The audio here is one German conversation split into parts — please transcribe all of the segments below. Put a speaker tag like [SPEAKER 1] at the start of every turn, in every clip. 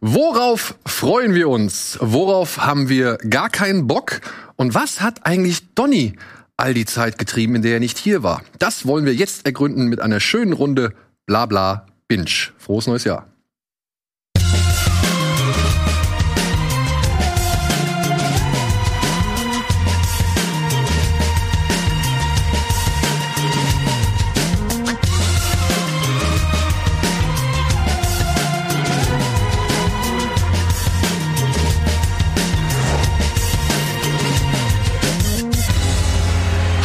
[SPEAKER 1] Worauf freuen wir uns? Worauf haben wir gar keinen Bock? Und was hat eigentlich Donny all die Zeit getrieben, in der er nicht hier war? Das wollen wir jetzt ergründen mit einer schönen Runde Blabla Binge. Frohes neues Jahr.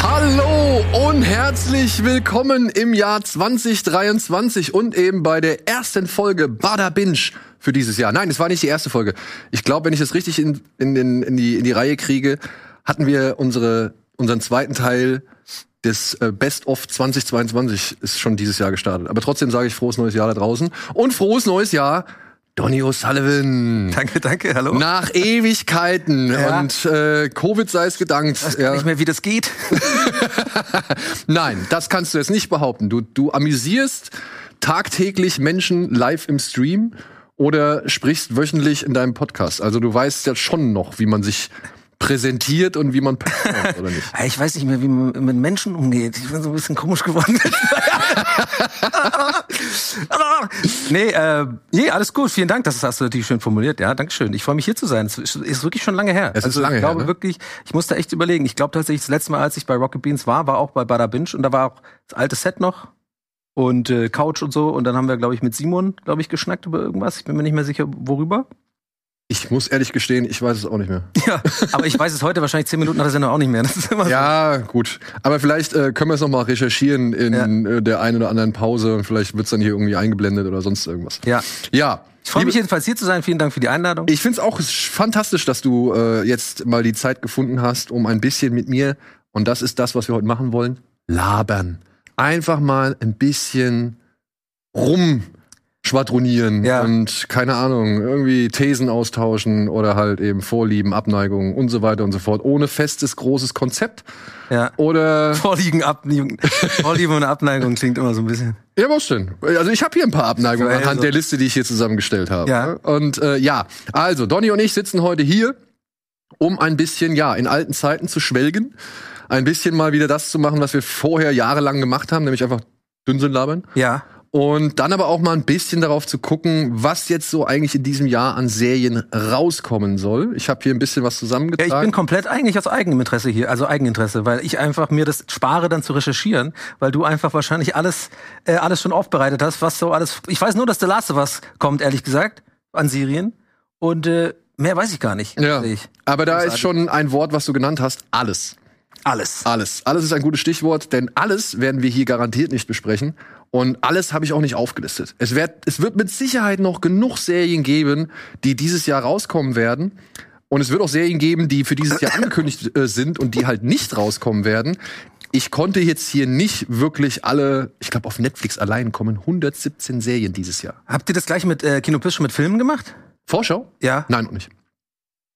[SPEAKER 1] Hallo und herzlich willkommen im Jahr 2023 und eben bei der ersten Folge Bada Binge für dieses Jahr. Nein, es war nicht die erste Folge. Ich glaube, wenn ich das richtig in, in, in, in, die, in die Reihe kriege, hatten wir unsere, unseren zweiten Teil des äh, Best of 2022 ist schon dieses Jahr gestartet. Aber trotzdem sage ich frohes neues Jahr da draußen und frohes neues Jahr Donny O'Sullivan.
[SPEAKER 2] Danke, danke, hallo.
[SPEAKER 1] Nach Ewigkeiten
[SPEAKER 2] Ja.
[SPEAKER 1] und äh, Covid sei es gedankt.
[SPEAKER 2] Ich weiß gar nicht mehr, wie das geht.
[SPEAKER 1] Nein, das kannst du jetzt nicht behaupten. Du, du amüsierst tagtäglich Menschen live im Stream oder sprichst wöchentlich in deinem Podcast. Also du weißt ja schon noch, wie man sich präsentiert und wie man performt, oder nicht?
[SPEAKER 2] Ich weiß nicht mehr, wie man mit Menschen umgeht. Ich bin so ein bisschen komisch geworden. nee, äh, nee, alles gut. Vielen Dank. Das hast du natürlich schön formuliert. Ja, Dankeschön. Ich freue mich hier zu sein. Es ist ist wirklich schon lange her. Also,
[SPEAKER 1] Es ist lange
[SPEAKER 2] ich
[SPEAKER 1] her,
[SPEAKER 2] glaube
[SPEAKER 1] ne?
[SPEAKER 2] wirklich, ich musste echt überlegen. Ich glaube tatsächlich, das letzte Mal, als ich bei Rocket Beans war, war auch bei Bada Binge und da war auch das alte Set noch und äh, Couch und so. Und dann haben wir, glaube ich, mit Simon, glaube ich, geschnackt über irgendwas. Ich bin mir nicht mehr sicher, worüber.
[SPEAKER 1] Ich muss ehrlich gestehen, ich weiß es auch nicht mehr.
[SPEAKER 2] Ja, aber ich weiß es heute wahrscheinlich zehn Minuten nach der Sendung auch nicht mehr. Das ist immer so.
[SPEAKER 1] Ja, gut. Aber vielleicht äh, können wir es nochmal recherchieren in äh, der einen oder anderen Pause und vielleicht wird's dann hier irgendwie eingeblendet oder sonst irgendwas.
[SPEAKER 2] Ja.
[SPEAKER 1] Ja.
[SPEAKER 2] Ich freue
[SPEAKER 1] liebe-
[SPEAKER 2] mich jedenfalls hier zu sein. Vielen Dank für die Einladung.
[SPEAKER 1] Ich find's auch sch- fantastisch, dass du äh, jetzt mal die Zeit gefunden hast, um ein bisschen mit mir, und das ist das, was wir heute machen wollen, labern. Einfach mal ein bisschen rumschwadronieren
[SPEAKER 2] Ja.
[SPEAKER 1] und keine Ahnung, irgendwie Thesen austauschen oder halt eben Vorlieben, Abneigungen und so weiter und so fort, ohne festes, großes Konzept.
[SPEAKER 2] ja.
[SPEAKER 1] Oder.
[SPEAKER 2] Vorliegen, Abneigung. Vorlieben und Abneigung klingt immer so ein bisschen.
[SPEAKER 1] Ja, was denn? Also ich habe hier ein paar Abneigungen
[SPEAKER 2] Ja,
[SPEAKER 1] anhand
[SPEAKER 2] also-
[SPEAKER 1] der Liste, die ich hier zusammengestellt habe.
[SPEAKER 2] Ja.
[SPEAKER 1] Und äh, ja, also Donny und ich sitzen heute hier, um ein bisschen, ja, in alten Zeiten zu schwelgen. Ein bisschen mal wieder das zu machen, was wir vorher jahrelang gemacht haben, nämlich einfach Dünnsinn labern.
[SPEAKER 2] Ja.
[SPEAKER 1] Und dann aber auch mal ein bisschen darauf zu gucken, was jetzt so eigentlich in diesem Jahr an Serien rauskommen soll. Ich habe hier ein bisschen was
[SPEAKER 2] Ja,
[SPEAKER 1] zusammengetragen.
[SPEAKER 2] ich bin komplett eigentlich aus eigenem Interesse hier, also Eigeninteresse, weil ich einfach mir das spare, dann zu recherchieren, weil du einfach wahrscheinlich alles, äh, alles schon aufbereitet hast, was so alles. Ich weiß nur, dass The Last of Us kommt, ehrlich gesagt, an Syrien. Und äh, mehr weiß ich gar nicht.
[SPEAKER 1] ja.
[SPEAKER 2] Sehe Ich.
[SPEAKER 1] Aber da ist
[SPEAKER 2] Großartig.
[SPEAKER 1] schon ein Wort, was du genannt hast, alles.
[SPEAKER 2] Alles.
[SPEAKER 1] Alles. Alles ist ein gutes Stichwort, denn alles werden wir hier garantiert nicht besprechen. Und alles habe ich auch nicht aufgelistet. Es wird, es wird mit Sicherheit noch genug Serien geben, die dieses Jahr rauskommen werden. Und es wird auch Serien geben, die für dieses Jahr angekündigt äh, sind und die halt nicht rauskommen werden. Ich konnte jetzt hier nicht wirklich alle, ich glaube, auf Netflix allein kommen 117 Serien dieses Jahr.
[SPEAKER 2] Habt ihr das gleich mit äh, Kinopisch mit Filmen gemacht?
[SPEAKER 1] Vorschau?
[SPEAKER 2] Ja.
[SPEAKER 1] Nein, noch nicht.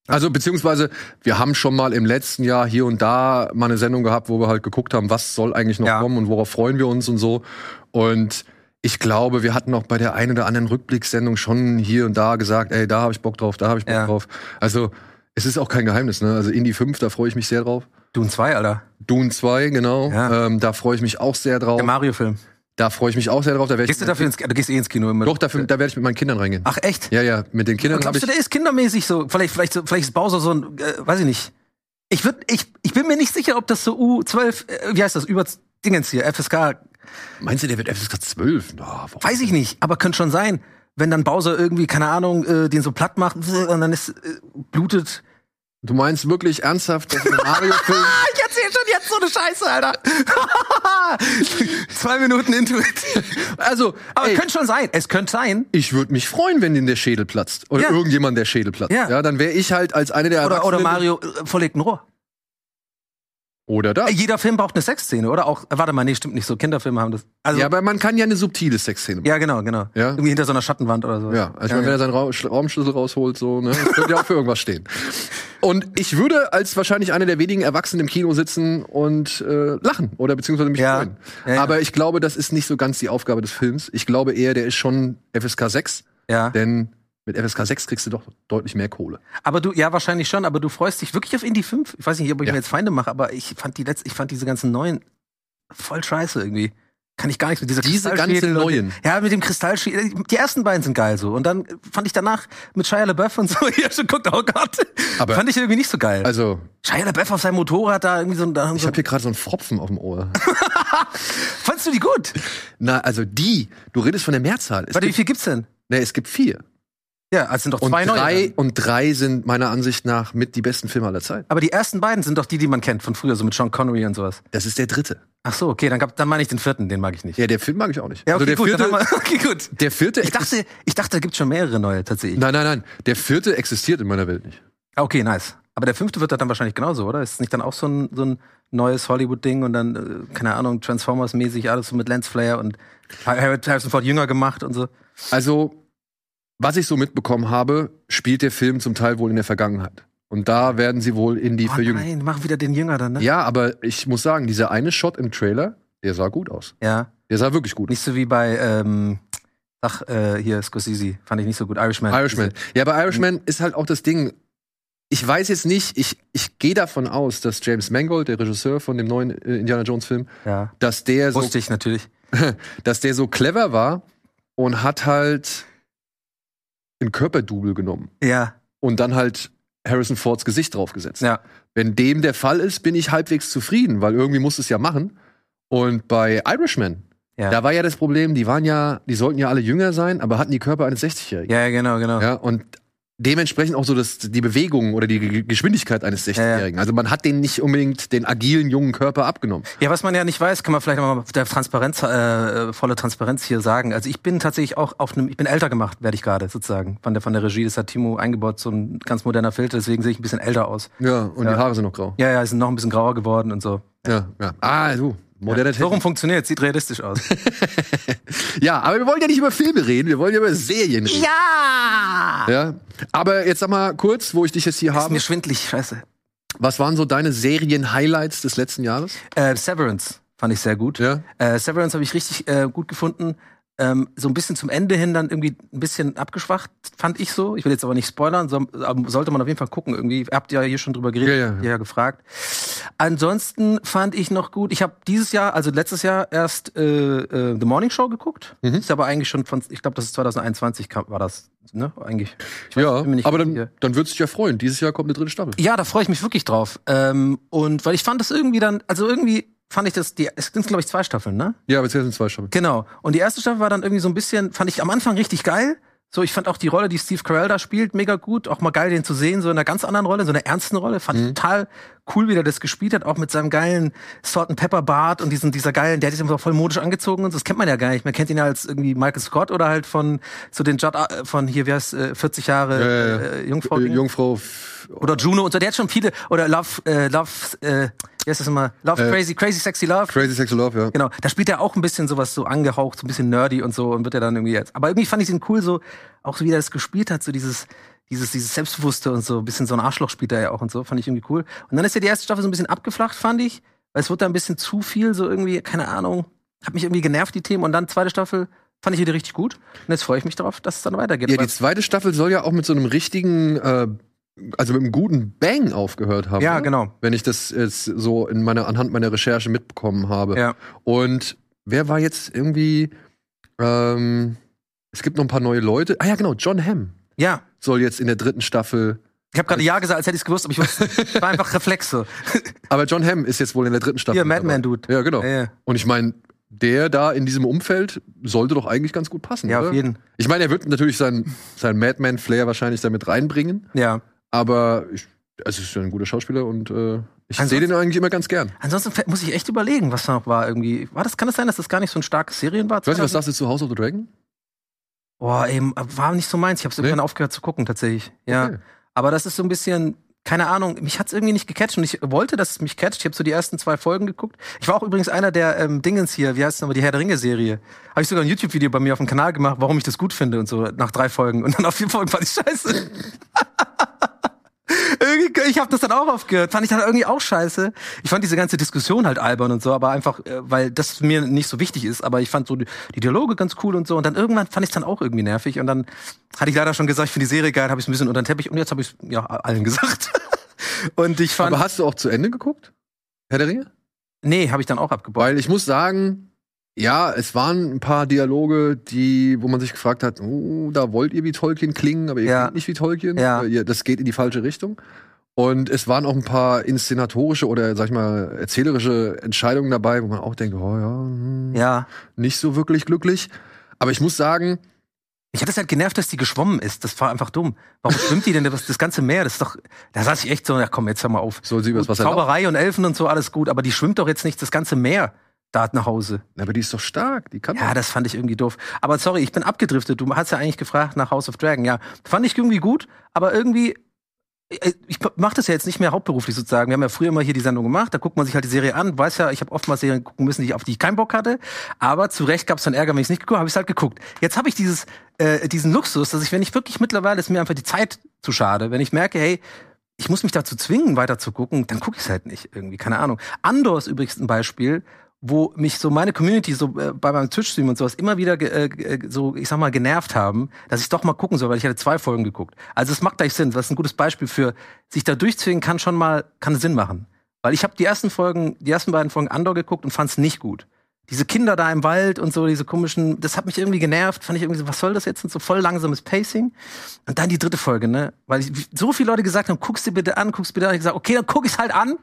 [SPEAKER 1] Also beziehungsweise, wir haben schon mal im letzten Jahr hier und da mal eine Sendung gehabt, wo wir halt geguckt haben, was soll eigentlich noch
[SPEAKER 2] Ja.
[SPEAKER 1] kommen und worauf freuen wir uns und so. Und ich glaube, wir hatten auch bei der einen oder anderen Rückblickssendung schon hier und da gesagt, ey, da habe ich Bock drauf, da habe ich Bock
[SPEAKER 2] Ja.
[SPEAKER 1] drauf. Also es ist auch kein Geheimnis, ne? Also Indie 5, da freue ich mich sehr drauf.
[SPEAKER 2] Dune 2, Alter.
[SPEAKER 1] Dune 2, genau.
[SPEAKER 2] Ja.
[SPEAKER 1] Ähm, da freue ich mich auch sehr drauf.
[SPEAKER 2] Der Mario-Film.
[SPEAKER 1] Da freue ich mich auch sehr drauf. Da werd ich
[SPEAKER 2] Gehst du dafür ins, du gehst eh ins Kino immer.
[SPEAKER 1] doch, dafür, da werde ich mit meinen Kindern reingehen.
[SPEAKER 2] Ach echt?
[SPEAKER 1] Ja, ja, mit den Kindern habe
[SPEAKER 2] Glaubst
[SPEAKER 1] ich.
[SPEAKER 2] du, der ist kindermäßig so? Vielleicht, vielleicht, so- vielleicht ist Bowser so ein, äh, weiß ich nicht. Ich, würd, ich, ich bin mir nicht sicher, ob das so U12, äh, wie heißt das, über Dingens hier, FSK,
[SPEAKER 1] Meinst du, der wird FSK 12? Na, warum?
[SPEAKER 2] weiß ich nicht, aber könnte schon sein, wenn dann Bowser irgendwie, keine Ahnung, äh, den so platt macht und dann ist, äh, blutet.
[SPEAKER 1] Du meinst wirklich ernsthaft, dass ein Mario-Film.
[SPEAKER 2] Ah, Ich erzähl schon jetzt so eine Scheiße, Alter. Zwei Minuten Intuit.
[SPEAKER 1] Also,
[SPEAKER 2] Aber
[SPEAKER 1] ey,
[SPEAKER 2] könnte schon sein, es könnte sein.
[SPEAKER 1] ich würde mich freuen, wenn denen der Schädel platzt. Oder
[SPEAKER 2] Ja.
[SPEAKER 1] irgendjemand der Schädel platzt. Ja,
[SPEAKER 2] Ja.
[SPEAKER 1] dann wäre ich halt als eine der
[SPEAKER 2] Oder, oder
[SPEAKER 1] Erwachsenen-
[SPEAKER 2] Mario äh, verlegt ein Rohr.
[SPEAKER 1] Oder da.
[SPEAKER 2] Äh, Jeder Film braucht eine Sexszene, oder? Auch, äh, warte mal, nee, stimmt nicht so. Kinderfilme haben das. Also,
[SPEAKER 1] Ja, aber man kann ja eine subtile Sexszene machen.
[SPEAKER 2] Ja, genau, genau.
[SPEAKER 1] Ja.
[SPEAKER 2] Irgendwie hinter so einer Schattenwand oder so.
[SPEAKER 1] Ja, also ich meine, wenn er seinen Ra Sch- Raumschlüssel rausholt, so, ne, das könnte ja auch für irgendwas stehen. Und ich würde als wahrscheinlich einer der wenigen Erwachsenen im Kino sitzen und äh, lachen oder beziehungsweise mich
[SPEAKER 2] Ja.
[SPEAKER 1] freuen.
[SPEAKER 2] Ja, ja.
[SPEAKER 1] Aber ich glaube, das ist nicht so ganz die Aufgabe des Films. Ich glaube eher, der ist schon FSK 6,
[SPEAKER 2] Ja.
[SPEAKER 1] denn Mit FSK 6 kriegst du doch deutlich mehr Kohle.
[SPEAKER 2] Aber du, ja, wahrscheinlich schon, aber du freust dich wirklich auf Indie 5. Ich weiß nicht, ob ich
[SPEAKER 1] Ja.
[SPEAKER 2] mir jetzt Feinde mache, aber ich fand die letzte, ich fand diese ganzen neuen voll scheiße irgendwie. Kann ich gar nichts mit dieser
[SPEAKER 1] Diese
[SPEAKER 2] Kristallschädel
[SPEAKER 1] ganzen
[SPEAKER 2] und dem-
[SPEAKER 1] neuen.
[SPEAKER 2] Ja, mit dem Kristallschild. Die ersten beiden sind geil so. Und dann fand ich danach mit Shia LaBeouf und so, hier schon guckt, oh Gott.
[SPEAKER 1] Aber-
[SPEAKER 2] fand ich irgendwie nicht so geil.
[SPEAKER 1] Also,
[SPEAKER 2] Shia LaBeouf auf seinem Motorrad da irgendwie so ein. Da
[SPEAKER 1] ich
[SPEAKER 2] so,
[SPEAKER 1] habe hier gerade so einen Fropfen auf dem Ohr.
[SPEAKER 2] fandst du die gut?
[SPEAKER 1] Na, also die, du redest von der Mehrzahl. Es,
[SPEAKER 2] Warte, wie
[SPEAKER 1] gibt,
[SPEAKER 2] viel gibt's denn?
[SPEAKER 1] ne, es gibt vier.
[SPEAKER 2] Ja, also sind doch
[SPEAKER 1] Und
[SPEAKER 2] zwei neue.
[SPEAKER 1] drei,
[SPEAKER 2] dann.
[SPEAKER 1] und drei sind meiner Ansicht nach mit die besten Filme aller Zeit.
[SPEAKER 2] Aber die ersten beiden sind doch die, die man kennt von früher, so mit Sean Connery und sowas.
[SPEAKER 1] Das ist der dritte.
[SPEAKER 2] Ach so, okay, dann, gab, dann meine ich den vierten, den mag ich nicht.
[SPEAKER 1] Ja, der Film mag ich auch nicht. Also
[SPEAKER 2] Ja, okay,
[SPEAKER 1] der
[SPEAKER 2] gut,
[SPEAKER 1] vierte,
[SPEAKER 2] dann haben wir, okay, gut.
[SPEAKER 1] der vierte
[SPEAKER 2] Ich dachte, ich dachte, da gibt's schon mehrere neue tatsächlich.
[SPEAKER 1] Nein, nein, nein. Der vierte existiert in meiner Welt nicht.
[SPEAKER 2] Ah, Okay, nice. Aber der fünfte wird dann wahrscheinlich genauso, oder? Ist es nicht dann auch so ein, so ein neues Hollywood-Ding und dann, äh, keine Ahnung, Transformers-mäßig alles so mit Lance Flair und Harriet Harrison Ford jünger gemacht und so?
[SPEAKER 1] Also, was ich so mitbekommen habe, spielt der Film zum Teil wohl in der Vergangenheit. Und da werden sie wohl in die
[SPEAKER 2] oh,
[SPEAKER 1] verjüngen.
[SPEAKER 2] nein, mach wieder den Jünger dann, ne?
[SPEAKER 1] Ja, aber ich muss sagen, dieser eine Shot im Trailer, der sah gut aus.
[SPEAKER 2] ja.
[SPEAKER 1] Der sah wirklich gut aus.
[SPEAKER 2] Nicht so wie bei, ähm, ach, äh, hier, Scorsese. Fand ich nicht so gut. Irishman.
[SPEAKER 1] Irishman. Ja, bei Irishman ist halt auch das Ding. Ich weiß jetzt nicht, ich, ich gehe davon aus, dass James Mangold, der Regisseur von dem neuen äh, Indiana Jones Film,
[SPEAKER 2] Ja.
[SPEAKER 1] dass der so
[SPEAKER 2] Wusste ich natürlich.
[SPEAKER 1] dass der so clever war und hat halt einen Körperdouble genommen
[SPEAKER 2] Ja.
[SPEAKER 1] und dann halt Harrison Fords Gesicht draufgesetzt.
[SPEAKER 2] Ja.
[SPEAKER 1] Wenn dem der Fall ist, bin ich halbwegs zufrieden, weil irgendwie muss es ja machen. Und bei Irishman,
[SPEAKER 2] Ja.
[SPEAKER 1] da war ja das Problem, die waren ja, die sollten ja alle jünger sein, aber hatten die Körper eines 60-Jährigen.
[SPEAKER 2] Ja, ja, genau, genau.
[SPEAKER 1] Ja, und dementsprechend auch so das, die Bewegung oder die Ge- Geschwindigkeit eines 60-Jährigen. Also man hat den nicht unbedingt den agilen jungen Körper abgenommen.
[SPEAKER 2] Ja, was man ja nicht weiß, kann man vielleicht noch mal der Transparenz, äh, volle Transparenz hier sagen. Also ich bin tatsächlich auch auf einem, ich bin älter gemacht, werde ich gerade sozusagen von der von der Regie. Das hat Timo eingebaut, so ein ganz moderner Filter. Deswegen sehe ich ein bisschen älter aus.
[SPEAKER 1] Ja, und die Haare sind noch grau.
[SPEAKER 2] Ja, ja, ist noch ein bisschen grauer geworden und so.
[SPEAKER 1] Ja, ja. Ah, du, moderne
[SPEAKER 2] So rum funktioniert, sieht realistisch aus.
[SPEAKER 1] Ja, aber wir wollen ja nicht über Filme reden, wir wollen ja über Serien reden.
[SPEAKER 2] ja!
[SPEAKER 1] Ja. Aber jetzt sag mal kurz, wo ich dich jetzt hier
[SPEAKER 2] Ist mir
[SPEAKER 1] habe.
[SPEAKER 2] schwindlig, scheiße.
[SPEAKER 1] Was waren so deine Serien-Highlights des letzten Jahres?
[SPEAKER 2] Äh, Severance fand ich sehr gut.
[SPEAKER 1] Ja.
[SPEAKER 2] Äh, Severance habe ich richtig äh, gut gefunden. Ähm, so ein bisschen zum Ende hin dann irgendwie ein bisschen abgeschwacht, fand ich so. Ich will jetzt aber nicht spoilern, so, aber sollte man auf jeden Fall gucken. Irgendwie habt ihr ja hier schon drüber geredet,
[SPEAKER 1] Ja, ja,
[SPEAKER 2] ja,
[SPEAKER 1] ja.
[SPEAKER 2] ja gefragt. Ansonsten fand ich noch gut, ich habe dieses Jahr, also letztes Jahr erst äh, äh, The Morning Show geguckt.
[SPEAKER 1] Mhm.
[SPEAKER 2] Ist aber eigentlich schon von, ich glaube, das ist 2021 kam, war das, ne? Eigentlich. Ich weiß-
[SPEAKER 1] Ja,
[SPEAKER 2] bin mir nicht
[SPEAKER 1] aber
[SPEAKER 2] ganz
[SPEAKER 1] dann,
[SPEAKER 2] sicher.
[SPEAKER 1] dann würdest du dich ja freuen. Dieses Jahr kommt eine dritte Staffel.
[SPEAKER 2] Ja, da freue ich mich wirklich drauf. Ähm, und weil ich fand das irgendwie dann, also irgendwie fand ich das, die, es sind glaube ich zwei Staffeln, ne?
[SPEAKER 1] Ja, aber jetzt sind zwei Staffeln.
[SPEAKER 2] Genau. Und die erste Staffel war dann irgendwie so ein bisschen, fand ich am Anfang richtig geil. So, ich fand auch die Rolle, die Steve Carell da spielt, mega gut. Auch mal geil, den zu sehen, so in einer ganz anderen Rolle, so einer ernsten Rolle. Fand
[SPEAKER 1] Mhm.
[SPEAKER 2] ich total cool, wie der das gespielt hat. Auch mit seinem geilen Salt and Pepper Bart und diesen, dieser geilen, der hat sich immer so voll modisch angezogen und so. Das kennt man ja gar nicht. Man kennt ihn ja als irgendwie Michael Scott oder halt von, so den Judd, äh, von hier, wie heißt, äh, 40
[SPEAKER 1] Äh,
[SPEAKER 2] Jahre äh, Jungfrau.
[SPEAKER 1] Äh, Jungfrau. F-
[SPEAKER 2] oder Juno und so. Der hat schon viele, oder Love, äh, Love, äh, wie heißt das immer? Love
[SPEAKER 1] Äh,
[SPEAKER 2] Crazy, Crazy Sexy Love.
[SPEAKER 1] Crazy Sexual Love, ja.
[SPEAKER 2] Genau, da spielt er auch ein bisschen sowas so angehaucht, so ein bisschen nerdy und so und wird er dann irgendwie jetzt. Aber irgendwie fand ich ihn cool, so auch so wie er das gespielt hat, so dieses dieses dieses selbstbewusste und so ein bisschen so ein Arschloch spielt er ja auch und so, fand ich irgendwie cool. Und dann ist ja die erste Staffel so ein bisschen abgeflacht, fand ich, weil es wurde da ein bisschen zu viel, so irgendwie keine Ahnung, hat mich irgendwie genervt die Themen und dann zweite Staffel fand ich wieder richtig gut und jetzt freue ich mich darauf, dass es dann weitergeht.
[SPEAKER 1] Ja,
[SPEAKER 2] Aber-
[SPEAKER 1] die zweite Staffel soll ja auch mit so einem richtigen, äh, also mit einem guten Bang aufgehört haben.
[SPEAKER 2] ja
[SPEAKER 1] oder?
[SPEAKER 2] genau.
[SPEAKER 1] Wenn ich das jetzt so in meiner, anhand meiner Recherche mitbekommen habe.
[SPEAKER 2] Ja.
[SPEAKER 1] Und wer war jetzt irgendwie? Ähm, es gibt noch ein paar neue Leute. Ah ja, genau, John Hamm
[SPEAKER 2] Ja,
[SPEAKER 1] soll jetzt in der dritten Staffel.
[SPEAKER 2] ich habe gerade ja gesagt, als hätte ich es gewusst, aber ich wusste, es war einfach Reflexe.
[SPEAKER 1] Aber John Hamm ist jetzt wohl in der dritten Staffel.
[SPEAKER 2] Hier
[SPEAKER 1] mit
[SPEAKER 2] Madman
[SPEAKER 1] dabei.
[SPEAKER 2] Dude.
[SPEAKER 1] Ja, genau.
[SPEAKER 2] Ja,
[SPEAKER 1] Und ich meine, der da in diesem Umfeld sollte doch eigentlich ganz gut passen.
[SPEAKER 2] ja
[SPEAKER 1] oder?
[SPEAKER 2] auf jeden.
[SPEAKER 1] Ich meine, er wird natürlich sein, sein Madman-Flair wahrscheinlich damit reinbringen,
[SPEAKER 2] Ja.
[SPEAKER 1] aber ich, also es ist ja ein guter Schauspieler und äh, ich
[SPEAKER 2] Ansonsten-
[SPEAKER 1] sehe den eigentlich immer ganz gern.
[SPEAKER 2] Ansonsten fe- muss ich echt überlegen, was da noch war irgendwie. War das, kann es sein, dass das gar nicht so ein starkes Serien war?
[SPEAKER 1] Ich weiß nicht, was sagst du zu House of the Dragon?
[SPEAKER 2] Boah, eben, war nicht so meins. Ich hab's irgendwann aufgehört zu gucken, tatsächlich. Ja.
[SPEAKER 1] Okay.
[SPEAKER 2] Aber das ist so ein bisschen, keine Ahnung, mich hat's irgendwie nicht gecatcht und ich wollte, dass es mich catcht. Ich habe so die ersten zwei Folgen geguckt. Ich war auch übrigens einer der ähm, Dingens hier, wie heißt es nochmal, die Herr der Ringe-Serie. Habe ich sogar ein YouTube-Video bei mir auf dem Kanal gemacht, warum ich das gut finde und so, nach drei Folgen. Und dann auf vier Folgen fand ich scheiße. irgendwie, ich habe das dann auch aufgehört. Fand ich dann irgendwie auch scheiße. Ich fand diese ganze Diskussion halt albern und so, aber einfach, äh, weil das mir nicht so wichtig ist. Aber ich fand so die, die Dialoge ganz cool und so. Und dann irgendwann fand ich dann auch irgendwie nervig. Und dann hatte ich leider schon gesagt, ich finde die Serie geil, habe ich ein bisschen unter den Teppich. Und jetzt habe ich ja allen gesagt. und ich fand,
[SPEAKER 1] Aber hast du auch zu Ende geguckt? Herr der Ringe?
[SPEAKER 2] nee, habe ich dann auch abgebaut.
[SPEAKER 1] Weil ich muss sagen, ja, es waren ein paar Dialoge, die, wo man sich gefragt hat, oh, da wollt ihr wie Tolkien klingen, aber ihr
[SPEAKER 2] Ja.
[SPEAKER 1] klingt nicht wie Tolkien.
[SPEAKER 2] Ja.
[SPEAKER 1] Äh, Ihr, das geht in die falsche Richtung. Und es waren auch ein paar inszenatorische oder, sag ich mal, erzählerische Entscheidungen dabei, wo man auch denkt, oh ja, hm,
[SPEAKER 2] Ja.
[SPEAKER 1] nicht so wirklich glücklich. Aber ich muss sagen,
[SPEAKER 2] Ich hatte es halt genervt, dass die geschwommen ist. Das war einfach dumm. Warum schwimmt die denn das, das ganze Meer? Das ist doch, da saß ich echt so, na komm, jetzt hör mal auf.
[SPEAKER 1] soll sie übers
[SPEAKER 2] Gut,
[SPEAKER 1] Wasser laufen.
[SPEAKER 2] Zauberei und Elfen und so, alles gut, aber die schwimmt doch jetzt nicht das ganze Meer da nach Hause.
[SPEAKER 1] Aber die ist doch stark, die kann
[SPEAKER 2] Ja,
[SPEAKER 1] doch.
[SPEAKER 2] das fand ich irgendwie doof. Aber sorry, ich bin abgedriftet. Du hast ja eigentlich gefragt nach House of Dragon. Ja, fand ich irgendwie gut, aber irgendwie. äh, Ich mache das ja jetzt nicht mehr hauptberuflich sozusagen. Wir haben ja früher immer hier die Sendung gemacht, da guckt man sich halt die Serie an. Weiß ja, ich habe oftmals Serien gucken müssen, die, auf die ich keinen Bock hatte. Aber zu Recht gab es dann Ärger, wenn ich nicht geguckt habe, ich halt geguckt. Jetzt habe ich dieses, äh, diesen Luxus, dass ich, wenn ich wirklich mittlerweile ist mir einfach die Zeit zu schade, wenn ich merke, hey, ich muss mich dazu zwingen, weiter zu gucken, dann gucke ich es halt nicht irgendwie, keine Ahnung. Andor ist übrigens ein Beispiel, wo mich so meine Community so äh, bei meinem Twitch-Stream und sowas immer wieder ge- äh, ge- so, ich sag mal, genervt haben, dass ich doch mal gucken soll, weil ich hatte zwei Folgen geguckt. Also es macht gleich Sinn, das ist ein gutes Beispiel für sich da durchzwingen kann schon mal, kann Sinn machen. Weil ich habe die ersten Folgen, die ersten beiden Folgen Andor geguckt und fand es nicht gut. Diese Kinder da im Wald und so, diese komischen, das hat mich irgendwie genervt, fand ich irgendwie so, was soll das jetzt? Und so voll langsames Pacing. Und dann die dritte Folge, ne? Weil ich, so viele Leute gesagt haben, guck's dir bitte an, guck's bitte an. Ich hab gesagt, okay, dann guck ich's halt an.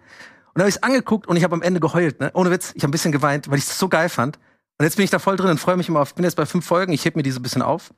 [SPEAKER 2] Und dann habe ich es angeguckt und ich habe am Ende geheult, ne? Ohne Witz, ich habe ein bisschen geweint, weil ich es so geil fand. Und jetzt bin ich da voll drin und freue mich immer auf. Ich bin jetzt bei fünf Folgen, ich heb mir diese ein bisschen auf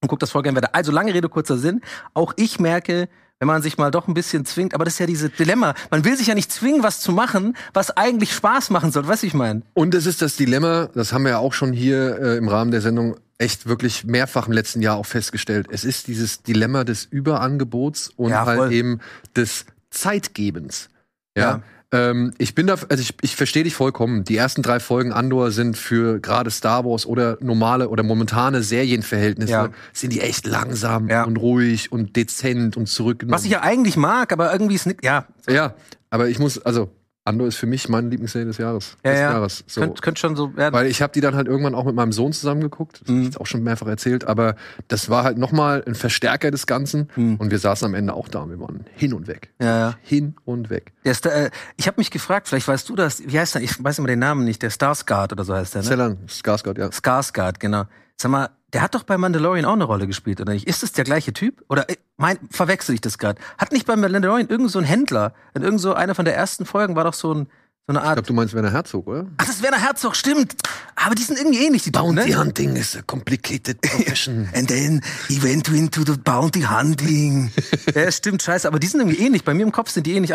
[SPEAKER 2] und guck das voll gerne weiter. Also lange Rede, kurzer Sinn. Auch ich merke, wenn man sich mal doch ein bisschen zwingt, aber das ist ja dieses Dilemma. Man will sich ja nicht zwingen, was zu machen, was eigentlich Spaß machen soll. Weißt du, ich meine?
[SPEAKER 1] Und es ist das Dilemma, das haben wir ja auch schon hier äh, im Rahmen der Sendung echt wirklich mehrfach im letzten Jahr auch festgestellt. Es ist dieses Dilemma des Überangebots und
[SPEAKER 2] Ja,
[SPEAKER 1] halt
[SPEAKER 2] voll.
[SPEAKER 1] eben des Zeitgebens. Ja. Ähm, ich bin da, also ich, ich verstehe dich vollkommen. Die ersten drei Folgen Andor sind für gerade Star Wars oder normale oder momentane Serienverhältnisse,
[SPEAKER 2] Ja.
[SPEAKER 1] sind die echt langsam
[SPEAKER 2] Ja.
[SPEAKER 1] und ruhig und dezent und zurückgenommen.
[SPEAKER 2] Was ich ja eigentlich mag, aber irgendwie ist nicht. Ja,
[SPEAKER 1] ja, aber ich muss, also Andor ist für mich meine Lieblingsserie des Jahres.
[SPEAKER 2] ja,
[SPEAKER 1] des
[SPEAKER 2] ja.
[SPEAKER 1] Jahres. So.
[SPEAKER 2] Könnt, könnt schon so werden.
[SPEAKER 1] Weil ich habe die dann halt irgendwann auch mit meinem Sohn zusammengeguckt. Das
[SPEAKER 2] Mhm.
[SPEAKER 1] hab ich jetzt auch schon mehrfach erzählt. Aber das war halt nochmal ein Verstärker des Ganzen. Und wir saßen am Ende auch da und wir waren hin und weg.
[SPEAKER 2] Mhm. Ja, ja.
[SPEAKER 1] Hin und weg.
[SPEAKER 2] Der Sta- äh, ich habe mich gefragt, vielleicht weißt du das, wie heißt der? Ich weiß immer den Namen nicht, der Starsguard oder so heißt der, ne?
[SPEAKER 1] Zellan, Skarsgård, ja.
[SPEAKER 2] Skarsguard, genau. Sag mal, der hat doch bei Mandalorian auch eine Rolle gespielt, oder nicht? Ist es der gleiche Typ? Oder äh, mein, verwechsel ich das gerade? Hat nicht bei Mandalorian irgend so ein Händler, in irgend so einer von der ersten Folgen war doch so, ein, so eine
[SPEAKER 1] Ich
[SPEAKER 2] Art.
[SPEAKER 1] glaube, du meinst Werner Herzog, oder?
[SPEAKER 2] Ach, das wäre der Herzog, stimmt. Aber die sind irgendwie ähnlich, die Typen, ne?
[SPEAKER 1] Hunting is a complicated profession.
[SPEAKER 2] And then he went into the bounty hunting. ja, stimmt, scheiße. Aber die sind irgendwie ähnlich. Bei mir im Kopf sind die ähnlich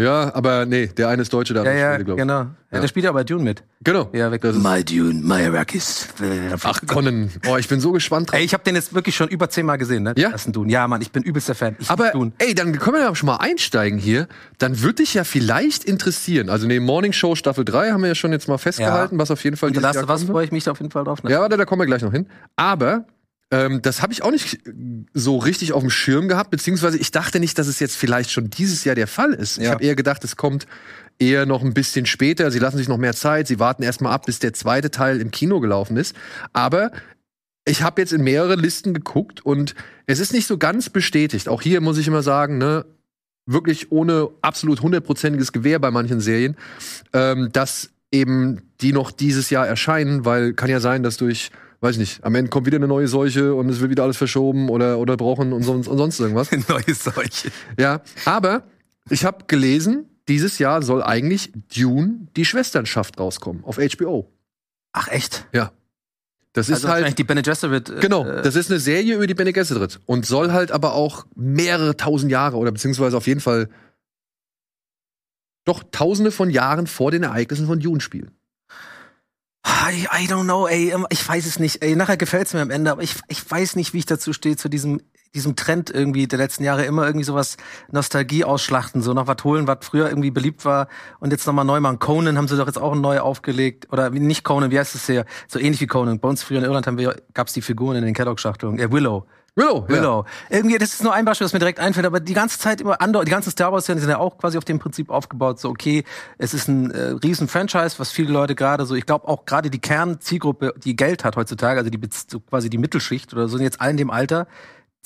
[SPEAKER 1] ja, aber nee, der eine ist Deutsche da.
[SPEAKER 2] Ja, ja,
[SPEAKER 1] glaube
[SPEAKER 2] genau. Ja. Der spielt ja bei Dune mit.
[SPEAKER 1] Genau.
[SPEAKER 2] Ja, weg.
[SPEAKER 1] Das ist,
[SPEAKER 2] my Dune, my Arrakis.
[SPEAKER 1] ach, Conan. Oh, ich bin so gespannt drauf.
[SPEAKER 2] Ey, ich habe den jetzt wirklich schon über zehnmal gesehen, ne?
[SPEAKER 1] Ja?
[SPEAKER 2] Das ist ein Dune. Ja, Mann, ich bin übelster Fan. Ich lieb
[SPEAKER 1] Aber
[SPEAKER 2] Dune.
[SPEAKER 1] ey, dann können wir ja schon mal einsteigen hier. Dann würde dich ja vielleicht interessieren. Also nee, Morning Show Staffel 3 haben wir ja schon jetzt mal festgehalten, was auf jeden Fall
[SPEAKER 2] Und da
[SPEAKER 1] dieses Jahr
[SPEAKER 2] Last was
[SPEAKER 1] kommen wird.
[SPEAKER 2] freue ich mich auf jeden Fall drauf. Ne?
[SPEAKER 1] Ja, warte, da kommen wir gleich noch hin. Aber ähm, das habe ich auch nicht so richtig auf dem Schirm gehabt, beziehungsweise ich dachte nicht, dass es jetzt vielleicht schon dieses Jahr der Fall ist. Ich
[SPEAKER 2] Ja.
[SPEAKER 1] habe eher gedacht, es kommt eher noch ein bisschen später. Sie lassen sich noch mehr Zeit, sie warten erstmal ab, bis der zweite Teil im Kino gelaufen ist. Aber ich habe jetzt in mehrere Listen geguckt und es ist nicht so ganz bestätigt. Auch hier muss ich immer sagen, ne, wirklich ohne absolut hundertprozentiges Gewehr bei manchen Serien, ähm, dass eben die noch dieses Jahr erscheinen, weil kann ja sein, dass durch, weiß ich nicht, am Ende kommt wieder eine neue Seuche und es wird wieder alles verschoben oder, oder brauchen und sonst, und sonst irgendwas.
[SPEAKER 2] Neue Seuche.
[SPEAKER 1] ja, aber ich habe gelesen, dieses Jahr soll eigentlich Dune, die Schwesternschaft, rauskommen auf HBO.
[SPEAKER 2] Ach, echt?
[SPEAKER 1] Das ist
[SPEAKER 2] Also
[SPEAKER 1] halt
[SPEAKER 2] wahrscheinlich die Bene Gesserit. äh,
[SPEAKER 1] Genau,
[SPEAKER 2] Äh,
[SPEAKER 1] das ist eine Serie über die Bene Gesserit und soll halt aber auch mehrere tausend Jahre oder beziehungsweise auf jeden Fall doch tausende von Jahren vor den Ereignissen von Dune spielen.
[SPEAKER 2] I, I don't know, ey. ähm, Ich weiß es nicht. Ey, nachher gefällt's mir am Ende, aber ich, ich weiß nicht, wie ich dazu stehe, zu diesem, diesem Trend irgendwie der letzten Jahre immer irgendwie sowas Nostalgie ausschlachten, so nach was holen, was früher irgendwie beliebt war und jetzt nochmal neu machen. Conan haben sie doch jetzt auch neu aufgelegt. Oder wie- nicht Conan, wie heißt es hier? So ähnlich wie Conan. Bei uns früher in Irland haben wir, gab's die Figuren in den Kellogg-Schachteln. Äh, Willow.
[SPEAKER 1] Willow, Genau, ja.
[SPEAKER 2] Willow. Irgendwie, das ist nur ein Beispiel, was mir direkt einfällt, aber die ganze Zeit immer andere, die ganzen Star Wars-Serien sind ja auch quasi auf dem Prinzip aufgebaut, so okay, es ist ein äh, riesen Franchise, was viele Leute gerade so, ich glaube auch gerade die Kernzielgruppe, die Geld hat heutzutage, also die Bez- so quasi die Mittelschicht oder so, sind jetzt alle in dem Alter,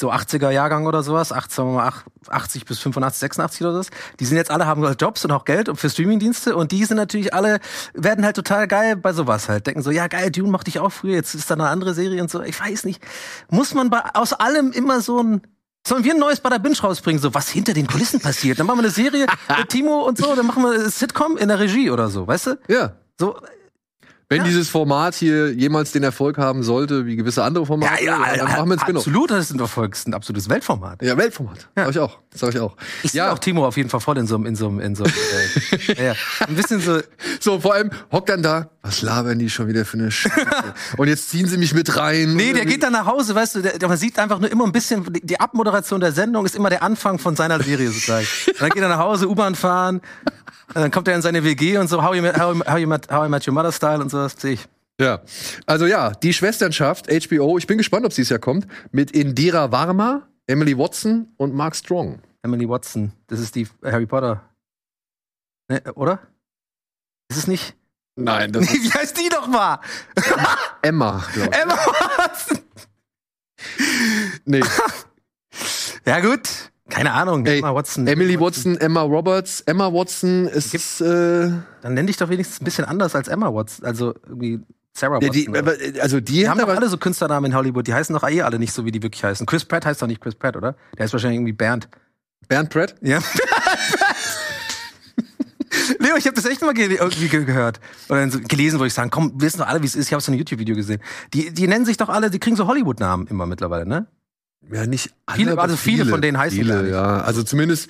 [SPEAKER 2] so 80er Jahrgang oder sowas, 8, sagen wir mal, ach- 80 bis 85, 86 oder sowas, die sind jetzt alle haben Jobs und auch Geld und für Streamingdienste und die sind natürlich alle werden halt total geil bei sowas halt, denken so, ja geil, Dune mochte ich auch früher, jetzt ist da eine andere Serie und so, ich weiß nicht, muss man bei aus allem immer so ein Sollen wir ein neues Bada Binge rausbringen, so was hinter den Kulissen passiert? Dann machen wir eine Serie mit Timo und so, dann machen wir eine Sitcom in der Regie oder so, weißt du?
[SPEAKER 1] ja.
[SPEAKER 2] So,
[SPEAKER 1] Wenn dieses Format hier jemals den Erfolg haben sollte, wie gewisse andere Formate, dann machen wir ein Spin-off.
[SPEAKER 2] absolut, das ist ein Erfolg, ist ein absolutes Weltformat.
[SPEAKER 1] Ja, Weltformat. Sag ich auch. Sag ich auch.
[SPEAKER 2] Ich ja.
[SPEAKER 1] ja,
[SPEAKER 2] auch Timo auf jeden Fall voll in so einem, in so einem, in so einem, äh, ja, ein bisschen so,
[SPEAKER 1] so vor allem hockt dann da, was labern die schon wieder für eine Scheiße? Und jetzt ziehen sie mich mit rein.
[SPEAKER 2] nee, der geht dann nach Hause, weißt du, der, der, man sieht einfach nur immer ein bisschen, die- die Abmoderation der Sendung ist immer der Anfang von seiner Serie sozusagen. Und dann geht er nach Hause, U-Bahn fahren, und dann kommt er in seine WG und so, how you met, how, you- how you met, how I met your mother style und sowas, sehe ich.
[SPEAKER 1] Ja. Also ja, die Schwesternschaft, HBO, ich bin gespannt, ob es dieses Jahr kommt, mit Indira Varma, Emily Watson und Mark Strong.
[SPEAKER 2] Emily Watson, das ist die äh, Harry Potter. Ne, oder? Ist es nicht?
[SPEAKER 1] Nein, das
[SPEAKER 2] Nee, wie heißt die doch mal?
[SPEAKER 1] Emma, glaub ich.
[SPEAKER 2] Emma Watson.
[SPEAKER 1] Nee.
[SPEAKER 2] Ja, gut. Keine Ahnung,
[SPEAKER 1] Ey,
[SPEAKER 2] Emma Watson.
[SPEAKER 1] Emily Watson, Emma Roberts, Emma Watson ist äh,
[SPEAKER 2] Dann nenn dich doch wenigstens ein bisschen anders als Emma Watson. Also irgendwie Sarah
[SPEAKER 1] ja,
[SPEAKER 2] Watson.
[SPEAKER 1] die,
[SPEAKER 2] oder?
[SPEAKER 1] aber, äh, also die,
[SPEAKER 2] die haben doch
[SPEAKER 1] aber,
[SPEAKER 2] alle so Künstlernamen in Hollywood. Die heißen doch eh alle nicht so, wie die wirklich heißen. Chris Pratt heißt doch nicht Chris Pratt, oder? Der ist wahrscheinlich irgendwie Bernd.
[SPEAKER 1] Bernd Pratt.
[SPEAKER 2] Ja. Leo, ich habe das echt mal ge irgendwie ge gehört. Oder so gelesen, wo ich sagen, komm, wissen doch alle, wie es ist. Ich habe so ein YouTube-Video gesehen. Die, die nennen sich doch alle, die kriegen so Hollywood-Namen immer mittlerweile, ne?
[SPEAKER 1] Ja, nicht alle,
[SPEAKER 2] Viele-
[SPEAKER 1] aber
[SPEAKER 2] also viele von denen heißen
[SPEAKER 1] viele,
[SPEAKER 2] gar nicht.
[SPEAKER 1] ja. Also zumindest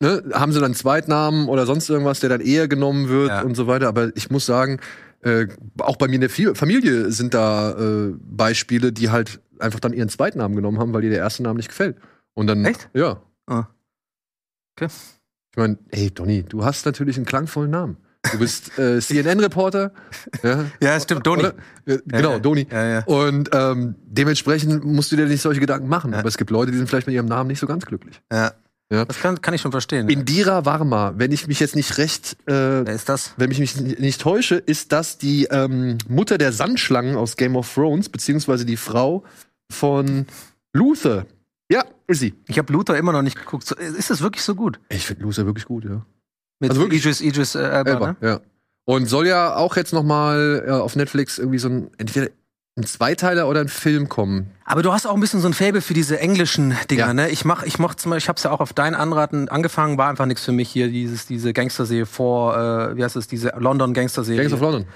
[SPEAKER 1] ne, haben sie dann einen Zweitnamen oder sonst irgendwas, der dann eher genommen wird
[SPEAKER 2] Ja.
[SPEAKER 1] und so weiter. Aber ich muss sagen, äh, auch bei mir in der Fi- Familie sind da äh, Beispiele, die halt einfach dann ihren Zweitnamen genommen haben, weil ihr der erste Name nicht gefällt. Und dann
[SPEAKER 2] Echt?
[SPEAKER 1] ja.
[SPEAKER 2] Ah. Okay.
[SPEAKER 1] Ich meine, ey Donny, du hast natürlich einen klangvollen Namen. Du bist äh, CNN-Reporter. Ja,
[SPEAKER 2] Ja, stimmt, Doni.
[SPEAKER 1] Oder? Äh, genau,
[SPEAKER 2] ja.
[SPEAKER 1] Doni.
[SPEAKER 2] Ja, ja.
[SPEAKER 1] Und ähm, dementsprechend musst du dir nicht solche Gedanken machen.
[SPEAKER 2] Ja.
[SPEAKER 1] Aber es gibt Leute, die sind vielleicht mit ihrem Namen nicht so ganz glücklich.
[SPEAKER 2] Ja.
[SPEAKER 1] Ja.
[SPEAKER 2] Das kann, kann ich schon verstehen.
[SPEAKER 1] Indira Varma, wenn ich mich jetzt nicht recht, äh,
[SPEAKER 2] Wer ist das?
[SPEAKER 1] wenn ich mich n- nicht täusche, ist das die ähm, Mutter der Sandschlangen aus Game of Thrones, beziehungsweise die Frau von Luther. Ja, ist sie.
[SPEAKER 2] Ich habe Luther immer noch nicht geguckt. So, Ist das wirklich so gut?
[SPEAKER 1] Ich finde Luther wirklich gut, ja.
[SPEAKER 2] Mit
[SPEAKER 1] Also wirklich?
[SPEAKER 2] Idris, Idris äh, Elba,
[SPEAKER 1] Elba,
[SPEAKER 2] ne?
[SPEAKER 1] ja. Und soll ja auch jetzt nochmal äh, auf Netflix irgendwie so ein, entweder ein Zweiteiler oder ein Film kommen.
[SPEAKER 2] Aber du hast auch ein bisschen so ein Faible für diese englischen Dinger,
[SPEAKER 1] Ja.
[SPEAKER 2] ne? Ich mach, ich mach zum Beispiel, ich hab's ja auch auf dein Anraten angefangen, war einfach nichts für mich hier, dieses, diese Gangsterserie vor, äh, wie heißt es, diese London Gangsterserie.
[SPEAKER 1] Gangs of London.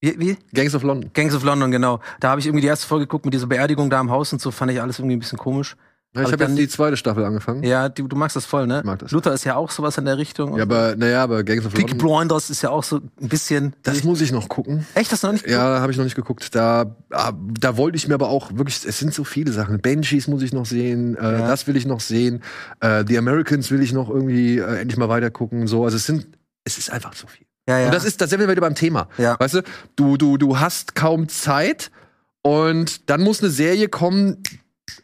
[SPEAKER 2] wie, wie?
[SPEAKER 1] Gangs of London.
[SPEAKER 2] Gangs of London, genau. Da habe ich irgendwie die erste Folge geguckt mit dieser Beerdigung da im Haus und so, fand ich alles irgendwie ein bisschen komisch.
[SPEAKER 1] Ja,
[SPEAKER 2] Aber
[SPEAKER 1] ich habe
[SPEAKER 2] dann-
[SPEAKER 1] jetzt die zweite Staffel angefangen.
[SPEAKER 2] Ja, du, du magst das voll, ne?
[SPEAKER 1] Mhm. Ich mag das.
[SPEAKER 2] Luther ist ja auch sowas in der Richtung. und
[SPEAKER 1] Ja,
[SPEAKER 2] so.
[SPEAKER 1] aber naja, aber Gangs of
[SPEAKER 2] Peaky
[SPEAKER 1] London.
[SPEAKER 2] Blinders ist ja auch so ein bisschen.
[SPEAKER 1] Das muss ich noch gucken.
[SPEAKER 2] echt, das noch nicht?
[SPEAKER 1] Ja, habe ich noch nicht geguckt. Da, ah, da wollte ich mir aber auch wirklich, es sind so viele Sachen. Banshees muss ich noch sehen, äh,
[SPEAKER 2] Ja.
[SPEAKER 1] das will ich noch sehen. Äh, The Americans will ich noch irgendwie äh, endlich mal weitergucken. So, also es sind, es ist einfach so viel.
[SPEAKER 2] ja, ja.
[SPEAKER 1] Und das ist, da sind wir wieder beim Thema.
[SPEAKER 2] Ja.
[SPEAKER 1] Weißt du, du, du, du hast kaum Zeit und dann muss eine Serie kommen,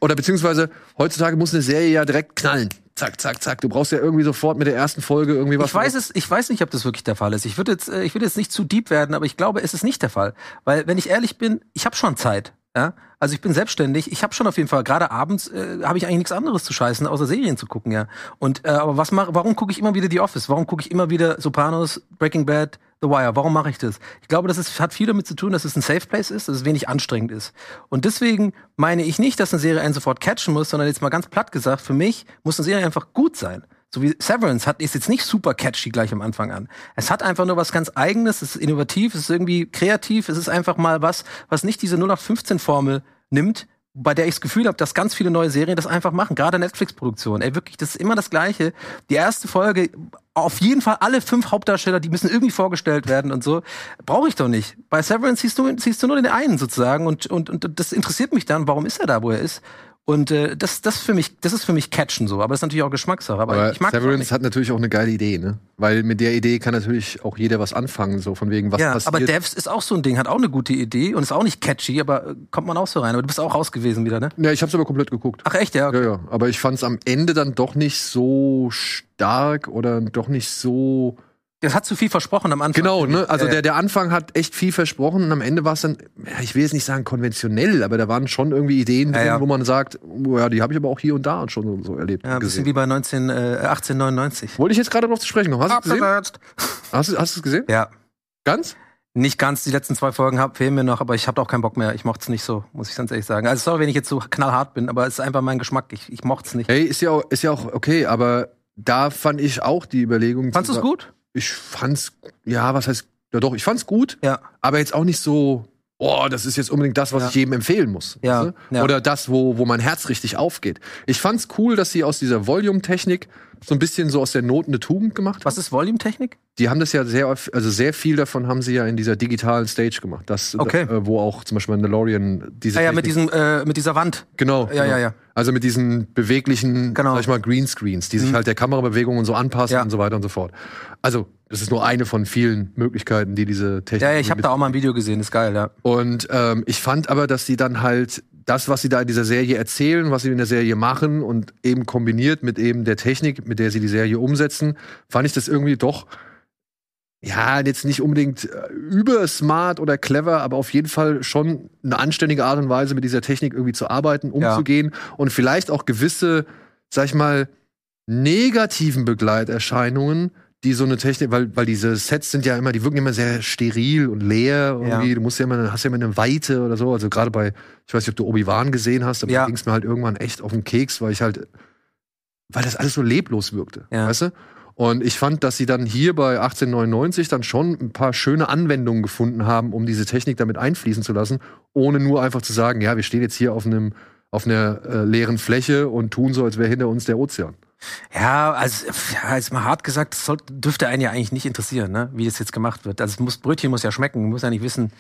[SPEAKER 1] oder beziehungsweise heutzutage muss eine Serie ja direkt knallen. Zack, zack, zack. Du brauchst ja irgendwie sofort mit der ersten Folge irgendwie was.
[SPEAKER 2] Ich weiß es, ich weiß nicht, ob das wirklich der Fall ist. Ich würde jetzt, äh, ich würde jetzt nicht zu deep werden, aber ich glaube, es ist nicht der Fall, weil wenn ich ehrlich bin, ich habe schon Zeit. Ja? Also ich bin selbstständig. Ich habe schon auf jeden Fall gerade abends äh, habe ich eigentlich nichts anderes zu scheißen, außer Serien zu gucken, ja. Und äh, aber was mach, Warum gucke ich immer wieder The Office? Warum gucke ich immer wieder Sopranos, Breaking Bad? The Wire, warum mache ich das? Ich glaube, das ist, hat viel damit zu tun, dass es ein Safe Place ist, dass es wenig anstrengend ist. Und deswegen meine ich nicht, dass eine Serie einen sofort catchen muss, sondern jetzt mal ganz platt gesagt, für mich muss eine Serie einfach gut sein. So wie Severance hat, ist jetzt nicht super catchy gleich am Anfang an. Es hat einfach nur was ganz Eigenes, es ist innovativ, es ist irgendwie kreativ, es ist einfach mal was, was nicht diese 0815-Formel nimmt, bei der ich das Gefühl habe, dass ganz viele neue Serien das einfach machen, gerade Netflix-Produktionen. Ey, wirklich, das ist immer das Gleiche. Die erste Folge, auf jeden Fall alle fünf Hauptdarsteller, die müssen irgendwie vorgestellt werden und so. Brauche ich doch nicht. Bei Severance siehst du, siehst du nur den einen sozusagen und, und, und das interessiert mich dann, warum ist er da, wo er ist? Und äh, das, das, für mich, das ist für mich Catchen so, aber das ist natürlich auch Geschmackssache. Aber,
[SPEAKER 1] Aber
[SPEAKER 2] ich mag das auch
[SPEAKER 1] Severance
[SPEAKER 2] nicht.
[SPEAKER 1] hat natürlich auch eine geile Idee, ne? Weil mit der Idee kann natürlich auch jeder was anfangen, so von wegen, was
[SPEAKER 2] Ja,
[SPEAKER 1] passiert.
[SPEAKER 2] aber Devs ist auch so ein Ding, hat auch eine gute Idee und ist auch nicht catchy, aber äh, kommt man auch so rein. Aber du bist auch raus gewesen wieder, ne?
[SPEAKER 1] ja, ich hab's aber komplett geguckt.
[SPEAKER 2] Ach echt, ja. Okay.
[SPEAKER 1] Ja, ja. Aber ich fand's am Ende dann doch nicht so stark oder doch nicht so.
[SPEAKER 2] Das hat zu viel versprochen am Anfang.
[SPEAKER 1] Genau, ne? Also
[SPEAKER 2] Ja, ja.
[SPEAKER 1] der, der Anfang hat echt viel versprochen und am Ende war es dann, ja, ich will jetzt nicht sagen konventionell, aber da waren schon irgendwie Ideen
[SPEAKER 2] Ja,
[SPEAKER 1] drin,
[SPEAKER 2] ja.
[SPEAKER 1] wo man sagt, oh, ja, die habe ich aber auch hier und da schon so, so erlebt.
[SPEAKER 2] Ja, ein
[SPEAKER 1] gesehen.
[SPEAKER 2] bisschen wie bei 19, äh, 1899.
[SPEAKER 1] Wollte ich jetzt gerade drauf zu sprechen kommen. Hast du es gesehen?
[SPEAKER 2] Abgesetzt.
[SPEAKER 1] Hast du hast du es gesehen?
[SPEAKER 2] Ja,
[SPEAKER 1] Ganz?
[SPEAKER 2] nicht ganz. Die letzten zwei Folgen hab, fehlen mir noch, aber ich habe auch keinen Bock mehr. Ich mochte es nicht so, muss ich ganz ehrlich sagen. Also sorry, wenn ich jetzt so knallhart bin, aber es ist einfach mein Geschmack. Ich, ich mochte es nicht.
[SPEAKER 1] Hey, ist ja, auch, ist ja auch okay, aber da fand ich auch die Überlegung.
[SPEAKER 2] Fandst du
[SPEAKER 1] zu-
[SPEAKER 2] es gut?
[SPEAKER 1] Ich fand's, ja, was heißt, ja doch, ich fand's gut,
[SPEAKER 2] Ja.
[SPEAKER 1] aber jetzt auch nicht so, oh, das ist jetzt unbedingt das, was
[SPEAKER 2] Ja.
[SPEAKER 1] ich jedem empfehlen muss.
[SPEAKER 2] Ja,
[SPEAKER 1] weißt du?
[SPEAKER 2] ja.
[SPEAKER 1] Oder das, wo, wo mein Herz richtig aufgeht. Ich fand's cool, dass sie aus dieser Volume-Technik so ein bisschen so aus der Not eine Tugend gemacht haben.
[SPEAKER 2] Was ist Volume-Technik?
[SPEAKER 1] Die haben das ja sehr, oft- also sehr viel davon haben sie ja in dieser digitalen Stage gemacht. Das,
[SPEAKER 2] Okay.
[SPEAKER 1] äh, wo auch zum Beispiel Mandalorian diese.
[SPEAKER 2] Ja, ja, mit
[SPEAKER 1] Technik-
[SPEAKER 2] diesem, äh, mit dieser Wand.
[SPEAKER 1] Genau.
[SPEAKER 2] Ja,
[SPEAKER 1] genau.
[SPEAKER 2] ja, ja.
[SPEAKER 1] Also mit diesen beweglichen,
[SPEAKER 2] Genau. Mhm.
[SPEAKER 1] sag ich mal, Greenscreens, die sich halt der Kamerabewegung und so anpassen
[SPEAKER 2] Ja.
[SPEAKER 1] und so weiter und so fort. Also, das ist nur eine von vielen Möglichkeiten, die diese Technik.
[SPEAKER 2] Ja, ja, ich habe da auch mal ein Video gesehen, ist geil, ja.
[SPEAKER 1] Und ähm, ich fand aber, dass sie dann halt das, was sie da in dieser Serie erzählen, was sie in der Serie machen und eben kombiniert mit eben der Technik, mit der sie die Serie umsetzen, fand ich das irgendwie doch, ja, jetzt nicht unbedingt äh, übersmart oder clever, aber auf jeden Fall schon eine anständige Art und Weise, mit dieser Technik irgendwie zu arbeiten,
[SPEAKER 2] Ja.
[SPEAKER 1] umzugehen und vielleicht auch gewisse, sag ich mal, negativen Begleiterscheinungen, die so eine Technik, weil, weil diese Sets sind ja immer, die wirken immer sehr steril und leer irgendwie. Du musst ja immer, hast ja immer eine Weite oder so. Also gerade bei, ich weiß nicht, ob du Obi-Wan gesehen hast, aber
[SPEAKER 2] Ja.
[SPEAKER 1] da ging es mir halt irgendwann echt auf den Keks, weil ich halt, weil das alles so leblos wirkte.
[SPEAKER 2] Ja.
[SPEAKER 1] Weißt du? Und ich fand, dass sie dann hier bei 1899 dann schon ein paar schöne Anwendungen gefunden haben, um diese Technik damit einfließen zu lassen, ohne nur einfach zu sagen, ja, wir stehen jetzt hier auf einem auf einer äh, leeren Fläche und tun so, als wäre hinter uns der Ozean.
[SPEAKER 2] Ja, also pf, ja, jetzt mal hart gesagt, das sollte, dürfte einen ja eigentlich nicht interessieren, ne? wie das jetzt gemacht wird. Also es muss, Brötchen muss ja schmecken, muss ja nicht wissen.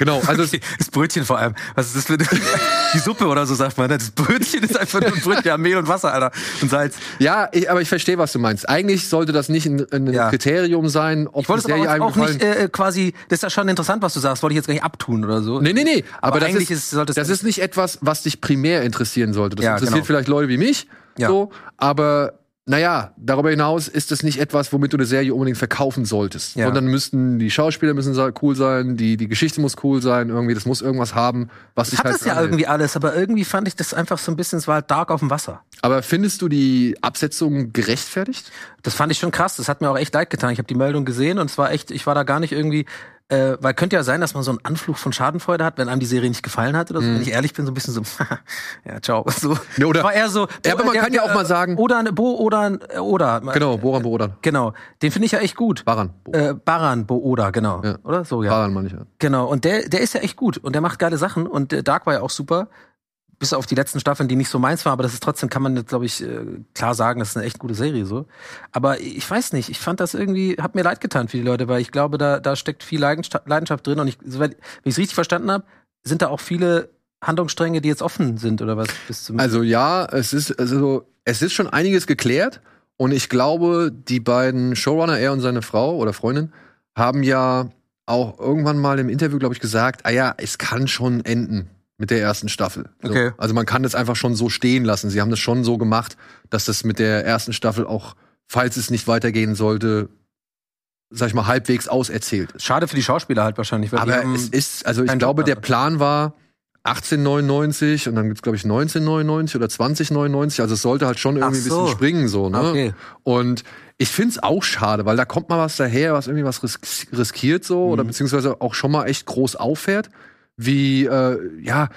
[SPEAKER 1] Genau, also es-
[SPEAKER 2] Okay, das Brötchen vor allem. Was ist das für die Suppe oder so sagt man? ne? Das Brötchen ist einfach nur ein Brötchen, ja, Mehl und Wasser, Alter und Salz.
[SPEAKER 1] Ja, ich, aber ich verstehe, was du meinst. Eigentlich sollte das nicht ein, ein
[SPEAKER 2] Ja.
[SPEAKER 1] Kriterium sein, ob
[SPEAKER 2] Ich wollte es
[SPEAKER 1] die
[SPEAKER 2] aber
[SPEAKER 1] Serie
[SPEAKER 2] jetzt
[SPEAKER 1] einem
[SPEAKER 2] auch
[SPEAKER 1] gefallen.
[SPEAKER 2] nicht äh, quasi, das ist ja schon interessant, was du sagst, wollte ich jetzt gar nicht abtun oder so.
[SPEAKER 1] nee, nee, nee. Aber,
[SPEAKER 2] Aber
[SPEAKER 1] das
[SPEAKER 2] eigentlich
[SPEAKER 1] ist,
[SPEAKER 2] ist- sollte es-
[SPEAKER 1] das ist nicht etwas, was dich primär interessieren sollte. Das
[SPEAKER 2] Ja,
[SPEAKER 1] interessiert
[SPEAKER 2] genau.
[SPEAKER 1] vielleicht Leute wie mich.
[SPEAKER 2] Ja.
[SPEAKER 1] So, aber naja, darüber hinaus ist es nicht etwas, womit du eine Serie unbedingt verkaufen solltest.
[SPEAKER 2] Ja.
[SPEAKER 1] Sondern müssten die Schauspieler müssen sa- cool sein, die, die Geschichte muss cool sein, irgendwie, das muss irgendwas haben, was dich
[SPEAKER 2] Hat
[SPEAKER 1] halt
[SPEAKER 2] das ja
[SPEAKER 1] anhält.
[SPEAKER 2] irgendwie alles, aber irgendwie fand ich das einfach so ein bisschen, es war halt dark auf dem Wasser.
[SPEAKER 1] Aber findest du die Absetzung gerechtfertigt?
[SPEAKER 2] Das fand ich schon krass. Das hat mir auch echt leid getan. Ich habe die Meldung gesehen und es war echt, ich war da gar nicht irgendwie, äh, weil könnte ja sein, dass man so einen Anflug von Schadenfreude hat, wenn einem die Serie nicht gefallen hat oder so. Wenn ich ehrlich bin, so ein bisschen so, ja, ciao. So.
[SPEAKER 1] Mhm. Ja, oder-
[SPEAKER 2] war eher so,
[SPEAKER 1] Ja, aber man kann ja auch mal sagen-
[SPEAKER 2] Oder, ein- Bo, oder, ein- äh, oder.
[SPEAKER 1] Genau, Boran Boodan.
[SPEAKER 2] Genau. Den finde ich ja echt gut.
[SPEAKER 1] Baran.
[SPEAKER 2] Äh, Baran Bo Oda, genau.
[SPEAKER 1] Ja.
[SPEAKER 2] Oder? So, ja.
[SPEAKER 1] Baran meine ich ja.
[SPEAKER 2] Genau. Und der, der ist ja echt gut und der macht geile Sachen und äh, Dark war ja auch super. Bis auf die letzten Staffeln, die nicht so meins waren, aber das ist trotzdem, kann man, glaube ich, äh, klar sagen, das ist eine echt gute Serie so. Aber ich weiß nicht, ich fand das irgendwie, hat mir leid getan für die Leute, weil ich glaube, da, da steckt viel Leidenschaft, Leidenschaft drin und ich, soweit, wenn ich es richtig verstanden habe, sind da auch viele Handlungsstränge, die jetzt offen sind oder was? Bis zum
[SPEAKER 1] Also ja, es ist also es ist schon einiges geklärt und ich glaube, die beiden Showrunner, er und seine Frau oder Freundin, haben ja auch irgendwann mal im Interview, glaube ich, gesagt, ah ja, es kann schon enden mit der ersten Staffel. So.
[SPEAKER 2] Okay.
[SPEAKER 1] Also man kann das einfach schon so stehen lassen. Sie haben das schon so gemacht, dass das mit der ersten Staffel auch, falls es nicht weitergehen sollte, sag ich mal, halbwegs auserzählt ist.
[SPEAKER 2] Schade für die Schauspieler halt wahrscheinlich, weil die
[SPEAKER 1] Aber
[SPEAKER 2] haben,
[SPEAKER 1] es ist, also ich
[SPEAKER 2] keinen
[SPEAKER 1] glaube,
[SPEAKER 2] Job
[SPEAKER 1] der
[SPEAKER 2] mehr.
[SPEAKER 1] Plan war 1899 und dann gibt's glaube ich 1999 oder 2099. Also es sollte halt schon irgendwie
[SPEAKER 2] Ach
[SPEAKER 1] ein
[SPEAKER 2] so.
[SPEAKER 1] bisschen springen so. Ne?
[SPEAKER 2] Okay.
[SPEAKER 1] Und ich find's auch schade, weil da kommt mal was daher, was irgendwie was ris riskiert so oder
[SPEAKER 2] Mhm.
[SPEAKER 1] beziehungsweise auch schon mal echt groß auffährt. Wie äh, ja,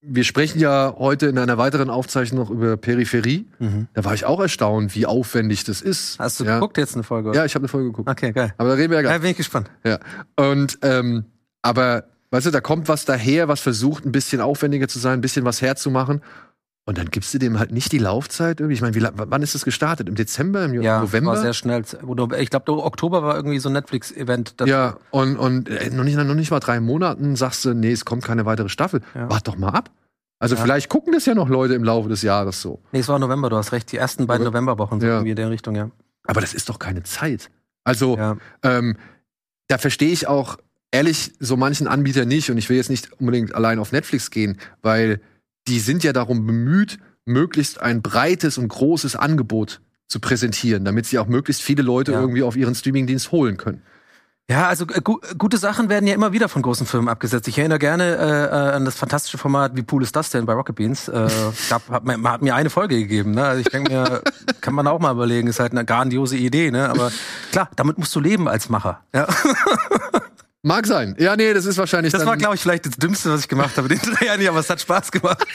[SPEAKER 1] wir sprechen ja heute in einer weiteren Aufzeichnung noch über Peripherie.
[SPEAKER 2] Mhm.
[SPEAKER 1] Da war ich auch erstaunt, wie aufwendig das ist.
[SPEAKER 2] hast du
[SPEAKER 1] ja.
[SPEAKER 2] geguckt jetzt eine Folge?
[SPEAKER 1] Ja, ich habe eine Folge geguckt.
[SPEAKER 2] Okay, geil.
[SPEAKER 1] Aber da reden wir ja gleich.
[SPEAKER 2] Ja, bin ich gespannt.
[SPEAKER 1] Ja. Und ähm, aber weißt du, da kommt was daher, was versucht, ein bisschen aufwendiger zu sein, ein bisschen was herzumachen. Und dann gibst du dem halt nicht die Laufzeit irgendwie. Ich meine, wie la- wann ist das gestartet? Im Dezember, im
[SPEAKER 2] Ja, war
[SPEAKER 1] November?
[SPEAKER 2] sehr schnell. Ich glaube, Oktober war irgendwie so ein Netflix-Event. Das-
[SPEAKER 1] ja, und, und äh, noch, nicht, noch nicht mal drei Monaten sagst du, nee, es kommt keine weitere Staffel.
[SPEAKER 2] Ja.
[SPEAKER 1] Wart doch mal ab. Also vielleicht gucken das ja noch Leute im Laufe des Jahres so.
[SPEAKER 2] Nee, es war November, du hast recht. Die ersten beiden Novemberwochen so
[SPEAKER 1] Ja.
[SPEAKER 2] irgendwie in der Richtung, ja.
[SPEAKER 1] Aber das ist doch keine Zeit. Also,
[SPEAKER 2] ja.
[SPEAKER 1] ähm, da verstehe ich auch ehrlich so manchen Anbieter nicht und ich will jetzt nicht unbedingt allein auf Netflix gehen, weil die sind ja darum bemüht, möglichst ein breites und großes Angebot zu präsentieren, damit sie auch möglichst viele Leute
[SPEAKER 2] Ja.
[SPEAKER 1] irgendwie auf ihren Streamingdienst holen können.
[SPEAKER 2] Ja, also äh, gu gute Sachen werden ja immer wieder von großen Firmen abgesetzt. Ich erinnere gerne äh, äh, an das fantastische Format Wie cool ist das denn bei Rocket Beans. Äh, gab, hat, mir, hat mir eine Folge gegeben. Ne? Also ich denke mir, kann man auch mal überlegen, ist halt eine grandiose Idee, ne? Aber klar, damit musst du leben als Macher. Ja?
[SPEAKER 1] Mag sein. Ja, nee, das ist wahrscheinlich
[SPEAKER 2] Das
[SPEAKER 1] dann,
[SPEAKER 2] war, glaube ich, vielleicht das Dümmste, was ich gemacht habe. Den drei Jahren, aber es hat Spaß gemacht.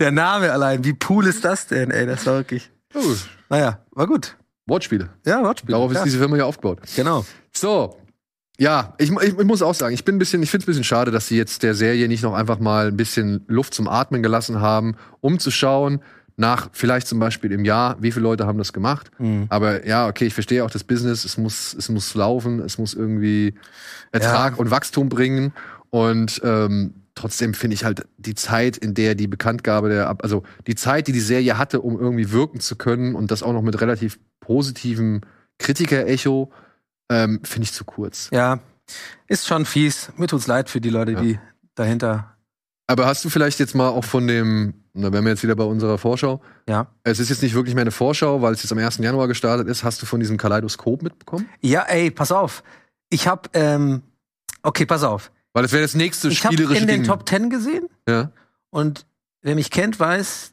[SPEAKER 2] Der Name allein, wie cool ist das denn, ey? Das war wirklich.
[SPEAKER 1] Oh,
[SPEAKER 2] Naja, war gut.
[SPEAKER 1] Wortspiele.
[SPEAKER 2] Ja, Wortspiel.
[SPEAKER 1] Darauf ist
[SPEAKER 2] klar.
[SPEAKER 1] diese Firma ja aufgebaut.
[SPEAKER 2] Genau.
[SPEAKER 1] So. Ja, ich, mu- ich, ich muss auch sagen, ich bin ein bisschen, ich finde es ein bisschen schade, dass sie jetzt der Serie nicht noch einfach mal ein bisschen Luft zum Atmen gelassen haben, um zu schauen, nach vielleicht zum Beispiel im Jahr, wie viele Leute haben das gemacht.
[SPEAKER 2] Mhm.
[SPEAKER 1] Aber ja, okay, ich verstehe auch das Business, es muss, es muss laufen, es muss irgendwie Ertrag und Wachstum bringen. Und ähm, trotzdem finde ich halt die Zeit, in der die Bekanntgabe der, Ab- also die Zeit, die die Serie hatte, um irgendwie wirken zu können und das auch noch mit relativ positivem Kritiker-Echo, ähm, finde ich zu kurz.
[SPEAKER 2] Ja, ist schon fies. Mir tut's leid für die Leute,
[SPEAKER 1] Ja.
[SPEAKER 2] die dahinter.
[SPEAKER 1] Aber hast du vielleicht jetzt mal auch von dem, na, wären wir jetzt wieder bei unserer Vorschau.
[SPEAKER 2] Ja.
[SPEAKER 1] Es ist jetzt nicht wirklich mehr eine Vorschau, weil es jetzt am 1. Januar gestartet ist. Hast du von diesem Kaleidoskop mitbekommen?
[SPEAKER 2] Ja, ey, pass auf. Ich habe, ähm, okay, pass auf.
[SPEAKER 1] Weil das wäre das nächste
[SPEAKER 2] Ich habe
[SPEAKER 1] spielerische
[SPEAKER 2] in den
[SPEAKER 1] Ding.
[SPEAKER 2] Top Ten gesehen
[SPEAKER 1] ja.
[SPEAKER 2] und wer mich kennt, weiß,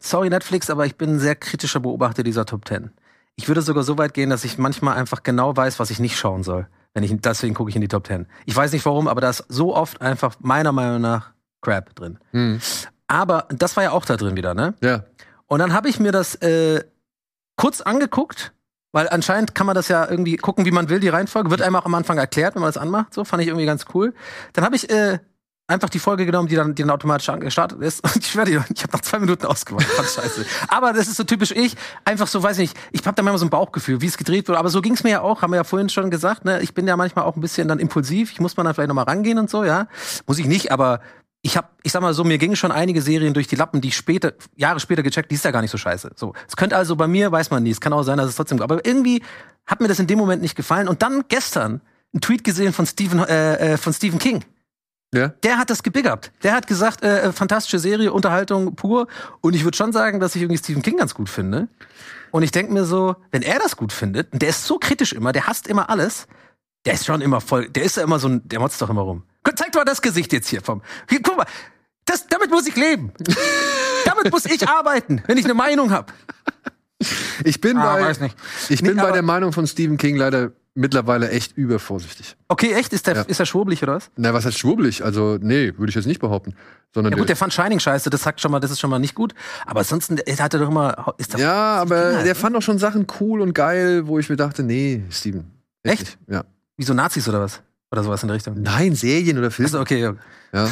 [SPEAKER 2] sorry Netflix, aber ich bin ein sehr kritischer Beobachter dieser Top Ten. Ich würde sogar so weit gehen, dass ich manchmal einfach genau weiß, was ich nicht schauen soll. Wenn ich, deswegen gucke ich in die Top Ten. Ich weiß nicht warum, aber da ist so oft einfach meiner Meinung nach Crap drin.
[SPEAKER 1] Hm.
[SPEAKER 2] Aber das war ja auch da drin wieder, ne?
[SPEAKER 1] ja.
[SPEAKER 2] Und dann habe ich mir das äh, kurz angeguckt, weil anscheinend kann man das ja irgendwie gucken, wie man will, die Reihenfolge. Wird einem auch am Anfang erklärt, wenn man das anmacht. So fand ich irgendwie ganz cool. Dann habe ich äh, einfach die Folge genommen, die dann, die dann automatisch an- gestartet ist. Und ich werde, ich habe nach zwei Minuten ausgemacht. Fand scheiße. aber das ist so typisch ich. Einfach so, weiß nicht, ich habe da manchmal so ein Bauchgefühl, wie es gedreht wird. Aber so ging es mir ja auch, haben wir ja vorhin schon gesagt. Ne? Ich bin ja manchmal auch ein bisschen dann impulsiv. Ich muss man dann vielleicht nochmal rangehen und so, ja. Muss ich nicht, aber ich habe, ich sag mal so, mir gingen schon einige Serien durch die Lappen, die ich später, Jahre später gecheckt, die ist ja gar nicht so scheiße. So, es könnte also bei mir, weiß man nie, es kann auch sein, dass es trotzdem, aber irgendwie hat mir das in dem Moment nicht gefallen. Und dann gestern einen Tweet gesehen von Stephen, äh, äh, von Stephen King.
[SPEAKER 1] Ja.
[SPEAKER 2] Der hat das gebiggabt. Der hat gesagt, äh, äh, fantastische Serie, Unterhaltung pur. Und ich würde schon sagen, dass ich irgendwie Stephen King ganz gut finde. Und ich denke mir so, wenn er das gut findet, und der ist so kritisch immer, der hasst immer alles, der ist schon immer voll, der ist ja immer so ein, der motzt doch immer rum. Guck, Zeig mal das Gesicht jetzt hier vom. Hier, guck mal, das, damit muss ich leben. damit muss ich arbeiten, wenn ich eine Meinung habe.
[SPEAKER 1] Ich bin
[SPEAKER 2] Ah,
[SPEAKER 1] bei,
[SPEAKER 2] weiß nicht.
[SPEAKER 1] Ich bin
[SPEAKER 2] Nee,
[SPEAKER 1] bei
[SPEAKER 2] aber-
[SPEAKER 1] der Meinung von Stephen King leider mittlerweile echt übervorsichtig.
[SPEAKER 2] Okay, echt? Ist der,
[SPEAKER 1] Ja.
[SPEAKER 2] ist der schwurbelig oder was?
[SPEAKER 1] Na, was heißt schwurbelig? Also, nee, würde ich jetzt nicht behaupten. Sondern
[SPEAKER 2] Ja gut, der fand Shining scheiße, das sagt schon mal, das ist schon mal nicht gut. Aber ansonsten, der hat er doch immer. Ist der,
[SPEAKER 1] ja, aber
[SPEAKER 2] Inhalt,
[SPEAKER 1] der
[SPEAKER 2] ne?
[SPEAKER 1] fand auch schon Sachen cool und geil, wo ich mir dachte, nee, Steven.
[SPEAKER 2] Echt?
[SPEAKER 1] nicht. Ja.
[SPEAKER 2] Wie so Nazis oder was? Oder sowas in der Richtung.
[SPEAKER 1] Nein, Serien oder Filme.
[SPEAKER 2] Also, okay, ja.
[SPEAKER 1] Ja.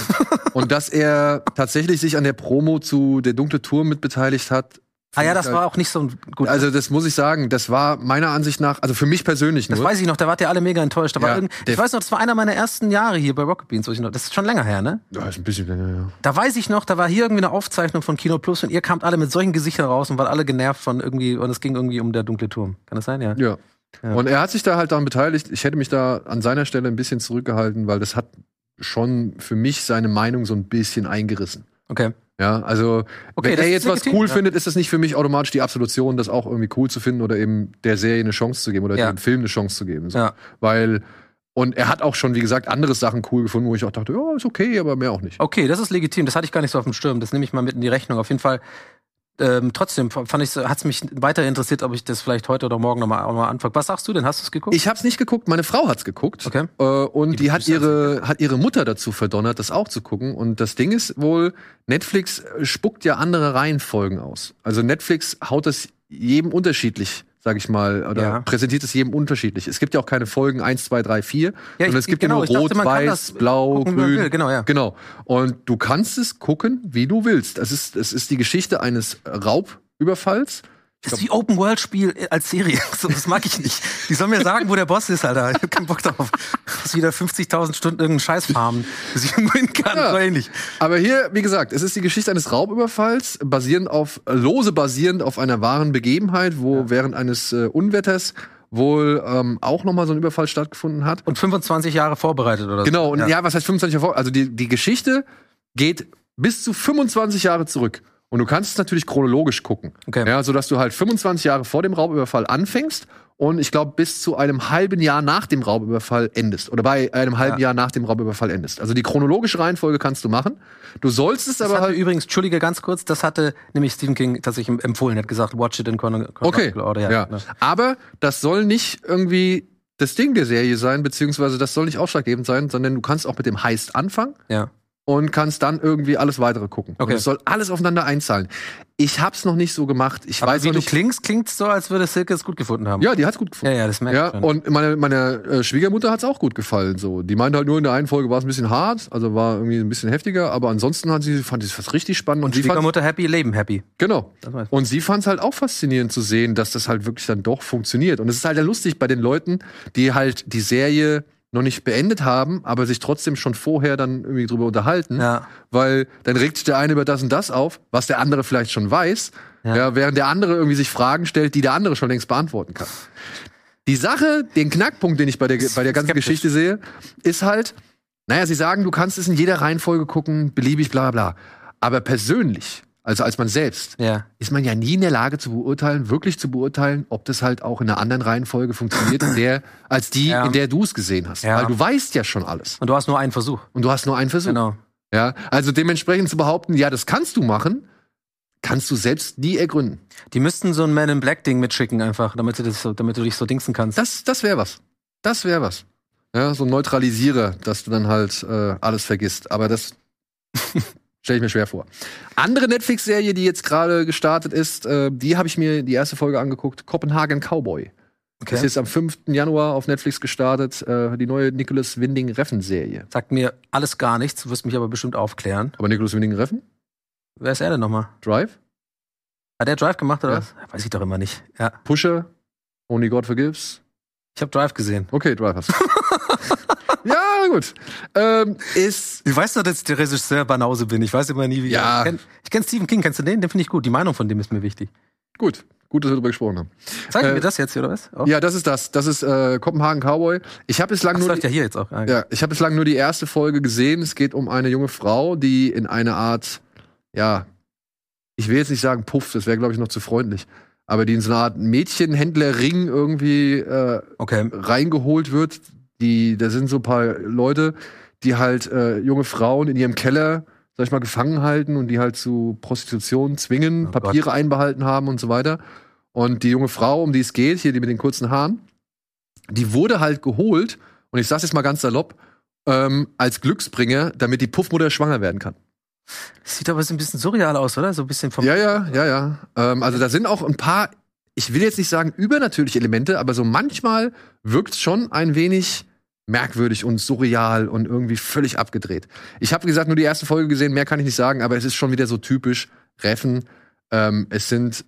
[SPEAKER 1] und dass er tatsächlich sich an der Promo zu Der dunkle Turm mitbeteiligt hat.
[SPEAKER 2] Ah
[SPEAKER 1] find
[SPEAKER 2] ja,
[SPEAKER 1] ich
[SPEAKER 2] das
[SPEAKER 1] halt-
[SPEAKER 2] war auch nicht so ein gut.
[SPEAKER 1] Also, das muss ich sagen, das war meiner Ansicht nach, also für mich persönlich
[SPEAKER 2] das
[SPEAKER 1] nur.
[SPEAKER 2] weiß ich noch, da wart ihr alle mega enttäuscht. Da war
[SPEAKER 1] Ja,
[SPEAKER 2] irgend,
[SPEAKER 1] der-
[SPEAKER 2] ich weiß noch, das war einer meiner ersten Jahre hier bei Rocket Beans. wo ich noch- Das ist schon länger her, ne?
[SPEAKER 1] Ja, ist ein bisschen länger, ja.
[SPEAKER 2] Da weiß ich noch, da war hier irgendwie eine Aufzeichnung von Kino Plus und ihr kamt alle mit solchen Gesichtern raus und wart alle genervt von irgendwie, und es ging irgendwie um der dunkle Turm. Kann das sein, ja?
[SPEAKER 1] Ja.
[SPEAKER 2] Ja.
[SPEAKER 1] Und er hat sich da halt daran beteiligt. Ich hätte mich da an seiner Stelle ein bisschen zurückgehalten, weil das hat schon für mich seine Meinung so ein bisschen eingerissen.
[SPEAKER 2] Okay.
[SPEAKER 1] Ja, also
[SPEAKER 2] Okay,
[SPEAKER 1] wenn
[SPEAKER 2] das
[SPEAKER 1] er
[SPEAKER 2] ist
[SPEAKER 1] jetzt was
[SPEAKER 2] legitim,
[SPEAKER 1] cool
[SPEAKER 2] ja.
[SPEAKER 1] findet, ist das nicht für mich automatisch die Absolution, das auch irgendwie cool zu finden oder eben der Serie eine Chance zu geben oder
[SPEAKER 2] Ja.
[SPEAKER 1] dem Film eine Chance zu geben. So.
[SPEAKER 2] Ja.
[SPEAKER 1] Weil und er hat auch schon, wie gesagt, andere Sachen cool gefunden, wo ich auch dachte, ja, ist okay, aber mehr auch nicht.
[SPEAKER 2] Okay, das ist legitim. Das hatte ich gar nicht so auf dem Sturm. Das nehme ich mal mit in die Rechnung. Auf jeden Fall. Ähm, trotzdem fand ich, hat es mich weiter interessiert, ob ich das vielleicht heute oder morgen nochmal noch mal anfange. Was sagst du denn? Hast du es geguckt?
[SPEAKER 1] Ich hab's nicht geguckt, meine Frau hat's geguckt.
[SPEAKER 2] Okay.
[SPEAKER 1] Äh, und die, hat
[SPEAKER 2] Grüße an
[SPEAKER 1] ihre hat ihre Mutter dazu verdonnert, das auch zu gucken. Und das Ding ist wohl, Netflix äh, spuckt ja andere Reihenfolgen aus. Also Netflix haut das jedem unterschiedlich, sag ich mal, oder
[SPEAKER 2] Ja.
[SPEAKER 1] präsentiert es jedem unterschiedlich. Es gibt ja auch keine Folgen 1, 2, 3, 4,
[SPEAKER 2] Ja, ich-
[SPEAKER 1] sondern es gibt
[SPEAKER 2] genau,
[SPEAKER 1] ja
[SPEAKER 2] ich
[SPEAKER 1] nur
[SPEAKER 2] dachte,
[SPEAKER 1] rot,
[SPEAKER 2] man kann das
[SPEAKER 1] weiß, blau,
[SPEAKER 2] gucken, wie man
[SPEAKER 1] grün.
[SPEAKER 2] will, genau, ja.
[SPEAKER 1] Genau. Und du kannst es gucken, wie du willst. Es ist, es ist die Geschichte eines Raubüberfalls,
[SPEAKER 2] Das ist wie Open World Spiel als Serie. So, Das mag ich nicht. Die sollen mir sagen, wo der Boss ist, Alter. Ich hab keinen Bock darauf. Dass wieder 50.000 Stunden irgendeinen Scheiß farmen, bis ich irgendwo hin kann.
[SPEAKER 1] Ja.
[SPEAKER 2] So ähnlich.
[SPEAKER 1] Aber hier, wie gesagt, es ist die Geschichte eines Raubüberfalls, basierend auf, lose basierend auf einer wahren Begebenheit, wo während eines äh, Unwetters wohl ähm, auch nochmal so ein Überfall stattgefunden hat.
[SPEAKER 2] Und 25 Jahre vorbereitet oder so.
[SPEAKER 1] Genau, und ja,
[SPEAKER 2] ja.
[SPEAKER 1] was heißt 25 Jahre vor? Also die, die Geschichte geht bis zu 25 Jahre zurück. Und du kannst es natürlich chronologisch gucken.
[SPEAKER 2] Okay.
[SPEAKER 1] Ja, sodass du halt 25 Jahre vor dem Raubüberfall anfängst und ich glaube bis zu einem halben Jahr nach dem Raubüberfall endest. Oder bei einem halben Jahr nach dem Raubüberfall endest. Also die chronologische Reihenfolge kannst du machen. Du sollst es
[SPEAKER 2] Das
[SPEAKER 1] aber
[SPEAKER 2] hatte
[SPEAKER 1] halt.
[SPEAKER 2] übrigens, Entschuldige, ganz kurz, das hatte nämlich Stephen King tatsächlich em- empfohlen, Er hat gesagt, watch it in chron-
[SPEAKER 1] Okay.
[SPEAKER 2] chronological order.
[SPEAKER 1] ja.
[SPEAKER 2] ne.
[SPEAKER 1] Aber das soll nicht irgendwie das Ding der Serie sein, beziehungsweise das soll nicht ausschlaggebend sein, sondern du kannst auch mit dem Heist anfangen.
[SPEAKER 2] ja.
[SPEAKER 1] und kannst dann irgendwie alles weitere gucken. Und
[SPEAKER 2] Okay.
[SPEAKER 1] es soll alles aufeinander einzahlen. Ich hab's noch nicht so gemacht. Ich
[SPEAKER 2] Aber
[SPEAKER 1] weiß
[SPEAKER 2] wie
[SPEAKER 1] noch
[SPEAKER 2] du
[SPEAKER 1] nicht.
[SPEAKER 2] klingst, klingt so, als würde Silke es gut gefunden haben.
[SPEAKER 1] Ja, die hat's gut
[SPEAKER 2] ja,
[SPEAKER 1] gefunden.
[SPEAKER 2] ja das merkt
[SPEAKER 1] Ja,
[SPEAKER 2] ich schon.
[SPEAKER 1] und meine, meine äh, Schwiegermutter hat's auch gut gefallen. So, die meinte halt nur in der einen Folge war es ein bisschen hart, also war irgendwie ein bisschen heftiger, aber ansonsten hat sie fand sie es richtig spannend
[SPEAKER 2] Und
[SPEAKER 1] sie fand's,
[SPEAKER 2] Schwiegermutter happy, Leben happy.
[SPEAKER 1] genau.
[SPEAKER 2] Das weiß ich.
[SPEAKER 1] Und sie fand's halt auch faszinierend zu sehen, dass das halt wirklich dann doch funktioniert. Und es ist halt dann lustig bei den Leuten, die halt die Serie noch nicht beendet haben, aber sich trotzdem schon vorher dann irgendwie drüber unterhalten.
[SPEAKER 2] Ja.
[SPEAKER 1] Weil dann regt sich der eine über das und das auf, was der andere vielleicht schon weiß, ja. während der andere irgendwie sich Fragen stellt, die der andere schon längst beantworten kann. Die Sache, den Knackpunkt, den ich bei der, bei der ganzen
[SPEAKER 2] Skeptisch.
[SPEAKER 1] Geschichte sehe, ist halt, naja, sie sagen, du kannst es in jeder Reihenfolge gucken, beliebig, bla bla. Aber persönlich, also als man selbst,
[SPEAKER 2] Ja.
[SPEAKER 1] ist man ja nie in der Lage zu beurteilen, wirklich zu beurteilen, ob das halt auch in einer anderen Reihenfolge funktioniert, in der, als die,
[SPEAKER 2] Ja.
[SPEAKER 1] in der du es gesehen hast.
[SPEAKER 2] Ja.
[SPEAKER 1] Weil du weißt ja schon alles.
[SPEAKER 2] Und du hast nur einen Versuch.
[SPEAKER 1] Und du hast nur einen Versuch.
[SPEAKER 2] Genau.
[SPEAKER 1] Ja, also dementsprechend zu behaupten, ja, das kannst du machen, kannst du selbst nie ergründen.
[SPEAKER 2] Die müssten so ein Man in Black Ding mitschicken einfach, damit du das, so- damit du dich so dingsen kannst.
[SPEAKER 1] Das, das wäre was. Das wäre was. Ja, so ein Neutralisierer, dass du dann halt äh, alles vergisst. Aber das stelle ich mir schwer vor. Andere Netflix-Serie, die jetzt gerade gestartet ist, äh, die habe ich mir die erste Folge angeguckt, Copenhagen Cowboy. Ist jetzt am 5. Januar auf Netflix gestartet, äh, die neue Nicholas Winding Reffen-Serie.
[SPEAKER 2] Sagt mir alles gar nichts, wirst mich aber bestimmt aufklären.
[SPEAKER 1] Aber Nicholas Winding Reffen?
[SPEAKER 2] Wer ist er denn nochmal?
[SPEAKER 1] Drive?
[SPEAKER 2] Hat der Drive gemacht oder
[SPEAKER 1] Ja.
[SPEAKER 2] was? Weiß ich doch immer nicht. Ja.
[SPEAKER 1] Pusher? Only God Forgives?
[SPEAKER 2] Ich habe Drive gesehen.
[SPEAKER 1] Okay, Drivers. ja, gut. Ähm, ist.
[SPEAKER 2] Du weißt doch, dass der Regisseur Banause bin. Ich weiß immer nie, wie
[SPEAKER 1] Ja.
[SPEAKER 2] ich kenn, ich kenn Stephen King, kennst du den? Den finde ich gut. Die Meinung von dem ist mir wichtig.
[SPEAKER 1] Gut. Gut, dass wir darüber gesprochen haben.
[SPEAKER 2] Zeig
[SPEAKER 1] Äh,
[SPEAKER 2] mir das jetzt hier, oder was? Oh.
[SPEAKER 1] Ja, das ist das. Das ist äh, Kopenhagen Cowboy. Ich habe bislang
[SPEAKER 2] Ach, das
[SPEAKER 1] nur.
[SPEAKER 2] läuft
[SPEAKER 1] Die,
[SPEAKER 2] ja hier jetzt auch. Ah,
[SPEAKER 1] ja, ich habe bislang nur die erste Folge gesehen. Es geht um eine junge Frau, die in eine Art, ja, ich will jetzt nicht sagen Puff, das wäre glaube ich noch zu freundlich, aber die in so eine Art Mädchenhändlerring irgendwie äh,
[SPEAKER 2] Okay.
[SPEAKER 1] reingeholt wird. Die, da sind so ein paar Leute, die halt äh, junge Frauen in ihrem Keller, sag ich mal, gefangen halten und die halt zu Prostitution zwingen,
[SPEAKER 2] Oh Gott.
[SPEAKER 1] Papiere einbehalten haben und so weiter. Und die junge Frau, um die es geht, hier die mit den kurzen Haaren, die wurde halt geholt, und ich sag's jetzt mal ganz salopp, ähm, als Glücksbringer, damit die Puffmutter schwanger werden kann.
[SPEAKER 2] Sieht aber so ein bisschen surreal aus, oder? So ein bisschen vom.
[SPEAKER 1] Ja, ja, ja, ja. Ähm, also da sind auch ein paar, ich will jetzt nicht sagen übernatürliche Elemente, aber so manchmal wirkt schon ein wenig merkwürdig und surreal und irgendwie völlig abgedreht. Ich habe gesagt, nur die erste Folge gesehen, mehr kann ich nicht sagen, aber es ist schon wieder so typisch Reffen. Ähm, es sind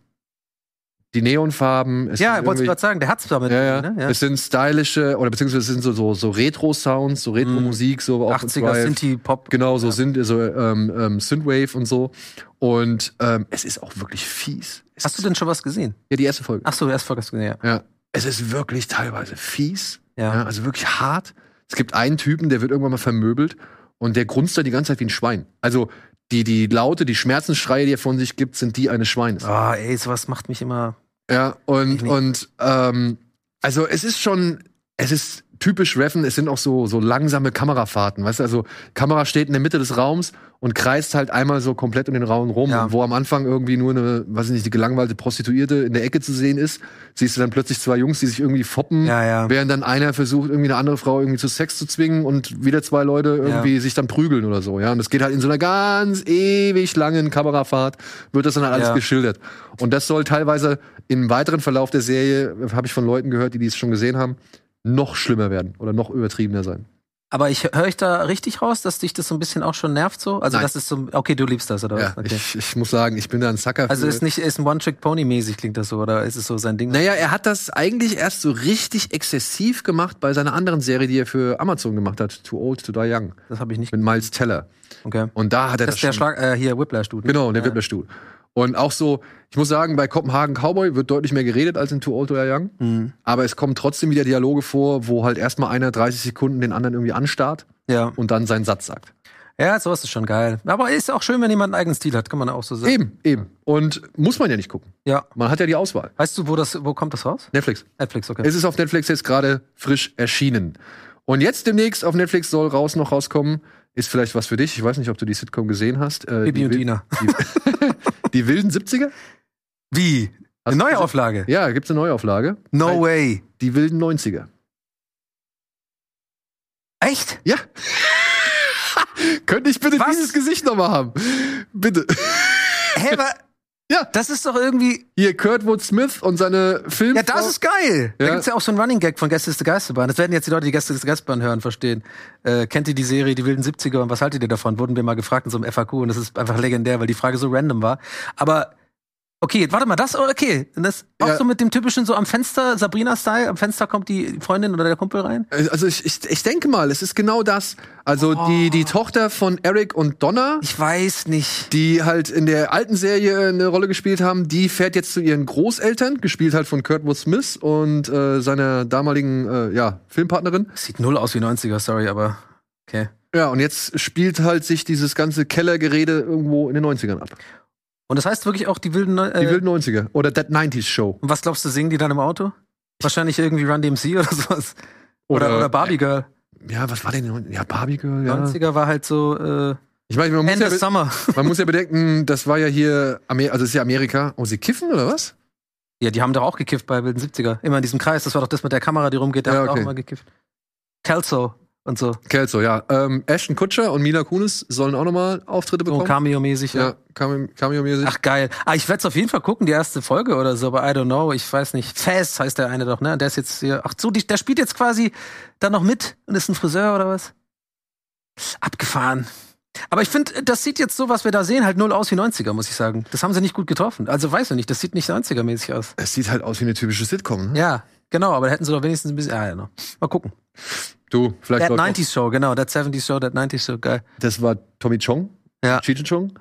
[SPEAKER 1] die Neonfarben. Es
[SPEAKER 2] Ja,
[SPEAKER 1] sind
[SPEAKER 2] wolltest du
[SPEAKER 1] irgendwie-
[SPEAKER 2] gerade sagen, der hat's damit.
[SPEAKER 1] ja, ja.
[SPEAKER 2] Ne? ja.
[SPEAKER 1] Es sind stylische oder beziehungsweise es sind so so, so Retro-Sounds, so Retro-Musik, so auf
[SPEAKER 2] 80er
[SPEAKER 1] Drive.
[SPEAKER 2] Sinti-Pop.
[SPEAKER 1] Genau, so sind so ähm, ähm, Synthwave und so. Und ähm, es ist auch wirklich fies. Es
[SPEAKER 2] Hast du
[SPEAKER 1] ist,
[SPEAKER 2] denn schon was gesehen?
[SPEAKER 1] ja die erste Folge?
[SPEAKER 2] Ach so, erst vorgestern, ja.
[SPEAKER 1] Ja. Es ist wirklich teilweise fies.
[SPEAKER 2] Ja.
[SPEAKER 1] also wirklich hart. Es gibt einen Typen, der wird irgendwann mal vermöbelt und der grunzt da die ganze Zeit wie ein Schwein. Also die, die Laute, die Schmerzensschreie, die er von sich gibt, sind die eines Schweines.
[SPEAKER 2] Ah, ey, sowas macht mich immer.
[SPEAKER 1] Ja,
[SPEAKER 2] Ich
[SPEAKER 1] und,
[SPEAKER 2] nicht.
[SPEAKER 1] und ähm, also es ist schon, es ist typisch Reffen, es sind auch so, so langsame Kamerafahrten, weißt du, also Kamera steht in der Mitte des Raums und kreist halt einmal so komplett um den Raum rum.
[SPEAKER 2] Ja.
[SPEAKER 1] Und wo am Anfang irgendwie nur eine, weiß ich nicht, die gelangweilte Prostituierte in der Ecke zu sehen ist, siehst du dann plötzlich zwei Jungs, die sich irgendwie foppen,
[SPEAKER 2] Ja, ja.
[SPEAKER 1] während dann einer versucht, irgendwie eine andere Frau irgendwie zu Sex zu zwingen und wieder zwei Leute irgendwie sich dann prügeln oder so, ja. Und das geht halt in so einer ganz ewig langen Kamerafahrt, wird das dann halt alles
[SPEAKER 2] Ja.
[SPEAKER 1] geschildert. Und das soll teilweise im weiteren Verlauf der Serie, habe ich von Leuten gehört, die dies schon gesehen haben, noch schlimmer werden oder noch übertriebener sein.
[SPEAKER 2] Aber ich höre ich da richtig raus, dass dich das so ein bisschen auch schon nervt so? Also
[SPEAKER 1] Nein.
[SPEAKER 2] das ist so, okay, du liebst das oder was?
[SPEAKER 1] Ja,
[SPEAKER 2] okay.
[SPEAKER 1] ich, ich muss sagen, ich bin da ein Sucker.
[SPEAKER 2] also
[SPEAKER 1] für-
[SPEAKER 2] ist nicht ist ein One Trick Pony mäßig klingt das so oder ist es so sein Ding?
[SPEAKER 1] Naja, er hat das eigentlich erst so richtig exzessiv gemacht bei seiner anderen Serie, die er für Amazon gemacht hat, Too Old to Die Young,
[SPEAKER 2] Das habe ich nicht.
[SPEAKER 1] mit Miles Teller.
[SPEAKER 2] Okay.
[SPEAKER 1] Und da hat er das,
[SPEAKER 2] Das ist der
[SPEAKER 1] schon-
[SPEAKER 2] Schlag äh, hier Whiplash Dude. ne?
[SPEAKER 1] Genau, der Wipplerstuhl. Und auch so, ich muss sagen, bei Kopenhagen Cowboy wird deutlich mehr geredet als in Too Old to Die Young.
[SPEAKER 2] Mhm.
[SPEAKER 1] Aber es kommen trotzdem wieder Dialoge vor, wo halt erstmal einer 30 Sekunden den anderen irgendwie anstarrt
[SPEAKER 2] Ja.
[SPEAKER 1] und dann seinen Satz sagt.
[SPEAKER 2] Ja, sowas ist schon geil. Aber ist auch schön, wenn jemand einen eigenen Stil hat, kann man auch so sagen.
[SPEAKER 1] Eben, eben. Und muss man ja nicht gucken.
[SPEAKER 2] Ja.
[SPEAKER 1] Man hat ja die Auswahl.
[SPEAKER 2] Weißt du, wo das wo kommt das raus?
[SPEAKER 1] Netflix.
[SPEAKER 2] Netflix, okay.
[SPEAKER 1] Es ist auf Netflix jetzt gerade frisch erschienen. Und jetzt demnächst auf Netflix soll raus noch rauskommen, ist vielleicht was für dich. Ich weiß nicht, ob du die Sitcom gesehen hast. Äh,
[SPEAKER 2] Bibi
[SPEAKER 1] die
[SPEAKER 2] und
[SPEAKER 1] Wil-
[SPEAKER 2] Tina.
[SPEAKER 1] Die, die wilden 70er?
[SPEAKER 2] Wie?
[SPEAKER 1] Hast-
[SPEAKER 2] Eine neue Auflage.
[SPEAKER 1] Ja, gibt's eine Neuauflage.
[SPEAKER 2] No way.
[SPEAKER 1] Die wilden 90er.
[SPEAKER 2] Echt?
[SPEAKER 1] Ja. Könnte ich bitte
[SPEAKER 2] Was?
[SPEAKER 1] dieses Gesicht nochmal haben? Bitte.
[SPEAKER 2] Hä, aber
[SPEAKER 1] Ja.
[SPEAKER 2] Das ist doch irgendwie
[SPEAKER 1] Hier Kurtwood Smith und seine Film.
[SPEAKER 2] Ja, das ist geil. Da
[SPEAKER 1] Ja.
[SPEAKER 2] gibt's ja auch so einen Running Gag von Gäste ist die Geisterbahn. Das werden jetzt die Leute, die Gäste ist die Geisterbahn hören, verstehen. Äh, kennt ihr die Serie Die wilden 70er und was haltet ihr davon? Wurden wir mal gefragt in so einem FAQ und das ist einfach legendär, weil die Frage so random war. Aber okay, warte mal, das oh, okay, und das auch
[SPEAKER 1] Ja.
[SPEAKER 2] so mit dem typischen so am Fenster Sabrina Style, am Fenster kommt die Freundin oder der Kumpel rein.
[SPEAKER 1] Also ich, ich, ich denke mal, es ist genau das. Also die,
[SPEAKER 2] Oh.
[SPEAKER 1] die Tochter von Eric und Donna,
[SPEAKER 2] Ich weiß nicht.
[SPEAKER 1] die halt in der alten Serie eine Rolle gespielt haben, die fährt jetzt zu ihren Großeltern, gespielt halt von Kurtwood Smith und äh, seiner damaligen äh, ja, Filmpartnerin.
[SPEAKER 2] Sieht null aus wie 90er, sorry, aber okay.
[SPEAKER 1] Ja, und jetzt spielt halt sich dieses ganze Kellergerede irgendwo in den 90ern ab.
[SPEAKER 2] Und das heißt wirklich auch die wilden Neu- äh,
[SPEAKER 1] Die wilden 90er oder That 90s Show.
[SPEAKER 2] Und was glaubst du, singen die dann im Auto? Wahrscheinlich irgendwie Run DMC oder sowas. Oder, oder,
[SPEAKER 1] Oder-
[SPEAKER 2] Barbie Girl.
[SPEAKER 1] Ja, was war denn? die neun- Ja, Barbie Girl, ja.
[SPEAKER 2] 90er war halt so äh,
[SPEAKER 1] Ich meine, man, muss
[SPEAKER 2] End
[SPEAKER 1] ja
[SPEAKER 2] of
[SPEAKER 1] be-
[SPEAKER 2] Summer.
[SPEAKER 1] man muss ja bedenken, das war ja hier, Amer also das ist ja Amerika. Oh, sie kiffen oder was?
[SPEAKER 2] Ja, die haben doch auch gekifft bei wilden 70er. Immer in diesem Kreis. Das war doch das mit der Kamera, die rumgeht. Der
[SPEAKER 1] Ja,
[SPEAKER 2] hat auch
[SPEAKER 1] okay.
[SPEAKER 2] immer gekifft. Kelso und so.
[SPEAKER 1] Kelso, ja. Ähm, Ashton Kutscher und Mila Kunis sollen auch nochmal Auftritte
[SPEAKER 2] So
[SPEAKER 1] bekommen.
[SPEAKER 2] Cameo-mäßig. Ja.
[SPEAKER 1] ja, Cameo- Cameo-mäßig.
[SPEAKER 2] Ach, geil. Ah, ich werde es auf jeden Fall gucken, die erste Folge oder so, aber I don't know. Ich weiß nicht. Faz heißt der eine doch, ne? Der ist jetzt hier. Ach so, die, der spielt jetzt quasi dann noch mit und ist ein Friseur oder was? Abgefahren. Aber ich finde, das sieht jetzt so, was wir da sehen, halt null aus wie 90er, muss ich sagen. Das haben sie nicht gut getroffen. Also weiß ich nicht, das sieht nicht 90er-mäßig aus.
[SPEAKER 1] Es sieht halt aus wie eine typische Sitcom. Ne?
[SPEAKER 2] Ja, genau, aber da hätten sie doch wenigstens ein bisschen. Ah, ja, genau. Mal gucken.
[SPEAKER 1] Du, vielleicht
[SPEAKER 2] That
[SPEAKER 1] läuft
[SPEAKER 2] 90s Show, genau, That 70s Show, That 90s Show, geil.
[SPEAKER 1] noch- Das war Tommy Chong.
[SPEAKER 2] Ja.
[SPEAKER 1] Cheech and Chong.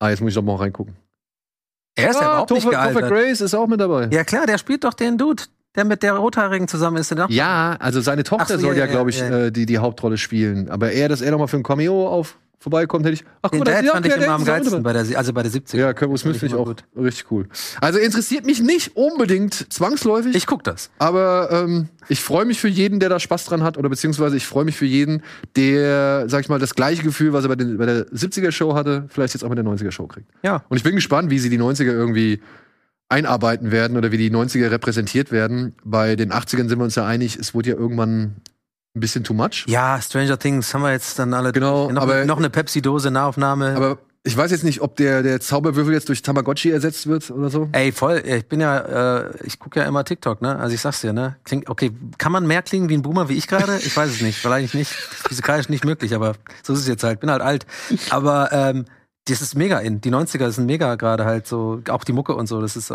[SPEAKER 1] Ah, jetzt muss ich doch mal reingucken.
[SPEAKER 2] Er ist ja überhaupt nicht
[SPEAKER 1] Topher, Topher
[SPEAKER 2] gealtert.
[SPEAKER 1] Grace ist auch mit dabei.
[SPEAKER 2] Ja klar, der spielt doch den Dude, der mit der Rothaarigen zusammen ist. Ja.
[SPEAKER 1] Ja, also seine
[SPEAKER 2] Ach so,
[SPEAKER 1] Tochter
[SPEAKER 2] ja,
[SPEAKER 1] soll ja,
[SPEAKER 2] ja,
[SPEAKER 1] glaube ich,
[SPEAKER 2] ja, ja.
[SPEAKER 1] Äh, die, die Hauptrolle spielen. Aber eher, dass er nochmal für ein Cameo auf, vorbeikommt, hätte ich. Ach,
[SPEAKER 2] Den
[SPEAKER 1] da ist
[SPEAKER 2] Dad
[SPEAKER 1] ja
[SPEAKER 2] fand
[SPEAKER 1] auch
[SPEAKER 2] ich
[SPEAKER 1] der
[SPEAKER 2] immer am
[SPEAKER 1] Dad, ist auch mit dabei.
[SPEAKER 2] geilsten, bei der, Se- also bei der 70er.
[SPEAKER 1] Ja, Kerbo Smith finde ich
[SPEAKER 2] immer
[SPEAKER 1] auch
[SPEAKER 2] gut.
[SPEAKER 1] richtig cool. Also interessiert mich nicht unbedingt zwangsläufig,
[SPEAKER 2] Ich guck das.
[SPEAKER 1] aber ähm, ich freue mich für jeden, der da Spaß dran hat, oder beziehungsweise ich freue mich für jeden, der, sag ich mal, das gleiche Gefühl, was er bei, den, bei der 70er-Show hatte, vielleicht jetzt auch mit der 90er-Show kriegt.
[SPEAKER 2] Ja.
[SPEAKER 1] Und ich bin gespannt, wie sie die 90er irgendwie einarbeiten werden oder wie die 90er repräsentiert werden. Bei den 80ern sind wir uns ja einig, es wurde ja irgendwann ein bisschen too much.
[SPEAKER 2] Ja, Stranger Things haben wir jetzt dann alle.
[SPEAKER 1] Genau,
[SPEAKER 2] noch,
[SPEAKER 1] aber-
[SPEAKER 2] noch eine Pepsi-Dose, Nahaufnahme.
[SPEAKER 1] Aber ich weiß jetzt nicht, ob der, der Zauberwürfel jetzt durch Tamagotchi ersetzt wird oder so.
[SPEAKER 2] Ey, voll. Ich bin ja, äh, ich gucke ja immer TikTok, ne? Also ich sag's dir, ne? Klingt, okay, kann man mehr klingen wie ein Boomer wie ich gerade? Ich weiß es nicht. Vielleicht nicht. Physikalisch nicht möglich, aber so ist es jetzt halt. Bin halt alt. Aber ähm, das ist mega in. Die 90er sind mega gerade halt so. Auch die Mucke und so. Das ist äh,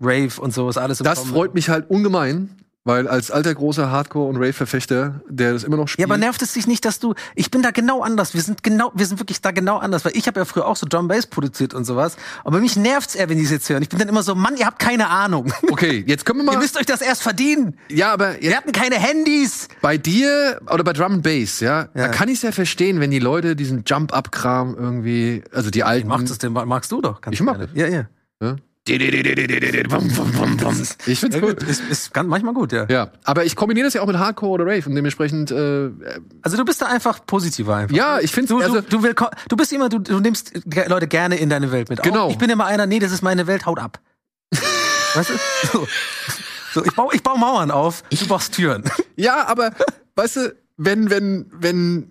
[SPEAKER 2] Rave und so. Ist alles im
[SPEAKER 1] Das
[SPEAKER 2] Kommen.
[SPEAKER 1] freut mich halt ungemein, weil als alter großer Hardcore- und Rave-Verfechter, der das immer noch
[SPEAKER 2] Ja,
[SPEAKER 1] spielt.
[SPEAKER 2] aber nervt es dich nicht, dass du. Ich bin da genau anders. Wir sind genau, wir sind wirklich da genau anders, weil ich habe ja früher auch so Drum Bass produziert und sowas. Aber mich nervt's eher, wenn die es jetzt hören. Ich bin dann immer so, Mann, ihr habt keine Ahnung.
[SPEAKER 1] okay, jetzt können wir
[SPEAKER 2] ihr
[SPEAKER 1] mal.
[SPEAKER 2] müsst euch das erst verdienen.
[SPEAKER 1] Ja, aber
[SPEAKER 2] ne- Wir
[SPEAKER 1] jetzt
[SPEAKER 2] hatten keine Handys.
[SPEAKER 1] bei dir oder bei Drum and Bass, ja,
[SPEAKER 2] Ja.
[SPEAKER 1] da kann ich es ja verstehen, wenn die Leute diesen Jump-Up-Kram irgendwie, also die alten.
[SPEAKER 2] Macht es denn, magst du doch. Kannst
[SPEAKER 1] Ich mach
[SPEAKER 2] gerne. Ja, ja.
[SPEAKER 1] Ich find's
[SPEAKER 2] ja
[SPEAKER 1] cool.
[SPEAKER 2] gut. Ist, ist ganz, manchmal gut, ja.
[SPEAKER 1] Ja, aber ich kombiniere das ja auch mit Hardcore oder Rave und dementsprechend, äh,
[SPEAKER 2] Also du bist da einfach positiver einfach.
[SPEAKER 1] ja, ich find's,
[SPEAKER 2] Du,
[SPEAKER 1] also,
[SPEAKER 2] du, du, willko- du bist immer, du, du nimmst ge- Leute gerne in deine Welt mit. Auch
[SPEAKER 1] Genau.
[SPEAKER 2] Ich bin immer einer, nee, das ist meine Welt, haut ab. weißt du? So. So, ich baue ich bau Mauern auf, du baust Türen.
[SPEAKER 1] ja, aber, weißt du, wenn, wenn, wenn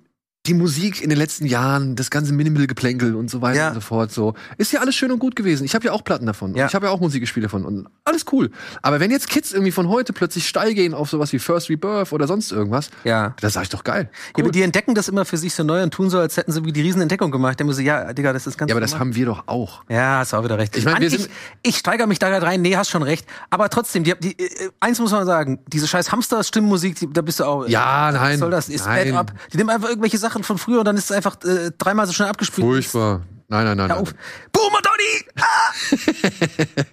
[SPEAKER 1] die Musik in den letzten Jahren, das ganze Minimal-Geplänkel und so weiter
[SPEAKER 2] Ja.
[SPEAKER 1] und so fort, so. Ist ja alles schön und gut gewesen. Ich habe ja auch Platten davon.
[SPEAKER 2] Ja.
[SPEAKER 1] Ich habe ja auch Musikgespiele davon. Und alles cool. Aber wenn jetzt Kids irgendwie von heute plötzlich steil gehen auf sowas wie First Rebirth oder sonst irgendwas,
[SPEAKER 2] Ja.
[SPEAKER 1] das sag ich doch geil.
[SPEAKER 2] Ja,
[SPEAKER 1] Cool.
[SPEAKER 2] aber die entdecken das immer für sich so neu und tun so, als hätten sie wie die Riesenentdeckung gemacht. Der muss so, ja, Digga, das ist ganz
[SPEAKER 1] Ja, aber das
[SPEAKER 2] normal.
[SPEAKER 1] haben wir doch auch.
[SPEAKER 2] Ja, hast du auch wieder recht.
[SPEAKER 1] Ich meine, wir
[SPEAKER 2] Mann,
[SPEAKER 1] sind-
[SPEAKER 2] ich, ich steigere mich da gerade rein. Nee, hast schon recht. Aber trotzdem, die, die, äh, eins muss man sagen, diese scheiß Hamster-Stimmmusik, die- da bist du auch. äh,
[SPEAKER 1] Ja, nein,
[SPEAKER 2] Was soll das? Ist
[SPEAKER 1] nein.
[SPEAKER 2] bad up. Die nehmen einfach irgendwelche Sachen von früher und dann ist es einfach äh, dreimal so schnell abgespielt.
[SPEAKER 1] Furchtbar. Nein, nein, nein.
[SPEAKER 2] Hör
[SPEAKER 1] nein.
[SPEAKER 2] auf. Boomer Donny!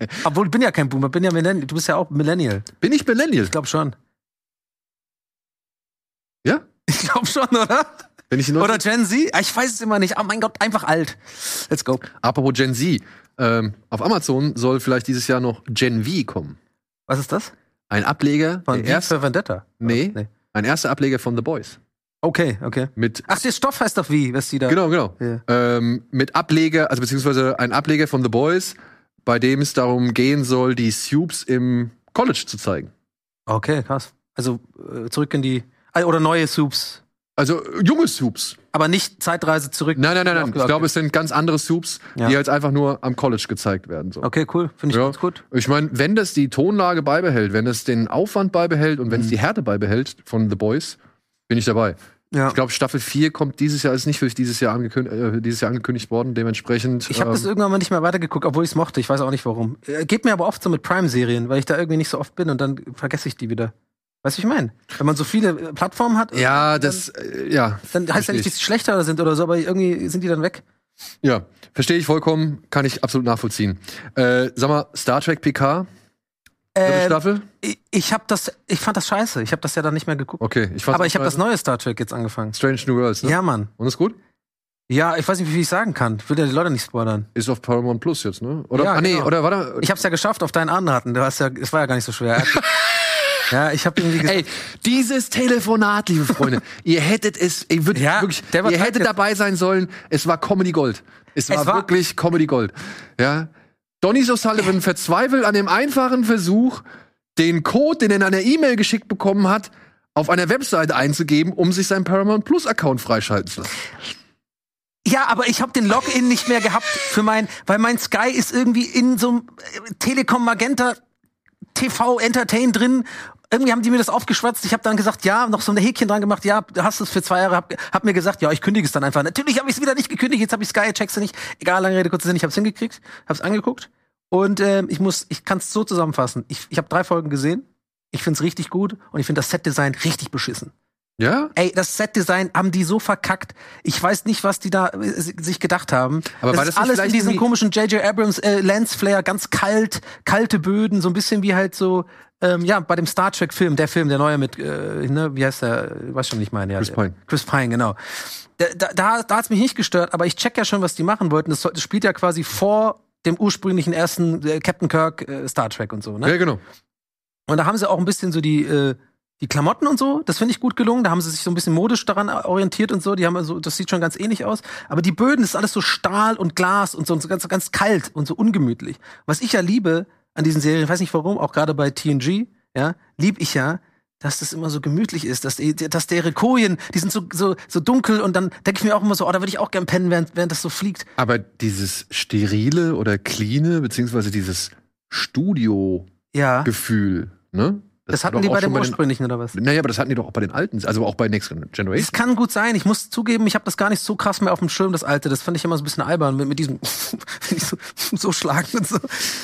[SPEAKER 2] Ah! Obwohl, ich bin ja kein Boomer, bin ja Millennial. Du bist ja auch Millennial.
[SPEAKER 1] Bin ich Millennial?
[SPEAKER 2] Ich glaube schon.
[SPEAKER 1] Ja?
[SPEAKER 2] Ich glaube schon, oder?
[SPEAKER 1] Bin ich in
[SPEAKER 2] Oder Gen Z? Ah, Ich weiß es immer nicht. Oh mein Gott, einfach alt. Let's go.
[SPEAKER 1] Apropos Gen Z. Ähm, auf Amazon soll vielleicht dieses Jahr noch Gen V kommen.
[SPEAKER 2] Was ist das?
[SPEAKER 1] Ein Ableger,
[SPEAKER 2] Von
[SPEAKER 1] der
[SPEAKER 2] V
[SPEAKER 1] erste,
[SPEAKER 2] für Vendetta?
[SPEAKER 1] Nee.
[SPEAKER 2] nee.
[SPEAKER 1] ein erster Ableger von The Boys.
[SPEAKER 2] Okay, okay.
[SPEAKER 1] Mit,
[SPEAKER 2] Ach, der Stoff heißt doch wie, was die da.
[SPEAKER 1] genau, genau.
[SPEAKER 2] Ja.
[SPEAKER 1] Ähm, mit Ableger, also beziehungsweise ein Ableger von The Boys, bei dem es darum gehen soll, die Supes im College zu zeigen.
[SPEAKER 2] Okay, krass. Also äh, zurück in die. ah, Oder neue Soups.
[SPEAKER 1] Also äh, junge Supes.
[SPEAKER 2] Aber nicht Zeitreise zurück.
[SPEAKER 1] Nein, nein, nein, nein.
[SPEAKER 2] Okay,
[SPEAKER 1] Ich glaube,
[SPEAKER 2] okay.
[SPEAKER 1] es sind ganz andere Supes,
[SPEAKER 2] Ja.
[SPEAKER 1] die halt einfach nur am College gezeigt werden. So.
[SPEAKER 2] Okay, cool. Finde ich
[SPEAKER 1] Ja.
[SPEAKER 2] ganz gut.
[SPEAKER 1] Ich meine, wenn das die Tonlage beibehält, wenn es den Aufwand beibehält und wenn
[SPEAKER 2] Mhm.
[SPEAKER 1] es die Härte beibehält von The Boys, bin ich dabei.
[SPEAKER 2] Ja.
[SPEAKER 1] Ich glaube, Staffel 4 kommt dieses Jahr, ist nicht für dieses Jahr, angekünd äh, dieses Jahr angekündigt worden. Dementsprechend. ähm,
[SPEAKER 2] Ich habe das irgendwann mal nicht mehr weitergeguckt, obwohl ich es mochte. Ich weiß auch nicht warum. Äh, Geht mir aber oft so mit Prime-Serien, weil ich da irgendwie nicht so oft bin und dann vergesse ich die wieder. Weißt du, wie ich meine? Wenn man so viele äh, Plattformen hat,
[SPEAKER 1] ja, das, äh, ja.
[SPEAKER 2] dann heißt ja nicht, dass die schlechter sind oder so, aber irgendwie sind die dann weg.
[SPEAKER 1] Ja, verstehe ich vollkommen, kann ich absolut nachvollziehen. Äh, sag mal, Star Trek PK, dritte
[SPEAKER 2] Äh,
[SPEAKER 1] Staffel?
[SPEAKER 2] ich ich habe das, ich fand das scheiße. Ich habe das ja dann nicht mehr geguckt.
[SPEAKER 1] Okay, ich fand
[SPEAKER 2] aber ich habe das neue Star Trek jetzt angefangen.
[SPEAKER 1] Strange New Worlds, ne?
[SPEAKER 2] Ja, Mann.
[SPEAKER 1] Und ist gut?
[SPEAKER 2] Ja, ich weiß nicht, wie ich sagen kann. Ich will ja die Leute nicht spoilern.
[SPEAKER 1] Ist auf Paramount Plus jetzt, ne? Oder?
[SPEAKER 2] Ja,
[SPEAKER 1] ah, nee,
[SPEAKER 2] genau.
[SPEAKER 1] oder warte.
[SPEAKER 2] Ich hab's ja geschafft auf deinen Anraten. Du hast ja, es war ja gar nicht so schwer. ja, ich habe irgendwie gesagt,
[SPEAKER 1] Ey, dieses Telefonat, liebe Freunde, ihr hättet es, ihr, würd,
[SPEAKER 2] Ja,
[SPEAKER 1] wirklich,
[SPEAKER 2] der war
[SPEAKER 1] ihr hättet
[SPEAKER 2] dreizehn.
[SPEAKER 1] dabei sein sollen, es war Comedy Gold. Es war,
[SPEAKER 2] war-
[SPEAKER 1] wirklich Comedy Gold. Ja. Donny O'Sullivan verzweifelt an dem einfachen Versuch, den Code, den er in einer E-Mail geschickt bekommen hat, auf einer Webseite einzugeben, um sich seinen Paramount Plus Account freischalten zu lassen.
[SPEAKER 2] ja, aber ich habe den Login nicht mehr gehabt für mein, weil mein Sky ist irgendwie in so einem äh, Telekom Magenta TV Entertain drin. Irgendwie haben die mir das aufgeschwatzt. Ich habe dann gesagt, ja, noch so ein Häkchen dran gemacht. Ja, du hast es für zwei Jahre. Hab, hab mir gesagt, ja, ich kündige es dann einfach. Natürlich habe ich es wieder nicht gekündigt. Jetzt habe ich Sky, checkst du nicht. Egal, lange Rede, kurzer Sinn. Ich habe es hingekriegt, habe es angeguckt und ähm, ich muss, ich kann es so zusammenfassen. Ich, ich habe drei Folgen gesehen. Ich find's richtig gut und ich find das Set-Design richtig beschissen.
[SPEAKER 1] Ja?
[SPEAKER 2] Ey, das Set-Design haben die so verkackt. Ich weiß nicht, was die da äh, si- sich gedacht haben.
[SPEAKER 1] Aber war
[SPEAKER 2] das ist
[SPEAKER 1] das nicht
[SPEAKER 2] alles in
[SPEAKER 1] vielleicht
[SPEAKER 2] diesem
[SPEAKER 1] irgendwie-
[SPEAKER 2] komischen J.J. Abrams äh, Lensflare, ganz kalt, kalte Böden, so ein bisschen wie halt so, ähm, ja, bei dem Star Trek-Film, der Film, der neue mit, äh, ne, wie heißt der, weiß schon nicht meine, ja.
[SPEAKER 1] Chris
[SPEAKER 2] der-
[SPEAKER 1] Pine.
[SPEAKER 2] Chris Pine, genau. Da, da, da, da hat's mich nicht gestört, aber ich check ja schon, was die machen wollten. Das, soll- das spielt ja quasi vor dem ursprünglichen ersten äh, Captain Kirk äh, Star Trek und so, ne?
[SPEAKER 1] Ja, genau.
[SPEAKER 2] Und da haben sie auch ein bisschen so die, äh, die Klamotten und so, das finde ich gut gelungen. Da haben sie sich so ein bisschen modisch daran orientiert und so. Die haben also, das sieht schon ganz ähnlich aus. Aber die Böden, das ist alles so Stahl und Glas und so, und so ganz, ganz kalt und so ungemütlich. Was ich ja liebe an diesen Serien, ich weiß nicht warum, auch gerade bei TNG, ja, lieb ich ja, dass das immer so gemütlich ist, dass, die, dass deren Koje, die sind so, so, so dunkel und dann denke ich mir auch immer so, oh, da würde ich auch gern pennen, während, während das so fliegt.
[SPEAKER 1] Aber dieses sterile oder cleane, beziehungsweise dieses Studio-Gefühl,
[SPEAKER 2] Ja.
[SPEAKER 1] ne?
[SPEAKER 2] Das hatten
[SPEAKER 1] war
[SPEAKER 2] die
[SPEAKER 1] doch auch
[SPEAKER 2] bei
[SPEAKER 1] schon
[SPEAKER 2] dem
[SPEAKER 1] den
[SPEAKER 2] ursprünglichen, oder was?
[SPEAKER 1] Naja, aber das hatten die doch auch bei den alten, also auch bei Next
[SPEAKER 2] Es
[SPEAKER 1] Generation.
[SPEAKER 2] kann gut sein. Ich muss zugeben, ich habe das gar nicht so krass mehr auf dem Schirm, das alte. Das fand ich immer so ein bisschen albern mit, mit diesem wenn ich so, so schlagen und so.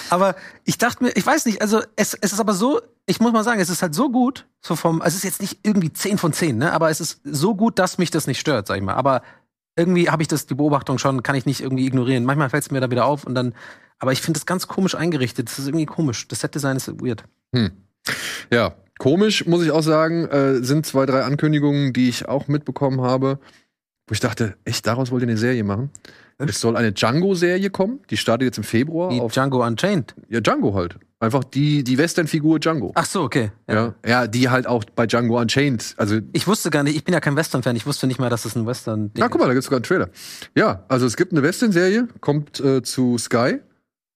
[SPEAKER 2] Aber ich dachte mir, ich weiß nicht, also es, es ist aber so, ich muss mal sagen, es ist halt so gut, so vom, also es ist jetzt nicht irgendwie 10 von 10, ne? Aber es ist so gut, dass mich das nicht stört, sag ich mal. Aber irgendwie habe ich das, die Beobachtung schon, kann ich nicht irgendwie ignorieren. Manchmal fällt es mir da wieder auf und dann, aber ich finde das ganz komisch eingerichtet. Das ist irgendwie komisch. Das Set-Design ist weird.
[SPEAKER 1] Ja, komisch, muss ich auch sagen, äh, sind zwei, drei Ankündigungen, die ich auch mitbekommen habe, wo ich dachte, echt, daraus wollt ihr eine Serie machen?
[SPEAKER 2] Äh?
[SPEAKER 1] Es soll eine Django-Serie kommen, Hm? die startet jetzt im Februar
[SPEAKER 2] Wie
[SPEAKER 1] auf
[SPEAKER 2] Django Unchained.
[SPEAKER 1] ja, Django halt. Einfach die, die Western-Figur Django.
[SPEAKER 2] Ach so, okay.
[SPEAKER 1] Ah, Ja. ja, die halt auch bei Django Unchained, also
[SPEAKER 2] Ich wusste gar nicht, ich bin ja kein Western-Fan, ich wusste nicht mal, dass es ein Western
[SPEAKER 1] Na, guck mal, da gibt's sogar einen Trailer. Ja, also es gibt eine Western-Serie, kommt äh, zu Sky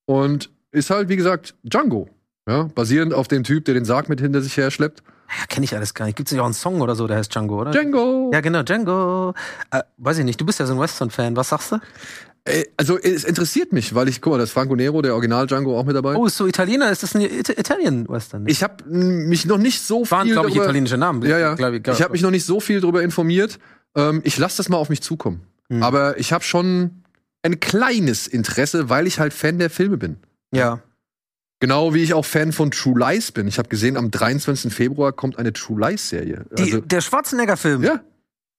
[SPEAKER 1] und ist halt, wie gesagt, Django. Ja, basierend auf dem Typ, der den Sarg mit hinter sich herschleppt.
[SPEAKER 2] Ja, kenne ich alles gar nicht. Gibt es nicht auch einen Song oder so, der heißt Django, oder?
[SPEAKER 1] Django!
[SPEAKER 2] Ja, genau, Django. Äh, weiß ich nicht, du bist ja so ein Western-Fan. Was sagst du?
[SPEAKER 1] Ey, also, es interessiert mich, weil ich, guck mal, das Franco Nero, der Original Django, auch mit dabei.
[SPEAKER 2] Oh, ist so Italiener? Ist das ein It Italian-Western?
[SPEAKER 1] Ich habe mich noch nicht so
[SPEAKER 2] Waren,
[SPEAKER 1] viel
[SPEAKER 2] glaube ich,
[SPEAKER 1] darüber-
[SPEAKER 2] italienische Namen.
[SPEAKER 1] Ja, ja.
[SPEAKER 2] Glaub ich
[SPEAKER 1] ich habe mich noch nicht so viel darüber informiert. Ähm, ich lasse das mal auf mich zukommen.
[SPEAKER 2] Hm.
[SPEAKER 1] Aber ich habe schon ein kleines Interesse, weil ich halt Fan der Filme bin.
[SPEAKER 2] ja.
[SPEAKER 1] Genau wie ich auch Fan von True Lies bin. Ich habe gesehen, am 23. Februar kommt eine True Lies-Serie.
[SPEAKER 2] Die,
[SPEAKER 1] Also,
[SPEAKER 2] der Schwarzenegger-Film,
[SPEAKER 1] ja,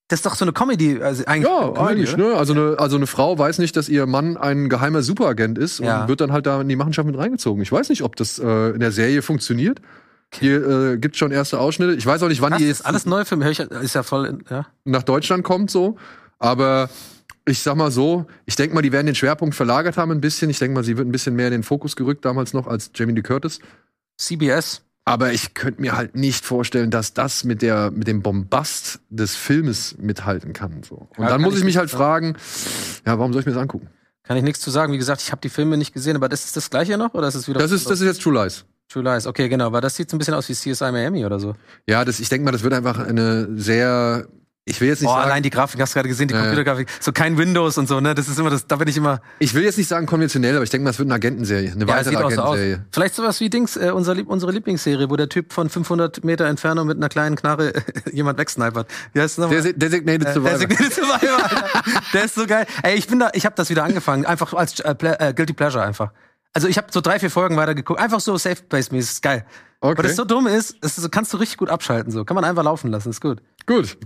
[SPEAKER 2] das ist doch so eine Comedy. Also eigentlich
[SPEAKER 1] ja,
[SPEAKER 2] Komödie,
[SPEAKER 1] eigentlich.
[SPEAKER 2] oder?
[SPEAKER 1] Ne? Also, eine, also eine Frau weiß nicht, dass ihr Mann ein geheimer Superagent ist
[SPEAKER 2] Ja.
[SPEAKER 1] und wird dann halt da in die Machenschaft mit reingezogen. Ich weiß nicht, ob das äh, in der Serie funktioniert. Hier äh, gibt schon erste Ausschnitte. Ich weiß auch nicht, wann
[SPEAKER 2] Was?
[SPEAKER 1] die
[SPEAKER 2] Ist
[SPEAKER 1] jetzt
[SPEAKER 2] alles neu für mich. Hör ich- Ist ja voll. in- Ja.
[SPEAKER 1] nach Deutschland kommt, so. Aber ich sag mal so, ich denke mal, die werden den Schwerpunkt verlagert haben ein bisschen. Ich denke mal, sie wird ein bisschen mehr in den Fokus gerückt damals noch als Jamie Lee Curtis.
[SPEAKER 2] CBS.
[SPEAKER 1] Aber ich könnte mir halt nicht vorstellen, dass das mit, der, mit dem Bombast des Filmes mithalten kann. So. Und dann
[SPEAKER 2] Ja, kann
[SPEAKER 1] muss
[SPEAKER 2] ich
[SPEAKER 1] ich mich halt
[SPEAKER 2] nicht
[SPEAKER 1] fragen, ja, warum soll ich mir das angucken?
[SPEAKER 2] Kann ich nichts zu sagen. Wie gesagt, ich habe die Filme nicht gesehen, aber das ist das gleiche noch? Oder ist es wieder.
[SPEAKER 1] Das ist, das ist jetzt True Lies.
[SPEAKER 2] True Lies. Okay, genau. Aber das sieht so ein bisschen aus wie CSI Miami oder so.
[SPEAKER 1] Ja, das, ich denke mal, das wird einfach eine sehr, ich will jetzt nicht
[SPEAKER 2] Oh,
[SPEAKER 1] sagen,
[SPEAKER 2] allein die Grafik hast du gerade gesehen, die
[SPEAKER 1] Ja, ja.
[SPEAKER 2] Computergrafik. So kein Windows und so, ne? Das ist immer das, da bin ich immer.
[SPEAKER 1] ich will jetzt nicht sagen konventionell, aber ich denke mal, es wird eine Agentenserie, eine
[SPEAKER 2] Ja,
[SPEAKER 1] weitere
[SPEAKER 2] sieht auch so aus.
[SPEAKER 1] Agentenserie.
[SPEAKER 2] Vielleicht sowas wie Dings, äh, unser, Lieb- unsere Lieblingsserie, wo der Typ von 500 Meter Entfernung mit einer kleinen Knarre jemand wegsnipert. Wie heißt das nochmal?
[SPEAKER 1] Desi- Designated
[SPEAKER 2] Äh,
[SPEAKER 1] Survivor.
[SPEAKER 2] Designated Survivor. Alter. Der ist so geil. Ey, ich bin da, ich habe das wieder angefangen, einfach als äh, Ple äh, guilty pleasure einfach. Also ich habe so drei, vier Folgen weiter geguckt, einfach so safe place mäßig, ist geil.
[SPEAKER 1] Okay.
[SPEAKER 2] Aber das so dumm ist, das ist so, kannst du richtig gut abschalten so, kann man einfach laufen lassen, ist gut.
[SPEAKER 1] Gut.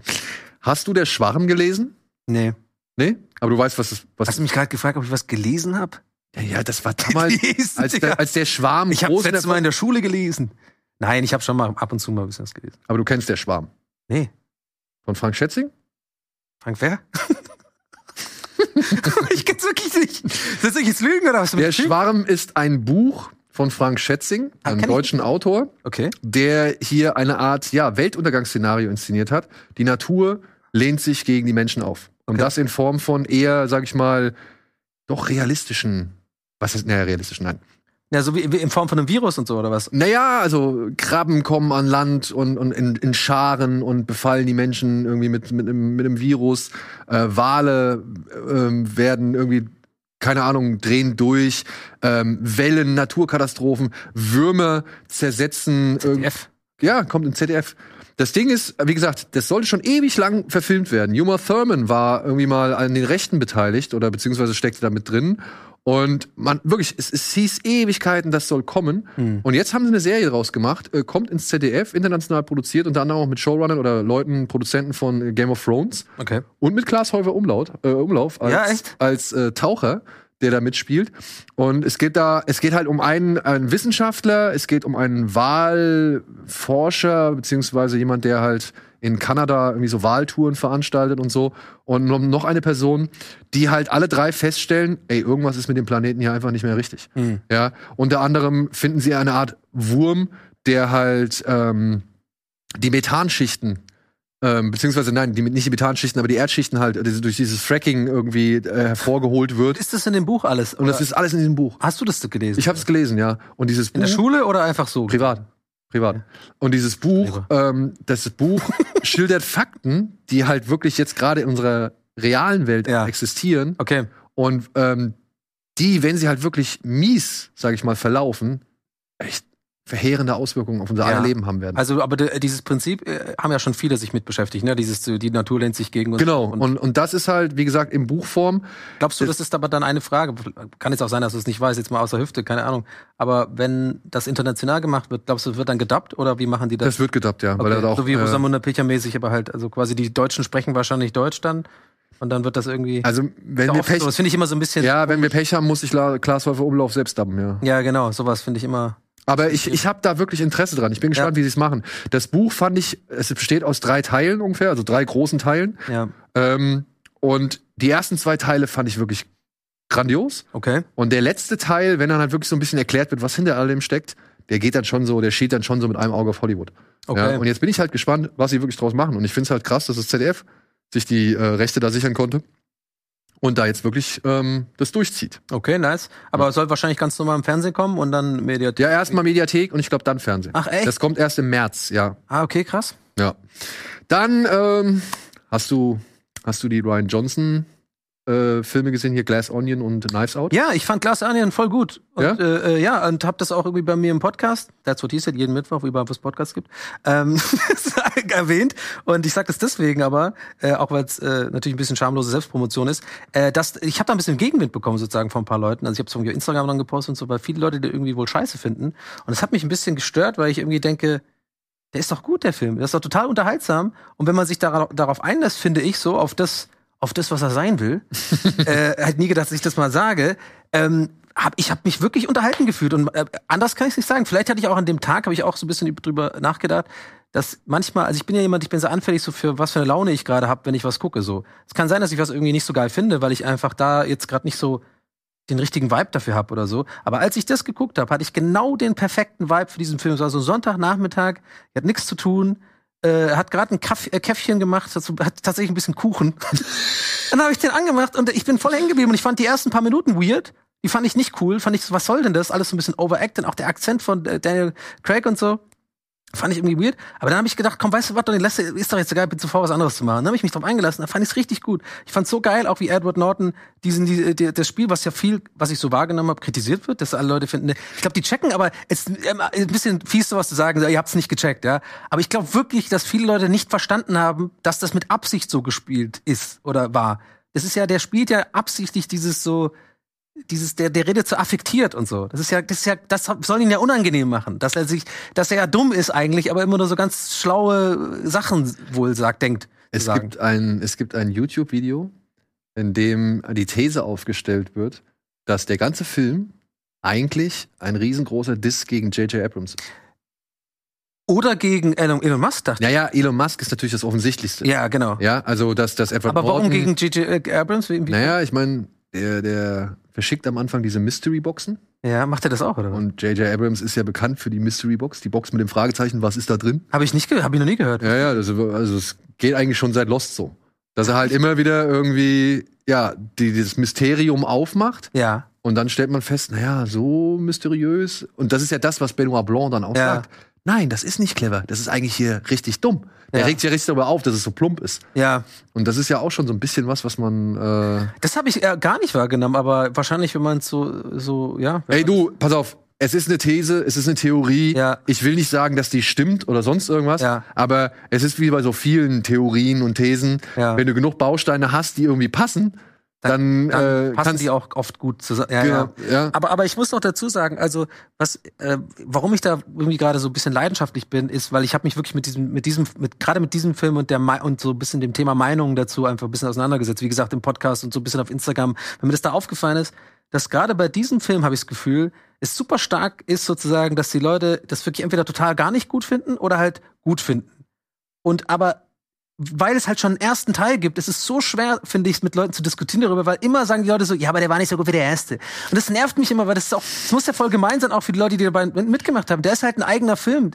[SPEAKER 1] Hast du Der Schwarm gelesen?
[SPEAKER 2] Nee.
[SPEAKER 1] Nee? Aber du weißt, was das.
[SPEAKER 2] Hast
[SPEAKER 1] Was,
[SPEAKER 2] du mich gerade gefragt, ob ich was gelesen habe?
[SPEAKER 1] ja, das war damals.
[SPEAKER 2] Gelesen,
[SPEAKER 1] als,
[SPEAKER 2] Digga.
[SPEAKER 1] der, als der Schwarm
[SPEAKER 2] Ich habe
[SPEAKER 1] groß in
[SPEAKER 2] letztes
[SPEAKER 1] der-
[SPEAKER 2] Mal in der Schule gelesen. Nein, ich habe schon mal ab und zu mal ein bisschen was gelesen.
[SPEAKER 1] Aber du kennst Der Schwarm.
[SPEAKER 2] Nee.
[SPEAKER 1] Von Frank Schätzing?
[SPEAKER 2] Frank, wer? ich kenn's wirklich nicht. Soll ich jetzt lügen oder was?
[SPEAKER 1] Der Schwarm ist ein Buch von Frank Schätzing,
[SPEAKER 2] Ah,
[SPEAKER 1] einem
[SPEAKER 2] kenn ich
[SPEAKER 1] deutschen Autor,
[SPEAKER 2] Okay.
[SPEAKER 1] der hier eine Art ja, Weltuntergangsszenario inszeniert hat. Die Natur lehnt sich gegen die Menschen auf. Und
[SPEAKER 2] Okay.
[SPEAKER 1] das in Form von eher, sag ich mal, doch realistischen. Was ist, naja, realistischen, nein.
[SPEAKER 2] Ja, so wie, wie in Form von einem Virus und so oder was?
[SPEAKER 1] Naja, also Krabben kommen an Land und, und in, in Scharen und befallen die Menschen irgendwie mit, mit, einem- mit einem Virus. Äh, Wale ähm, werden irgendwie, keine Ahnung, drehen durch. Ähm, Wellen, Naturkatastrophen, Würmer zersetzen. irgendwie-
[SPEAKER 2] F.
[SPEAKER 1] ja, kommt im ZDF. Das Ding ist, wie gesagt, das sollte schon ewig lang verfilmt werden. Juma Thurman war irgendwie mal an den Rechten beteiligt oder beziehungsweise steckte da mit drin. Und man, wirklich, es, es hieß Ewigkeiten, das soll kommen. Und jetzt haben sie eine Serie draus gemacht, äh, kommt ins ZDF, international produziert, unter anderem auch mit Showrunnern oder Leuten, Produzenten von äh, Game of Thrones
[SPEAKER 2] Okay.
[SPEAKER 1] und mit Klaas Häufer Umlaut, äh, Umlauf als,
[SPEAKER 2] Ja, echt?
[SPEAKER 1] als äh, Taucher, der da mitspielt. Und es geht da, es geht halt um einen, einen Wissenschaftler, es geht um einen Wahlforscher, beziehungsweise jemand, der halt in Kanada irgendwie so Wahltouren veranstaltet und so. Und um noch eine Person, die halt alle drei feststellen, ey, irgendwas ist mit dem Planeten hier einfach nicht mehr richtig.
[SPEAKER 2] Hm.
[SPEAKER 1] Ja, unter anderem finden sie eine Art Wurm, der halt ähm, die Methanschichten ähm, beziehungsweise nein, die, nicht die Methanschichten, aber die Erdschichten halt, die durch dieses Fracking irgendwie äh, hervorgeholt wird.
[SPEAKER 2] Ist das in dem Buch alles?
[SPEAKER 1] Und das ist alles in diesem Buch.
[SPEAKER 2] Hast du das gelesen?
[SPEAKER 1] Ich habe es gelesen, ja. Und dieses
[SPEAKER 2] in der
[SPEAKER 1] Buch,
[SPEAKER 2] Schule oder einfach so?
[SPEAKER 1] privat, privat. Und dieses Buch, ähm, das Buch schildert Fakten, die halt wirklich jetzt gerade in unserer realen Welt
[SPEAKER 2] Ja.
[SPEAKER 1] existieren
[SPEAKER 2] Okay.
[SPEAKER 1] und ähm, die, wenn sie halt wirklich mies, sage ich mal, verlaufen, echt verheerende Auswirkungen auf unser
[SPEAKER 2] Ja.
[SPEAKER 1] aller Leben haben werden.
[SPEAKER 2] Also, aber de- dieses Prinzip äh, haben ja schon viele sich mit beschäftigt, ne? Dieses, äh, die Natur lehnt sich gegen uns.
[SPEAKER 1] genau.
[SPEAKER 2] Und
[SPEAKER 1] Und, und das ist halt, wie gesagt, in Buchform.
[SPEAKER 2] glaubst du, das ist aber dann eine Frage? Kann jetzt auch sein, dass du es nicht weißt, jetzt mal außer Hüfte, keine Ahnung. Aber wenn das international gemacht wird, glaubst du, wird dann gedubbt oder wie machen die das?
[SPEAKER 1] Das wird gedappt, ja. Weil
[SPEAKER 2] Okay,
[SPEAKER 1] er auch,
[SPEAKER 2] so wie
[SPEAKER 1] äh,
[SPEAKER 2] Rosamunde Pilcher mäßig, aber halt, also quasi die Deutschen sprechen wahrscheinlich Deutsch dann und dann wird das irgendwie.
[SPEAKER 1] Also, wenn
[SPEAKER 2] Ja,
[SPEAKER 1] wir
[SPEAKER 2] oft
[SPEAKER 1] Pech,
[SPEAKER 2] so. Das finde ich immer so ein bisschen.
[SPEAKER 1] ja, wenn wir Pech haben, muss ich La- Klaas Häufer Umlauf selbst dabben, ja.
[SPEAKER 2] ja genau, sowas finde ich immer.
[SPEAKER 1] Aber ich, ich habe da wirklich Interesse dran. Ich bin gespannt, wie sie es machen. Das Buch fand ich, es besteht aus drei Teilen ungefähr, also drei großen Teilen.
[SPEAKER 2] Ja,
[SPEAKER 1] Ähm, und die ersten zwei Teile fand ich wirklich grandios.
[SPEAKER 2] okay.
[SPEAKER 1] Und der letzte Teil, wenn dann halt wirklich so ein bisschen erklärt wird, was hinter all dem steckt, der geht dann schon so, der steht dann schon so mit einem Auge auf Hollywood.
[SPEAKER 2] Okay.
[SPEAKER 1] Ja, und jetzt bin ich halt gespannt, was sie wirklich draus machen. Und ich finde es halt krass, dass das ZDF sich die äh, Rechte da sichern konnte und da jetzt wirklich ähm, das durchzieht.
[SPEAKER 2] Okay, nice. Aber es soll wahrscheinlich ganz normal im Fernsehen kommen und dann Mediathek.
[SPEAKER 1] Ja, erstmal Mediathek und ich glaube dann Fernsehen.
[SPEAKER 2] Ach, echt?
[SPEAKER 1] Das kommt erst im März, ja.
[SPEAKER 2] Ah, okay, krass.
[SPEAKER 1] Ja. Dann ähm, hast du hast du die Ryan Johnson äh, Filme gesehen hier Glass Onion und Knives Out?
[SPEAKER 2] Ja, ich fand Glass Onion voll gut. Und,
[SPEAKER 1] Ja?
[SPEAKER 2] Äh, äh, ja, und hab das auch irgendwie bei mir im Podcast, that's what he said, jeden Mittwoch, überall, wo es Podcasts gibt, ähm, erwähnt. Und ich sag das deswegen aber, äh, auch weil es äh, natürlich ein bisschen schamlose Selbstpromotion ist, äh, dass ich habe da ein bisschen Gegenwind bekommen sozusagen von ein paar Leuten. Also ich habe es auf Instagram dann gepostet und so, weil viele Leute die irgendwie wohl scheiße finden. Und es hat mich ein bisschen gestört, weil ich irgendwie denke, der ist doch gut, der Film. Der ist doch total unterhaltsam. Und wenn man sich dara- darauf einlässt, finde ich so, auf das, auf das, was er sein will, äh, hätte nie gedacht, dass ich das mal sage, ähm, hab, ich habe mich wirklich unterhalten gefühlt. Und äh, anders kann ich nicht sagen. Vielleicht hatte ich auch an dem Tag, habe ich auch so ein bisschen üb- drüber nachgedacht, dass manchmal, also ich bin ja jemand, ich bin sehr anfällig so für, was für eine Laune ich gerade habe, wenn ich was gucke. So, Es kann sein, dass ich was irgendwie nicht so geil finde, weil ich einfach da jetzt gerade nicht so den richtigen Vibe dafür habe oder so. Aber als ich das geguckt habe, hatte ich genau den perfekten Vibe für diesen Film. Es war so Sonntagnachmittag, er hat nichts zu tun, äh, er hat gerade ein Kaff äh, Käffchen gemacht, dazu hat tatsächlich ein bisschen Kuchen. dann habe ich den angemacht und ich bin voll hängen geblieben und ich fand die ersten paar Minuten weird. Die fand ich nicht cool, fand ich, so, was soll denn das? Alles so ein bisschen overacted, auch der Akzent von äh, Daniel Craig und so. Fand ich irgendwie weird. Aber dann habe ich gedacht, komm, weißt du was, Donny, lass, ist doch jetzt egal, bin zuvor was anderes zu machen. Dann habe ich mich drauf eingelassen, dann fand ich's richtig gut. Ich fand's so geil, auch wie Edward Norton diesen, die, die, das Spiel, was ja viel, was ich so wahrgenommen habe, kritisiert wird, dass alle Leute finden, ne, ich glaube, die checken, aber es ist ähm, ein bisschen fies sowas zu sagen, so, ihr habt's nicht gecheckt, ja. Aber ich glaube wirklich, dass viele Leute nicht verstanden haben, dass das mit Absicht so gespielt ist oder war. Das ist ja, der spielt ja absichtlich dieses so, dieses, der, der redet so affektiert und so. Das ist ja, das ist ja, das soll ihn ja unangenehm machen, dass er sich, dass er ja dumm ist eigentlich, aber immer nur so ganz schlaue Sachen wohl sagt, denkt. zu
[SPEAKER 1] Es
[SPEAKER 2] sagen.
[SPEAKER 1] gibt, ein, es gibt ein YouTube-Video, in dem die These aufgestellt wird, dass der ganze Film eigentlich ein riesengroßer Diss gegen J.J. Abrams ist.
[SPEAKER 2] Oder gegen Elon, Elon Musk dachte.
[SPEAKER 1] Naja, Elon Musk ist natürlich das Offensichtlichste.
[SPEAKER 2] Ja, genau.
[SPEAKER 1] Ja, also dass das Edward
[SPEAKER 2] aber warum
[SPEAKER 1] Norton,
[SPEAKER 2] gegen J.J. Abrams? Wie, wie,
[SPEAKER 1] Naja, ich meine, der, der verschickt am Anfang diese Mystery-Boxen.
[SPEAKER 2] Ja, macht er das auch, oder was?
[SPEAKER 1] Und J.J. Abrams ist ja bekannt für die Mystery-Box, die Box mit dem Fragezeichen, was ist da drin?
[SPEAKER 2] Habe ich nicht gehört, habe ich noch nie gehört.
[SPEAKER 1] Ja, ja, das, also es geht eigentlich schon seit Lost so. Dass er halt immer wieder irgendwie, ja, die, dieses Mysterium aufmacht
[SPEAKER 2] Ja.
[SPEAKER 1] und dann stellt man fest, naja, so mysteriös. Und das ist ja das, was Benoit Blanc dann auch
[SPEAKER 2] Ja.
[SPEAKER 1] sagt. Nein, das ist nicht clever. Das ist eigentlich hier richtig dumm. Der
[SPEAKER 2] Ja.
[SPEAKER 1] regt sich ja richtig darüber auf, dass es so plump ist.
[SPEAKER 2] Ja.
[SPEAKER 1] Und das ist ja auch schon so ein bisschen was, was man. Äh
[SPEAKER 2] Das habe ich äh, gar nicht wahrgenommen, aber wahrscheinlich, wenn man so, so, ja.
[SPEAKER 1] Ey, du, pass auf. Es ist eine These, es ist eine Theorie.
[SPEAKER 2] Ja.
[SPEAKER 1] Ich will nicht sagen, dass die stimmt oder sonst irgendwas,
[SPEAKER 2] Ja.
[SPEAKER 1] aber es ist wie bei so vielen Theorien und Thesen.
[SPEAKER 2] Ja.
[SPEAKER 1] Wenn du genug Bausteine hast, die irgendwie passen, dann,
[SPEAKER 2] dann
[SPEAKER 1] äh,
[SPEAKER 2] passen
[SPEAKER 1] kannst
[SPEAKER 2] die auch oft gut zusammen. Ja,
[SPEAKER 1] Genau,
[SPEAKER 2] ja.
[SPEAKER 1] ja.
[SPEAKER 2] Aber, aber ich muss noch dazu sagen, also was, äh, warum ich da irgendwie gerade so ein bisschen leidenschaftlich bin, ist, weil ich habe mich wirklich mit diesem, mit diesem, mit gerade mit diesem Film und der Me- und so ein bisschen dem Thema Meinungen dazu einfach ein bisschen auseinandergesetzt. Wie gesagt, im Podcast und so ein bisschen auf Instagram, wenn mir das da aufgefallen ist, dass gerade bei diesem Film habe ich das Gefühl, es super stark ist sozusagen, dass die Leute das wirklich entweder total gar nicht gut finden oder halt gut finden. Und aber weil es halt schon einen ersten Teil gibt, es ist so schwer, finde ich, mit Leuten zu diskutieren darüber, weil immer sagen die Leute so, ja, aber der war nicht so gut wie der erste. Und das nervt mich immer, weil das ist auch, es muss ja voll gemein sein, auch für die Leute, die dabei mitgemacht haben. Der ist halt ein eigener Film.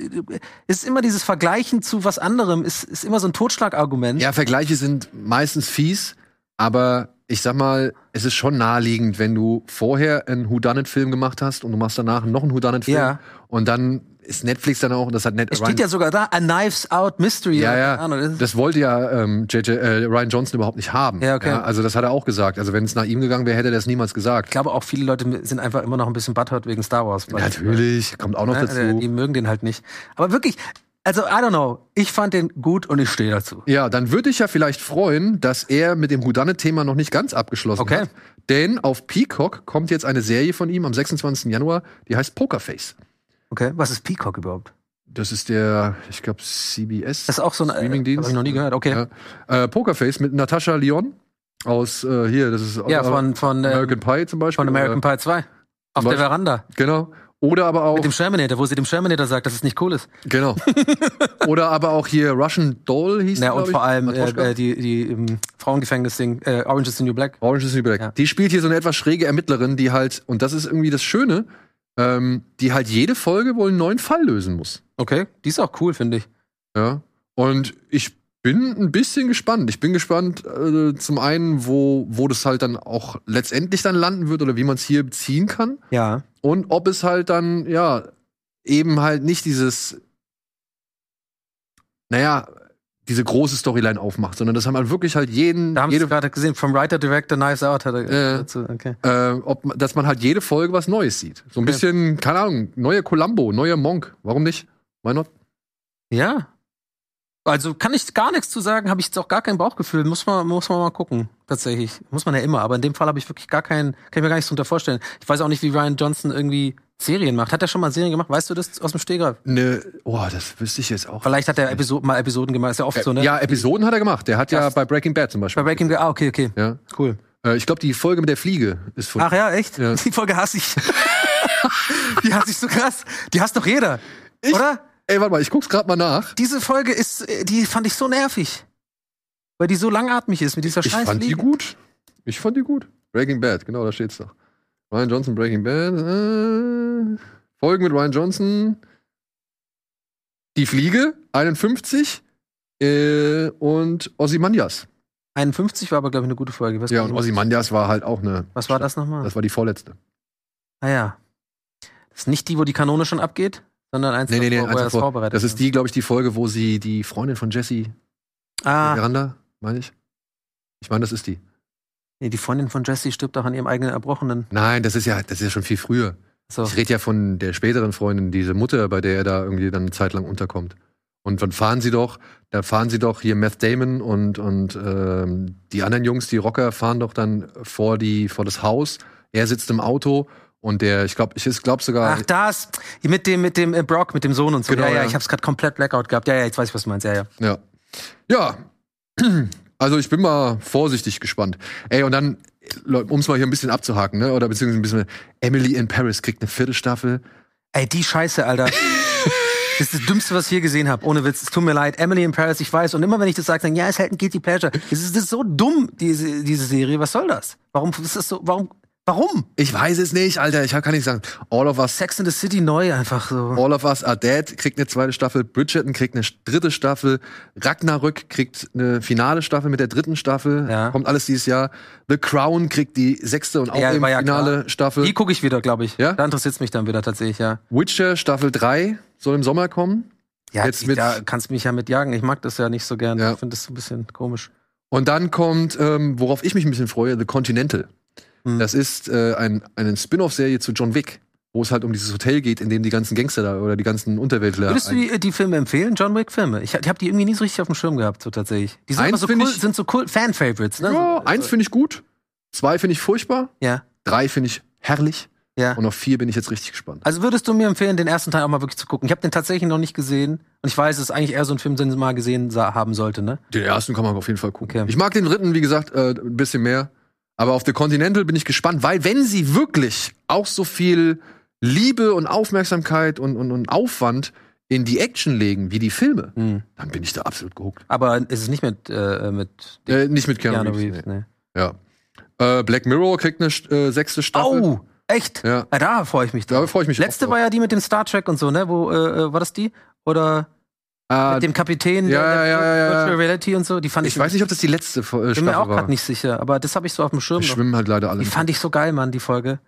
[SPEAKER 2] Es ist immer dieses Vergleichen zu was anderem, ist, ist immer so ein Totschlagargument.
[SPEAKER 1] ja, Vergleiche sind meistens fies, aber ich sag mal, es ist schon naheliegend, wenn du vorher einen Whodunit-Film gemacht hast und du machst danach noch einen Whodunit-Film
[SPEAKER 2] Ja.
[SPEAKER 1] und dann ist Netflix dann auch, das hat Net
[SPEAKER 2] Es steht ja sogar da, A Knives Out Mystery.
[SPEAKER 1] Ja,
[SPEAKER 2] oder
[SPEAKER 1] ja.
[SPEAKER 2] keine Ahnung, das ist-
[SPEAKER 1] Das wollte ja ähm, JJ, äh, Ryan Johnson überhaupt nicht haben.
[SPEAKER 2] Ja, okay.
[SPEAKER 1] also das hat er auch gesagt. Also wenn es nach ihm gegangen wäre, hätte er das niemals
[SPEAKER 2] Ich
[SPEAKER 1] gesagt.
[SPEAKER 2] glaube auch, viele Leute sind einfach immer noch ein bisschen butthurt wegen Star Wars.
[SPEAKER 1] Natürlich, kommt auch noch
[SPEAKER 2] Ne? Die
[SPEAKER 1] dazu.
[SPEAKER 2] mögen den halt nicht. Aber wirklich, also, I don't know. Ich fand den gut und ich stehe dazu.
[SPEAKER 1] Ja, dann würde ich ja vielleicht freuen, dass er mit dem Houdanet-Thema noch nicht ganz abgeschlossen
[SPEAKER 2] Okay.
[SPEAKER 1] hat. Denn auf Peacock kommt jetzt eine Serie von ihm am 26. Januar, die heißt Pokerface.
[SPEAKER 2] Okay, was ist Peacock überhaupt?
[SPEAKER 1] Das ist der, ich glaube, CBS.
[SPEAKER 2] Das ist auch so ein äh,
[SPEAKER 1] Streamingdienst.
[SPEAKER 2] Hab ich noch nie gehört. Okay.
[SPEAKER 1] ja. äh, Pokerface mit Natascha Lyon aus äh, hier, das ist
[SPEAKER 2] Ja, von, von, äh,
[SPEAKER 1] American Pie zum Beispiel.
[SPEAKER 2] von American
[SPEAKER 1] oder-
[SPEAKER 2] Pie 2. Auf
[SPEAKER 1] Beispiel.
[SPEAKER 2] der Veranda.
[SPEAKER 1] Genau. Oder aber auch
[SPEAKER 2] Mit dem Shermanator, wo sie dem Shermanator sagt, dass es nicht cool ist.
[SPEAKER 1] Genau. Oder aber auch hier Russian Doll hieß die,
[SPEAKER 2] Ja,
[SPEAKER 1] glaub
[SPEAKER 2] und
[SPEAKER 1] ich.
[SPEAKER 2] vor allem
[SPEAKER 1] Matroschka.
[SPEAKER 2] äh, äh, die, die ähm, Frauengefängnis-Ding, äh, Orange is the New Black.
[SPEAKER 1] Orange is the New Black.
[SPEAKER 2] Ja.
[SPEAKER 1] Die spielt hier so eine etwas schräge Ermittlerin, die halt, und das ist irgendwie das Schöne, ähm, die halt jede Folge wohl einen neuen Fall lösen muss.
[SPEAKER 2] Okay, die ist auch cool, finde ich.
[SPEAKER 1] Ja. Und ich bin ein bisschen gespannt. Ich bin gespannt, äh, zum einen, wo, wo das halt dann auch letztendlich dann landen wird oder wie man es hier beziehen kann.
[SPEAKER 2] Ja.
[SPEAKER 1] Und ob es halt dann, ja, eben halt nicht dieses, naja, diese große Storyline aufmacht, sondern das haben halt wirklich halt jeden,
[SPEAKER 2] Da haben wir
[SPEAKER 1] jede,
[SPEAKER 2] gerade gesehen, vom Writer Director Knives Out hat er
[SPEAKER 1] Äh.
[SPEAKER 2] dazu. Okay.
[SPEAKER 1] äh, ob, man- dass man halt jede Folge was Neues sieht. So ein
[SPEAKER 2] Okay.
[SPEAKER 1] bisschen, keine Ahnung, neuer Columbo, neuer Monk. Warum nicht? Why not?
[SPEAKER 2] Ja. Also kann ich gar nichts zu sagen, habe ich jetzt auch gar kein Bauchgefühl. Muss man, muss man mal gucken, tatsächlich. Muss man ja immer, aber in dem Fall habe ich wirklich gar keinen, kann ich mir gar nichts drunter vorstellen. Ich weiß auch nicht, wie Ryan Johnson irgendwie Serien macht. Hat er schon mal Serien gemacht? Weißt du das aus dem Stegreif?
[SPEAKER 1] Ne, oh, das wüsste ich jetzt auch.
[SPEAKER 2] Vielleicht hat er Episo mal Episoden gemacht, ist ja oft so, ne?
[SPEAKER 1] Äh, Ja, Episoden hat er gemacht. Der hat ja
[SPEAKER 2] Das-
[SPEAKER 1] bei Breaking Bad zum
[SPEAKER 2] Bei
[SPEAKER 1] Beispiel.
[SPEAKER 2] Breaking Bad, ah, okay, okay.
[SPEAKER 1] Ja.
[SPEAKER 2] Cool.
[SPEAKER 1] Äh, ich glaube, die Folge mit der Fliege ist von.
[SPEAKER 2] Ach ja, echt?
[SPEAKER 1] Ja.
[SPEAKER 2] Die Folge hasse ich. die hasse ich so krass. Die hasst doch jeder. oder?
[SPEAKER 1] Ey, warte mal, ich guck's gerade mal nach.
[SPEAKER 2] Diese Folge ist, äh, die fand ich so nervig. Weil die so langatmig ist mit dieser
[SPEAKER 1] Ich
[SPEAKER 2] scheiß
[SPEAKER 1] fand die
[SPEAKER 2] Fliege.
[SPEAKER 1] gut. Ich fand die gut. Breaking Bad, genau, da steht's doch. Ryan Johnson, Breaking Bad. Äh, Folgen mit Ryan Johnson. Die Fliege, 51. Äh, und Ozymandias.
[SPEAKER 2] 51 war aber, glaube ich, eine gute Folge. Was,
[SPEAKER 1] Ja, und Ozymandias war halt auch eine.
[SPEAKER 2] was war das nochmal?
[SPEAKER 1] Das war die vorletzte.
[SPEAKER 2] ah ja. Das ist nicht die, wo die Kanone schon abgeht, sondern eins,
[SPEAKER 1] Nee, nee, nee,
[SPEAKER 2] davor, wo er
[SPEAKER 1] eins
[SPEAKER 2] das
[SPEAKER 1] davor.
[SPEAKER 2] vorbereitet
[SPEAKER 1] Das ist die, glaube ich, die Folge, wo sie die Freundin von Jesse
[SPEAKER 2] hat. Ah,
[SPEAKER 1] Miranda, meine ich. Ich meine, das ist die.
[SPEAKER 2] nee, die Freundin von Jesse stirbt auch an ihrem eigenen Erbrochenen.
[SPEAKER 1] Nein, das ist ja, das ist ja schon viel früher.
[SPEAKER 2] So.
[SPEAKER 1] Ich rede ja von der späteren Freundin, diese Mutter, bei der er da irgendwie dann eine Zeit lang unterkommt. Und dann fahren sie doch, da fahren sie doch hier Meth Damon und, und ähm, die anderen Jungs, die Rocker, fahren doch dann vor, die, vor das Haus. Er sitzt im Auto und der, ich glaube, ich glaube sogar,
[SPEAKER 2] Ach, das. Mit dem, mit dem äh, Brock, mit dem Sohn und so.
[SPEAKER 1] Genau,
[SPEAKER 2] ja, ja,
[SPEAKER 1] ja.
[SPEAKER 2] ich hab's gerade komplett Blackout gehabt. Ja, ja, jetzt weiß ich, was du meinst. Ja, ja.
[SPEAKER 1] Ja. Ja. Also ich bin mal vorsichtig gespannt. Ey, und dann, um es mal hier ein bisschen abzuhaken, ne? Oder beziehungsweise ein bisschen, Emily in Paris kriegt eine Viertelstaffel.
[SPEAKER 2] Ey, die Scheiße, Alter. Das ist das Dümmste, was ich hier gesehen habe. Ohne Witz, es tut mir leid. Emily in Paris, ich weiß. Und immer wenn ich das sage, dann ja, ist halt ein Guilty Pleasure. Es ist, das ist so dumm, diese, diese Serie. Was soll das? Warum ist das so? Warum? Warum?
[SPEAKER 1] Ich weiß es nicht, Alter, ich kann nicht sagen. All of Us,
[SPEAKER 2] Sex in the City neu einfach so.
[SPEAKER 1] All of Us Are Dead kriegt eine zweite Staffel, Bridgerton kriegt eine dritte Staffel, Ragnarök kriegt eine finale Staffel mit der dritten Staffel,
[SPEAKER 2] Ja.
[SPEAKER 1] kommt alles dieses Jahr. The Crown kriegt die sechste und auch
[SPEAKER 2] Ja,
[SPEAKER 1] eben
[SPEAKER 2] war ja
[SPEAKER 1] finale Staffel.
[SPEAKER 2] Die gucke ich wieder, glaube ich.
[SPEAKER 1] Ja?
[SPEAKER 2] Da interessiert's mich dann wieder tatsächlich, ja.
[SPEAKER 1] Witcher Staffel 3 soll im Sommer kommen.
[SPEAKER 2] Ja,
[SPEAKER 1] Jetzt
[SPEAKER 2] die-
[SPEAKER 1] mit-
[SPEAKER 2] da kannst du mich ja mitjagen. Ich mag das ja nicht so gern.
[SPEAKER 1] Ja.
[SPEAKER 2] Ich finde das so ein bisschen komisch.
[SPEAKER 1] Und dann kommt, ähm, worauf ich mich ein bisschen freue, The Continental.
[SPEAKER 2] Hm.
[SPEAKER 1] Das ist äh, ein, eine Spin-off-Serie zu John Wick, wo es halt um dieses Hotel geht, in dem die ganzen Gangster da oder die ganzen Unterweltler.
[SPEAKER 2] Würdest du
[SPEAKER 1] ein-
[SPEAKER 2] die, die Filme empfehlen? John Wick Filme? Ich, ich habe die irgendwie nie so richtig auf dem Schirm gehabt, so tatsächlich. Die sind
[SPEAKER 1] Eins
[SPEAKER 2] immer so
[SPEAKER 1] find
[SPEAKER 2] cool,
[SPEAKER 1] ich-
[SPEAKER 2] sind so cool Fan-Favorites, ne?
[SPEAKER 1] ja,
[SPEAKER 2] so,
[SPEAKER 1] eins
[SPEAKER 2] so.
[SPEAKER 1] finde ich gut, zwei finde ich furchtbar,
[SPEAKER 2] Ja,
[SPEAKER 1] drei finde ich herrlich
[SPEAKER 2] ja.
[SPEAKER 1] und auf vier bin ich jetzt richtig gespannt.
[SPEAKER 2] Also würdest du mir empfehlen, den ersten Teil auch mal wirklich zu gucken? Ich habe den tatsächlich noch nicht gesehen und ich weiß, es ist eigentlich eher so ein Film, den man mal gesehen sa- haben sollte, ne?
[SPEAKER 1] Den ersten kann man auf jeden Fall gucken.
[SPEAKER 2] Okay.
[SPEAKER 1] Ich mag den dritten, wie gesagt, äh, ein bisschen mehr. Aber auf The Continental bin ich gespannt, weil wenn sie wirklich auch so viel Liebe und Aufmerksamkeit und, und, und Aufwand in die Action legen, wie die Filme,
[SPEAKER 2] Hm.
[SPEAKER 1] dann bin ich da absolut gehuckt.
[SPEAKER 2] Aber es ist nicht mit äh, mit
[SPEAKER 1] Äh, nicht mit Keanu
[SPEAKER 2] Keanu
[SPEAKER 1] Reeves.
[SPEAKER 2] Reeves, ne?
[SPEAKER 1] Nee. Ja. Äh, Black Mirror kriegt eine äh, sechste Staffel.
[SPEAKER 2] Au, echt?
[SPEAKER 1] Ja.
[SPEAKER 2] Na, Ah, da freue ich mich
[SPEAKER 1] Da
[SPEAKER 2] drauf.
[SPEAKER 1] freue ich mich
[SPEAKER 2] Letzte war ja die mit dem Star Trek und so, ne? Wo äh, äh, war das die? Oder
[SPEAKER 1] ja
[SPEAKER 2] mit dem Kapitän
[SPEAKER 1] Ah, ja,
[SPEAKER 2] der, der
[SPEAKER 1] ja, ja, ja.
[SPEAKER 2] Virtual Reality und so? Die fand ich,
[SPEAKER 1] Äh, Ich weiß nicht, ob das die letzte Fo- äh,
[SPEAKER 2] bin mir
[SPEAKER 1] Staffel
[SPEAKER 2] auch
[SPEAKER 1] war.
[SPEAKER 2] gerade nicht sicher, aber das habe ich so auf dem Schirm.
[SPEAKER 1] Wir
[SPEAKER 2] noch.
[SPEAKER 1] schwimmen halt leider alle.
[SPEAKER 2] Die fand ich so geil, Mann, die Folge.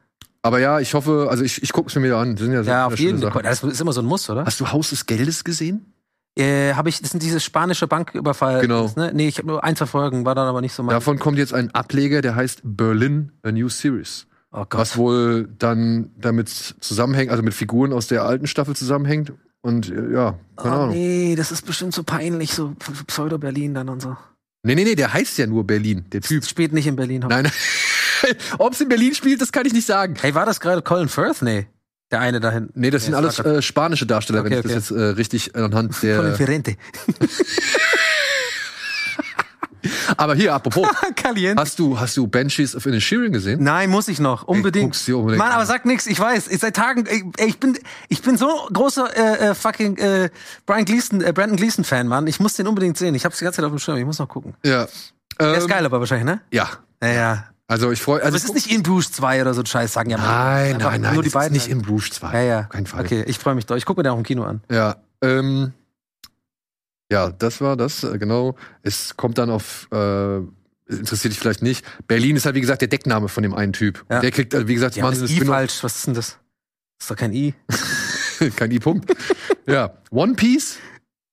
[SPEAKER 1] Aber ja, ich hoffe, also ich, ich gucke es mir wieder an. Das sind ja, sehr
[SPEAKER 2] Ja,
[SPEAKER 1] viele
[SPEAKER 2] auf
[SPEAKER 1] schöne
[SPEAKER 2] jeden
[SPEAKER 1] Sachen.
[SPEAKER 2] Fall. ne? Das ist immer so ein Muss, oder?
[SPEAKER 1] Hast du Haus des Geldes gesehen?
[SPEAKER 2] Äh, hab ich, das sind diese spanische Banküberfall.
[SPEAKER 1] Genau.
[SPEAKER 2] das, Ne? Nee, ich habe nur eins verfolgen, war dann aber nicht so mein.
[SPEAKER 1] Davon kommt jetzt ein Ableger, der heißt Berlin A New Series.
[SPEAKER 2] oh Gott.
[SPEAKER 1] Was wohl dann damit zusammenhängt, also mit Figuren aus der alten Staffel zusammenhängt. Und äh, ja, keine
[SPEAKER 2] oh,
[SPEAKER 1] Ahnung. Nee.
[SPEAKER 2] nee, das ist bestimmt so peinlich, so Pseudo-Berlin dann und so.
[SPEAKER 1] nee, nee, der heißt ja nur Berlin, der Typ.
[SPEAKER 2] Spielt nicht in Berlin.
[SPEAKER 1] Nein.
[SPEAKER 2] hoffentlich.
[SPEAKER 1] Ob es in Berlin spielt, das kann ich nicht sagen.
[SPEAKER 2] Hey, war das gerade Colin Firth? Nee. Der eine da hinten.
[SPEAKER 1] Nee, das
[SPEAKER 2] Nee,
[SPEAKER 1] sind
[SPEAKER 2] das
[SPEAKER 1] alles
[SPEAKER 2] war grad-
[SPEAKER 1] äh, spanische Darsteller, wenn
[SPEAKER 2] Okay,
[SPEAKER 1] ich das
[SPEAKER 2] okay.
[SPEAKER 1] jetzt äh, richtig anhand
[SPEAKER 2] Colin
[SPEAKER 1] der.
[SPEAKER 2] Firente.
[SPEAKER 1] Aber hier, apropos,
[SPEAKER 2] Caliente.
[SPEAKER 1] hast du, hast du Banshees of Inisherin gesehen?
[SPEAKER 2] Nein, muss ich noch. Unbedingt.
[SPEAKER 1] guck's dir unbedingt
[SPEAKER 2] Mann,
[SPEAKER 1] an.
[SPEAKER 2] aber sag nix, ich weiß. Ich, seit Tagen, ich, ey, ich bin, ich bin so großer äh, äh, fucking äh, Brian Gleason, äh, Brandon Gleason-Fan, Mann. Ich muss den unbedingt sehen. Ich hab's die ganze Zeit auf dem Schirm, ich muss noch gucken.
[SPEAKER 1] Ja. Ähm,
[SPEAKER 2] Der ist geil aber wahrscheinlich, ne?
[SPEAKER 1] Ja.
[SPEAKER 2] Naja.
[SPEAKER 1] Also ich freue.
[SPEAKER 2] Aber
[SPEAKER 1] Also
[SPEAKER 2] es ist nicht in Bruges 2 oder so ein Scheiß, sagen ja mal.
[SPEAKER 1] nein,
[SPEAKER 2] Einfach
[SPEAKER 1] nein, nein.
[SPEAKER 2] Nur
[SPEAKER 1] das
[SPEAKER 2] die
[SPEAKER 1] ist
[SPEAKER 2] beiden.
[SPEAKER 1] nicht
[SPEAKER 2] halt.
[SPEAKER 1] im Bruges 2.
[SPEAKER 2] ja, ja.
[SPEAKER 1] Auf keinen Fall.
[SPEAKER 2] Okay, ich freue mich drauf. Ich gucke mir den auch im Kino an.
[SPEAKER 1] Ja. Ähm, Ja, das war das, äh, genau. Es kommt dann auf, äh, interessiert dich vielleicht nicht. Berlin ist halt, wie gesagt, der Deckname von dem einen Typ.
[SPEAKER 2] Ja.
[SPEAKER 1] Und Der kriegt, äh, wie gesagt,
[SPEAKER 2] Ja,
[SPEAKER 1] Wahnsinn, das
[SPEAKER 2] ist I
[SPEAKER 1] Spin-off.
[SPEAKER 2] falsch. Was ist denn das? Das ist doch kein I.
[SPEAKER 1] Kein I-Punkt. ja, One Piece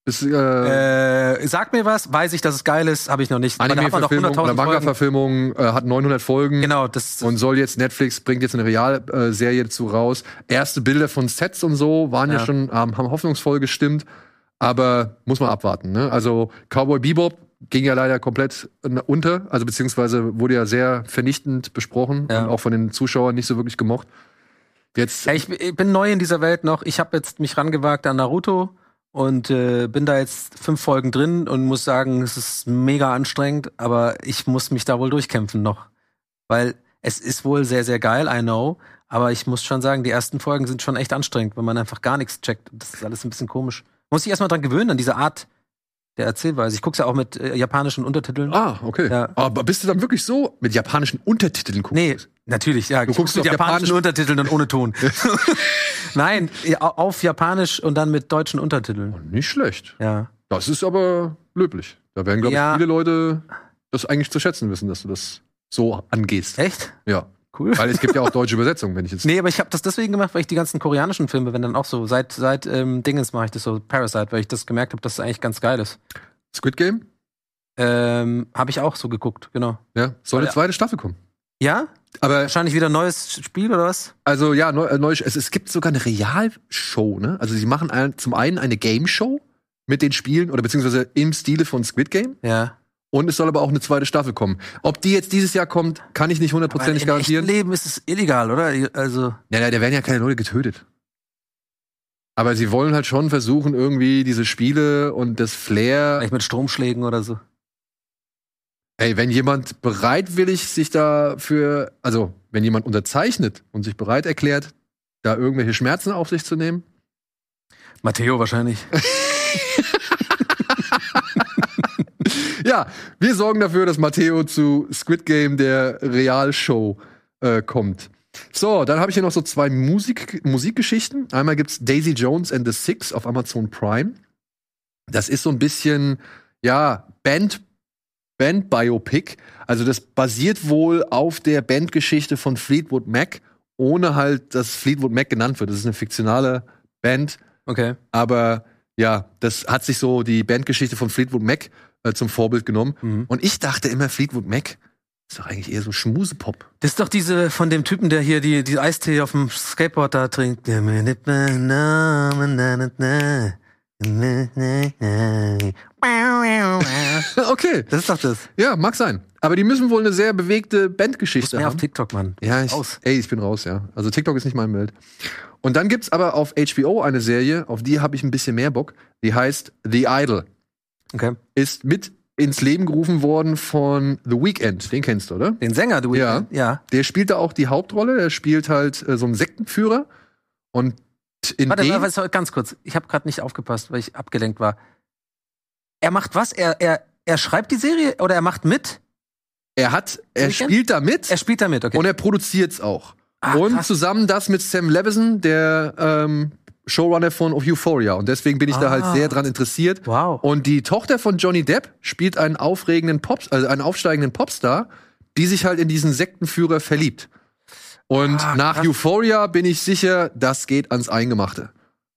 [SPEAKER 1] ist äh,
[SPEAKER 2] Äh, sag mir was, weiß ich, dass es geil ist, habe ich noch nicht. Man, da hat man doch
[SPEAKER 1] Anime-Verfilmung oder
[SPEAKER 2] 100.000 Folgen.
[SPEAKER 1] Manga-Verfilmung, äh, hat 900 Folgen.
[SPEAKER 2] Genau, das
[SPEAKER 1] Und soll jetzt, Netflix bringt jetzt eine Realserie dazu raus. Erste Bilder von Sets und so waren ja,
[SPEAKER 2] Ja.
[SPEAKER 1] schon, haben, haben hoffnungsvoll gestimmt. Aber muss man abwarten. Ne? Also Cowboy Bebop ging ja leider komplett n- unter. Also beziehungsweise wurde ja sehr vernichtend besprochen
[SPEAKER 2] Ja.
[SPEAKER 1] und auch von den Zuschauern nicht so wirklich gemocht. Jetzt
[SPEAKER 2] Ja, ich, ich bin neu in dieser Welt noch. Ich habe jetzt mich rangewagt an Naruto und äh, bin da jetzt fünf Folgen drin und muss sagen, es ist mega anstrengend, aber ich muss mich da wohl durchkämpfen noch. Weil es ist wohl sehr, sehr geil, I know. Aber ich muss schon sagen, die ersten Folgen sind schon echt anstrengend, wenn man einfach gar nichts checkt. Das ist alles ein bisschen komisch. Muss ich erstmal dran gewöhnen, an diese Art der Erzählweise. Ich guck's ja auch mit äh, japanischen Untertiteln.
[SPEAKER 1] Ah, okay.
[SPEAKER 2] Ja.
[SPEAKER 1] Aber bist du dann wirklich so mit japanischen Untertiteln gucken?
[SPEAKER 2] Nee, natürlich, ja. Du
[SPEAKER 1] guckst
[SPEAKER 2] mit
[SPEAKER 1] auf
[SPEAKER 2] japanischen
[SPEAKER 1] Japanisch-
[SPEAKER 2] Untertiteln und ohne Ton. Nein, ja, au- auf Japanisch und dann mit deutschen Untertiteln.
[SPEAKER 1] Nicht schlecht.
[SPEAKER 2] Ja.
[SPEAKER 1] Das ist aber löblich. Da werden, glaube
[SPEAKER 2] Ja.
[SPEAKER 1] ich, viele Leute das eigentlich zu schätzen wissen, dass du das so angehst.
[SPEAKER 2] Echt?
[SPEAKER 1] Ja.
[SPEAKER 2] Cool.
[SPEAKER 1] Weil es gibt ja auch deutsche Übersetzungen, wenn ich jetzt.
[SPEAKER 2] Nee, aber ich habe das deswegen gemacht, weil ich die ganzen koreanischen Filme, wenn dann auch so, seit, seit ähm, Dingens mache ich das so, Parasite, weil ich das gemerkt habe, dass es das eigentlich ganz geil ist.
[SPEAKER 1] Squid Game?
[SPEAKER 2] Ähm, habe ich auch so geguckt, genau.
[SPEAKER 1] Ja. Soll eine
[SPEAKER 2] Ja.
[SPEAKER 1] zweite Staffel kommen.
[SPEAKER 2] Ja?
[SPEAKER 1] Aber,
[SPEAKER 2] Wahrscheinlich wieder ein neues Spiel oder was?
[SPEAKER 1] also ja, neu, äh, neu, es, es gibt sogar eine Realshow, ne? Also sie machen ein, zum einen eine Game Show mit den Spielen oder beziehungsweise im Stile von Squid Game.
[SPEAKER 2] Ja.
[SPEAKER 1] Und es soll aber auch eine zweite Staffel kommen. Ob die jetzt dieses Jahr kommt, kann ich nicht
[SPEAKER 2] Weil
[SPEAKER 1] hundertprozentig
[SPEAKER 2] Im echten
[SPEAKER 1] garantieren. Äh.
[SPEAKER 2] Leben ist es illegal, oder? Also,
[SPEAKER 1] Ja, ja, da werden ja keine Leute getötet. Aber sie wollen halt schon versuchen, irgendwie diese Spiele und das Flair.
[SPEAKER 2] vielleicht mit Stromschlägen oder so.
[SPEAKER 1] Ey, wenn jemand bereitwillig sich dafür, also wenn jemand unterzeichnet und sich bereit erklärt, da irgendwelche Schmerzen auf sich zu nehmen.
[SPEAKER 2] Matteo wahrscheinlich.
[SPEAKER 1] Ja, wir sorgen dafür, dass Matteo zu Squid Game der Realshow äh, kommt. So, dann habe ich hier noch so zwei Musik Musikgeschichten. Einmal gibt's Daisy Jones and the Six auf Amazon Prime. Das ist so ein bisschen, ja, Band, Band Biopic. Also das basiert wohl auf der Bandgeschichte von Fleetwood Mac, ohne halt, dass Fleetwood Mac genannt wird. Das ist eine fiktionale Band,
[SPEAKER 2] Okay.
[SPEAKER 1] aber ja, das hat sich so die Bandgeschichte von Fleetwood Mac äh, zum Vorbild genommen.
[SPEAKER 2] Mhm.
[SPEAKER 1] Und ich dachte immer, Fleetwood Mac ist doch eigentlich eher so Schmusepop.
[SPEAKER 2] Das ist doch diese von dem Typen, der hier die, die Eistee auf dem Skateboard da trinkt. Das
[SPEAKER 1] okay,
[SPEAKER 2] ist doch das.
[SPEAKER 1] ja, mag sein. Aber die müssen wohl eine sehr bewegte
[SPEAKER 2] Ist
[SPEAKER 1] Bandgeschichte
[SPEAKER 2] mehr auf
[SPEAKER 1] haben.
[SPEAKER 2] TikTok, Mann.
[SPEAKER 1] Ja, ich,
[SPEAKER 2] Raus.
[SPEAKER 1] ey, ich bin raus, ja. Also TikTok ist nicht mein Welt. Und dann gibt's aber auf HBO eine Serie, auf die habe ich ein bisschen mehr Bock. Die heißt The Idol.
[SPEAKER 2] Okay.
[SPEAKER 1] Ist mit ins Leben gerufen worden von The Weeknd. Den kennst du, oder?
[SPEAKER 2] Den Sänger, du.
[SPEAKER 1] Ja.
[SPEAKER 2] ja.
[SPEAKER 1] Der spielt da auch die Hauptrolle. Der spielt halt äh, so einen Sektenführer. Und in
[SPEAKER 2] Warte,
[SPEAKER 1] dem
[SPEAKER 2] warte, warte, ganz kurz. Ich habe gerade nicht aufgepasst, weil ich abgelenkt war. Er macht was? Er, er, er schreibt die Serie oder er macht mit?
[SPEAKER 1] er hat, er
[SPEAKER 2] Weekend?
[SPEAKER 1] spielt da mit
[SPEAKER 2] Er spielt damit, okay.
[SPEAKER 1] und er produziert's auch.
[SPEAKER 2] Ah,
[SPEAKER 1] und
[SPEAKER 2] krass.
[SPEAKER 1] zusammen das mit Sam Levinson, der ähm, Showrunner von Euphoria. Und deswegen bin ich da
[SPEAKER 2] Ah.
[SPEAKER 1] halt sehr dran interessiert.
[SPEAKER 2] Wow.
[SPEAKER 1] Und die Tochter von Johnny Depp spielt einen aufregenden Pop, also einen aufsteigenden Popstar, die sich halt in diesen Sektenführer verliebt. Und
[SPEAKER 2] Ah,
[SPEAKER 1] nach
[SPEAKER 2] krass.
[SPEAKER 1] Euphoria bin ich sicher, das geht ans Eingemachte.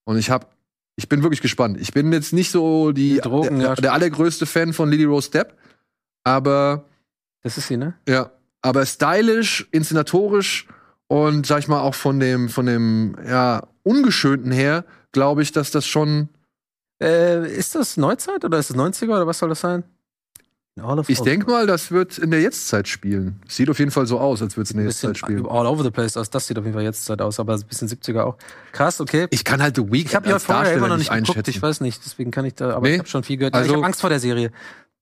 [SPEAKER 1] Und ich hab, ich bin wirklich gespannt. Ich bin jetzt nicht so die,
[SPEAKER 2] Die Drogen,
[SPEAKER 1] der,
[SPEAKER 2] ja.
[SPEAKER 1] der allergrößte Fan von Lily Rose Depp, aber
[SPEAKER 2] Das ist sie, ne?
[SPEAKER 1] ja, aber stylisch, inszenatorisch und sag ich mal auch von dem von dem ja ungeschönten her, glaube ich, dass das schon
[SPEAKER 2] Äh, ist das Neuzeit oder ist das 90er oder was soll das sein? All of
[SPEAKER 1] Ich
[SPEAKER 2] all-
[SPEAKER 1] denke mal, das wird in der Jetztzeit spielen. Sieht auf jeden Fall so aus, als würde es in der
[SPEAKER 2] ein
[SPEAKER 1] Jetztzeit
[SPEAKER 2] bisschen
[SPEAKER 1] spielen.
[SPEAKER 2] all over the place aus. Das sieht auf jeden Fall jetzt Zeit aus, aber ein bisschen 70er auch. Krass, okay.
[SPEAKER 1] Ich kann halt The Week
[SPEAKER 2] Ich habe ja vorher immer noch nicht geguckt, ich weiß nicht, deswegen kann ich da, aber
[SPEAKER 1] Nee,
[SPEAKER 2] ich habe schon viel gehört.
[SPEAKER 1] also-
[SPEAKER 2] ich habe Angst vor der Serie.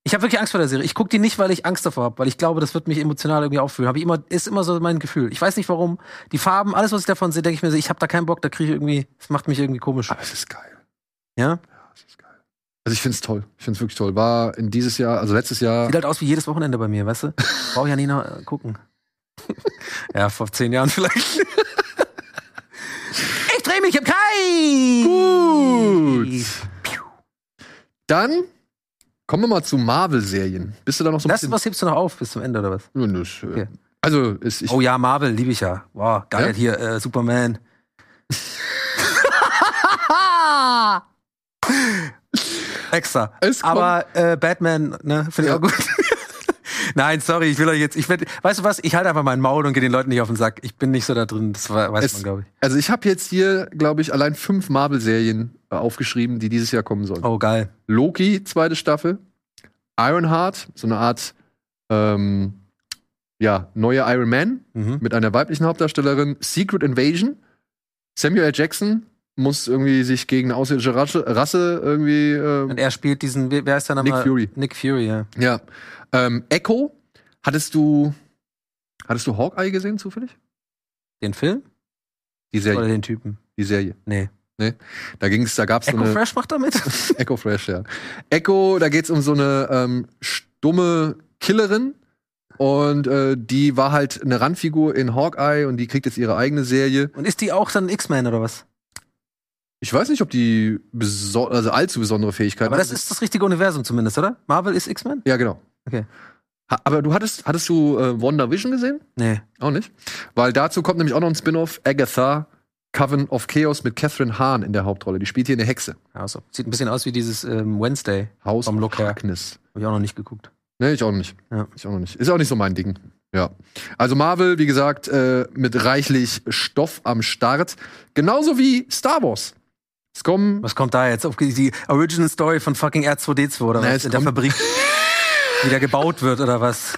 [SPEAKER 2] Ich habe wirklich Angst vor der Serie. Ich gucke die nicht, weil ich Angst davor habe, weil ich glaube, das wird mich emotional irgendwie auffühlen. Hab ich immer, ist immer so mein Gefühl. Ich weiß nicht warum. Die Farben, alles, was ich davon sehe, denke ich mir, so, ich habe da keinen Bock, da kriege ich irgendwie, das macht mich irgendwie komisch.
[SPEAKER 1] Aber es ist geil.
[SPEAKER 2] Ja?
[SPEAKER 1] Ja, es ist geil. Also ich find's toll. Ich find's wirklich toll. War in dieses Jahr, also letztes Jahr.
[SPEAKER 2] Sieht halt aus wie jedes Wochenende bei mir, weißt du? Brauche ich ja nie noch äh, gucken. ja, vor zehn Jahren vielleicht. ich drehe mich im Kai!
[SPEAKER 1] Gut. Dann kommen wir mal zu Marvel-Serien. Bist du da noch so ein
[SPEAKER 2] Das,
[SPEAKER 1] bisschen?
[SPEAKER 2] was hebst du noch auf bis zum Ende oder was?
[SPEAKER 1] Nö, nö, ist, äh,
[SPEAKER 2] Okay.
[SPEAKER 1] Also, ist, ich,
[SPEAKER 2] Oh ja, Marvel, liebe ich ja. Wow, geil
[SPEAKER 1] Ja?
[SPEAKER 2] hier, äh, Superman. Extra.
[SPEAKER 1] Es kommt-
[SPEAKER 2] Aber äh, Batman, ne, finde ich
[SPEAKER 1] Ja.
[SPEAKER 2] auch gut. Nein, sorry, ich will euch jetzt, ich will, weißt du was, ich halte einfach mein Maul und gehe den Leuten nicht auf den Sack. Ich bin nicht so da drin, das we- weiß
[SPEAKER 1] Es-
[SPEAKER 2] man, glaube ich.
[SPEAKER 1] also ich habe jetzt hier, glaube ich, allein fünf Marvel-Serien äh, aufgeschrieben, die dieses Jahr kommen sollen.
[SPEAKER 2] Oh, geil.
[SPEAKER 1] Loki, zweite Staffel. Ironheart, so eine Art, ähm, ja, neue Iron Man
[SPEAKER 2] Mhm.
[SPEAKER 1] mit einer weiblichen Hauptdarstellerin. Secret Invasion. Samuel L. Jackson muss irgendwie sich gegen eine außerirdische Rasse, Rasse irgendwie, ähm,
[SPEAKER 2] Und er spielt diesen, wer wer ist der Name?
[SPEAKER 1] Nick Fury.
[SPEAKER 2] Nick Fury, ja.
[SPEAKER 1] ja. Ähm, Echo, hattest du, hattest du Hawkeye gesehen zufällig?
[SPEAKER 2] Den Film?
[SPEAKER 1] Die Serie,
[SPEAKER 2] Oder den Typen?
[SPEAKER 1] die Serie.
[SPEAKER 2] Nee.
[SPEAKER 1] Da ging's, da gab's
[SPEAKER 2] Echo
[SPEAKER 1] so eine,
[SPEAKER 2] Fresh macht damit?
[SPEAKER 1] Echo Fresh, ja. Echo, da geht's um so eine ähm, stumme Killerin. Und äh, die war halt eine Randfigur in Hawkeye und die kriegt jetzt ihre eigene Serie.
[SPEAKER 2] Und ist die auch dann X-Men oder was?
[SPEAKER 1] Ich weiß nicht, ob die beso also allzu besondere Fähigkeiten
[SPEAKER 2] Aber das
[SPEAKER 1] hat.
[SPEAKER 2] ist das richtige Universum zumindest, oder? Marvel ist X-Men?
[SPEAKER 1] Ja, genau.
[SPEAKER 2] Okay.
[SPEAKER 1] Ha aber du hattest, hattest du äh, WandaVision gesehen?
[SPEAKER 2] Nee.
[SPEAKER 1] Auch nicht. Weil dazu kommt nämlich auch noch ein Spin-off, Agatha, Coven of Chaos mit Catherine Hahn in der Hauptrolle. Die spielt hier eine Hexe.
[SPEAKER 2] Also, sieht ein bisschen aus wie dieses ähm, Wednesday.
[SPEAKER 1] House
[SPEAKER 2] Vom
[SPEAKER 1] of
[SPEAKER 2] Look her.
[SPEAKER 1] Darkness.
[SPEAKER 2] Hab ich auch noch nicht geguckt.
[SPEAKER 1] Nee, ich auch nicht.
[SPEAKER 2] Ja.
[SPEAKER 1] Ich auch noch nicht. Ist auch nicht so mein Ding. Ja. Also Marvel, wie gesagt, äh, mit reichlich Stoff am Start. Genauso wie Star Wars. Es kommen.
[SPEAKER 2] Was kommt da jetzt? Auf die Original Story von fucking R2D2 oder
[SPEAKER 1] Na,
[SPEAKER 2] was?
[SPEAKER 1] es
[SPEAKER 2] In der
[SPEAKER 1] kommt-
[SPEAKER 2] Fabrik wieder gebaut wird oder was?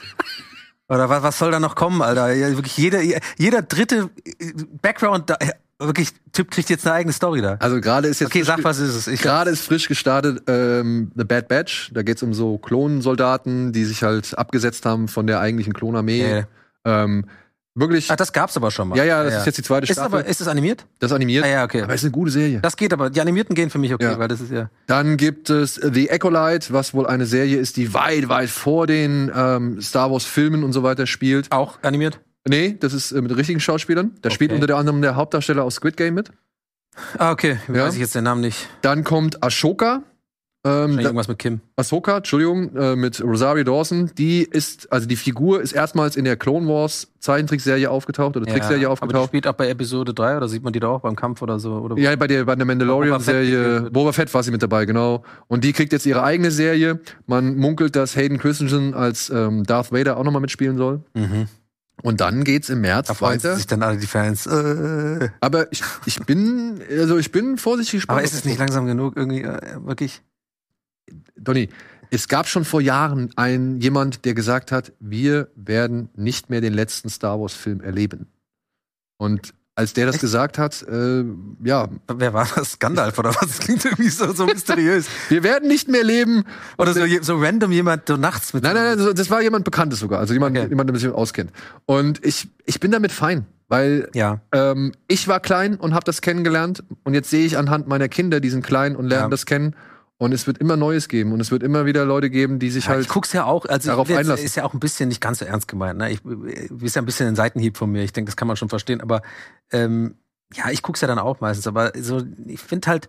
[SPEAKER 2] Oder was, was soll da noch kommen, Alter? Ja, wirklich jeder, jeder dritte äh, Background, da, äh, wirklich, Typ kriegt jetzt eine eigene Story da.
[SPEAKER 1] Also gerade ist jetzt.
[SPEAKER 2] Okay,
[SPEAKER 1] frisch
[SPEAKER 2] sag,
[SPEAKER 1] ge-
[SPEAKER 2] was ist es? Ich,
[SPEAKER 1] Gerade ist frisch gestartet ähm, The Bad Batch. Da geht es um so Klonsoldaten, die sich halt abgesetzt haben von der eigentlichen Klonarmee.
[SPEAKER 2] äh,
[SPEAKER 1] Ähm, wirklich.
[SPEAKER 2] ach, Ah, das gab's aber schon mal.
[SPEAKER 1] ja, ja, das ist jetzt die zweite
[SPEAKER 2] Ist,
[SPEAKER 1] Staffel.
[SPEAKER 2] aber, ist das animiert?
[SPEAKER 1] das ist animiert.
[SPEAKER 2] Ah, ja, okay.
[SPEAKER 1] Aber ist eine gute Serie.
[SPEAKER 2] Das geht aber. Die animierten gehen für mich okay,
[SPEAKER 1] Ja.
[SPEAKER 2] weil das ist ja.
[SPEAKER 1] Dann gibt es The Acolyte, was wohl eine Serie ist, die weit, weit vor den ähm, Star Wars-Filmen und so weiter spielt.
[SPEAKER 2] Auch animiert?
[SPEAKER 1] Nee, das ist äh, mit richtigen Schauspielern. Da spielt
[SPEAKER 2] Okay.
[SPEAKER 1] unter anderem der Hauptdarsteller aus Squid Game mit.
[SPEAKER 2] Ah, okay.
[SPEAKER 1] Ja.
[SPEAKER 2] Weiß ich jetzt den Namen nicht.
[SPEAKER 1] Dann kommt Ashoka. Ähm,
[SPEAKER 2] Wahrscheinlich
[SPEAKER 1] da,
[SPEAKER 2] irgendwas mit Kim.
[SPEAKER 1] Ahsoka, Entschuldigung, äh, mit Rosario Dawson. Die ist, also die Figur ist erstmals in der Clone Wars Zeichentrickserie aufgetaucht oder Trickserie
[SPEAKER 2] Aber die
[SPEAKER 1] aufgetaucht.
[SPEAKER 2] spielt auch bei Episode 3 oder sieht man die da auch beim Kampf oder so? Oder wo?
[SPEAKER 1] Ja, bei der, bei der
[SPEAKER 2] Boba
[SPEAKER 1] Mandalorian-Serie.
[SPEAKER 2] Fett.
[SPEAKER 1] Boba Fett war sie mit dabei, genau. Und die kriegt jetzt ihre eigene Serie. Man munkelt, dass Hayden Christensen als ähm, Darth Vader auch nochmal mitspielen soll.
[SPEAKER 2] Mhm.
[SPEAKER 1] Und dann geht's im März
[SPEAKER 2] Da freuen
[SPEAKER 1] weiter.
[SPEAKER 2] sich dann alle die Fans. Äh.
[SPEAKER 1] Aber ich, ich bin, also ich bin vorsichtig gespannt.
[SPEAKER 2] Aber ist es nicht langsam genug irgendwie? Äh, wirklich?
[SPEAKER 1] Donny, es gab schon vor Jahren einen, jemand, der gesagt hat, wir werden nicht mehr den letzten Star Wars-Film erleben. Und als der das
[SPEAKER 2] Echt?
[SPEAKER 1] gesagt hat, äh, ja,
[SPEAKER 2] Wer war das? Gandalf oder was? Das klingt irgendwie so, so mysteriös.
[SPEAKER 1] wir werden nicht mehr leben.
[SPEAKER 2] Oder so, je- so random jemand so nachts mit.
[SPEAKER 1] Nein, nein, nein, das- das war jemand Bekanntes sogar, also jemand,
[SPEAKER 2] Okay.
[SPEAKER 1] jemand, der sich auskennt. Und ich, ich bin damit fein, weil
[SPEAKER 2] Ja.
[SPEAKER 1] ähm, ich war klein und habe das kennengelernt und jetzt sehe ich anhand meiner Kinder diesen kleinen und lernen
[SPEAKER 2] Ja.
[SPEAKER 1] das kennen. Und es wird immer Neues geben und es wird immer wieder Leute geben, die sich
[SPEAKER 2] Ja,
[SPEAKER 1] halt
[SPEAKER 2] ich guck's ja auch, also
[SPEAKER 1] darauf
[SPEAKER 2] ich will jetzt,
[SPEAKER 1] einlassen.
[SPEAKER 2] ist ja auch ein bisschen nicht ganz so ernst gemeint. Ne? Ich äh, ist ja ein bisschen ein Seitenhieb von mir. Ich denke, das kann man schon verstehen. Aber ähm, ja, ich guck's ja dann auch meistens. Aber so, ich finde halt,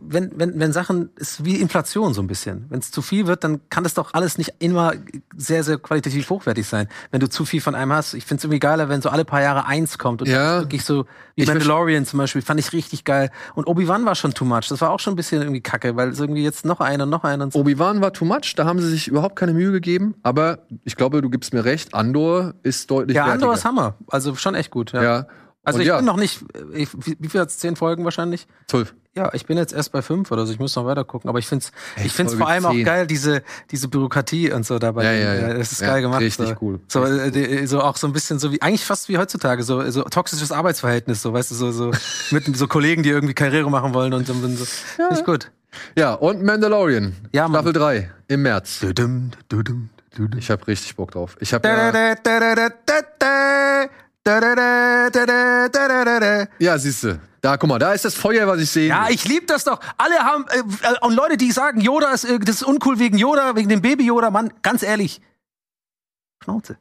[SPEAKER 2] wenn wenn wenn Sachen ist wie Inflation so ein bisschen. Wenn es zu viel wird, dann kann das doch alles nicht immer sehr sehr qualitativ hochwertig sein. Wenn du zu viel von einem hast, ich finde es irgendwie geiler, wenn so alle paar Jahre eins kommt und
[SPEAKER 1] Ja.
[SPEAKER 2] wirklich so wie
[SPEAKER 1] Ich verste-
[SPEAKER 2] Mandalorian zum Beispiel fand ich richtig geil. Und Obi Wan war schon too much. Das war auch schon ein bisschen irgendwie Kacke, weil es irgendwie jetzt noch einer, noch einer. Und so.
[SPEAKER 1] Obi-Wan war too much, da haben sie sich überhaupt keine Mühe gegeben, aber ich glaube, du gibst mir recht, Andor ist deutlich
[SPEAKER 2] Ja, Andor ist
[SPEAKER 1] wertiger.
[SPEAKER 2] Hammer. Also schon echt gut. Ja.
[SPEAKER 1] Ja.
[SPEAKER 2] Also
[SPEAKER 1] Und
[SPEAKER 2] ich
[SPEAKER 1] ja,
[SPEAKER 2] bin noch nicht, äh, ich, wie wie viel hat's? Zehn Folgen wahrscheinlich?
[SPEAKER 1] zwölf.
[SPEAKER 2] Ja, ich bin jetzt erst bei fünf oder so. Ich muss noch weiter gucken. Aber ich find's,
[SPEAKER 1] Hey,
[SPEAKER 2] ich find's
[SPEAKER 1] Folge
[SPEAKER 2] vor allem auch
[SPEAKER 1] 10.
[SPEAKER 2] geil, diese, diese Bürokratie und so dabei.
[SPEAKER 1] Ja, ja, ja.
[SPEAKER 2] Das ist
[SPEAKER 1] Ja,
[SPEAKER 2] geil gemacht.
[SPEAKER 1] richtig
[SPEAKER 2] so.
[SPEAKER 1] cool.
[SPEAKER 2] So, äh, die- so auch so ein bisschen so wie, eigentlich fast wie heutzutage, so, so toxisches Arbeitsverhältnis, so, weißt du, so, so, mit so Kollegen, die irgendwie Karriere machen wollen und so, und so. Finde ich gut.
[SPEAKER 1] Ja, und Mandalorian,
[SPEAKER 2] Ja, Mann.
[SPEAKER 1] Staffel 3 im März.
[SPEAKER 2] Dudum, dudum, dudum.
[SPEAKER 1] Ich habe richtig Bock drauf. Ich habe ja,
[SPEAKER 2] Ja,
[SPEAKER 1] ja siehst du, da guck mal, da ist das Feuer, was ich sehe.
[SPEAKER 2] ich liebe das doch. Alle haben äh, und Leute, die sagen, Yoda ist äh, das ist uncool wegen Yoda, wegen dem Baby Yoda, Mann, ganz ehrlich. Schnauze.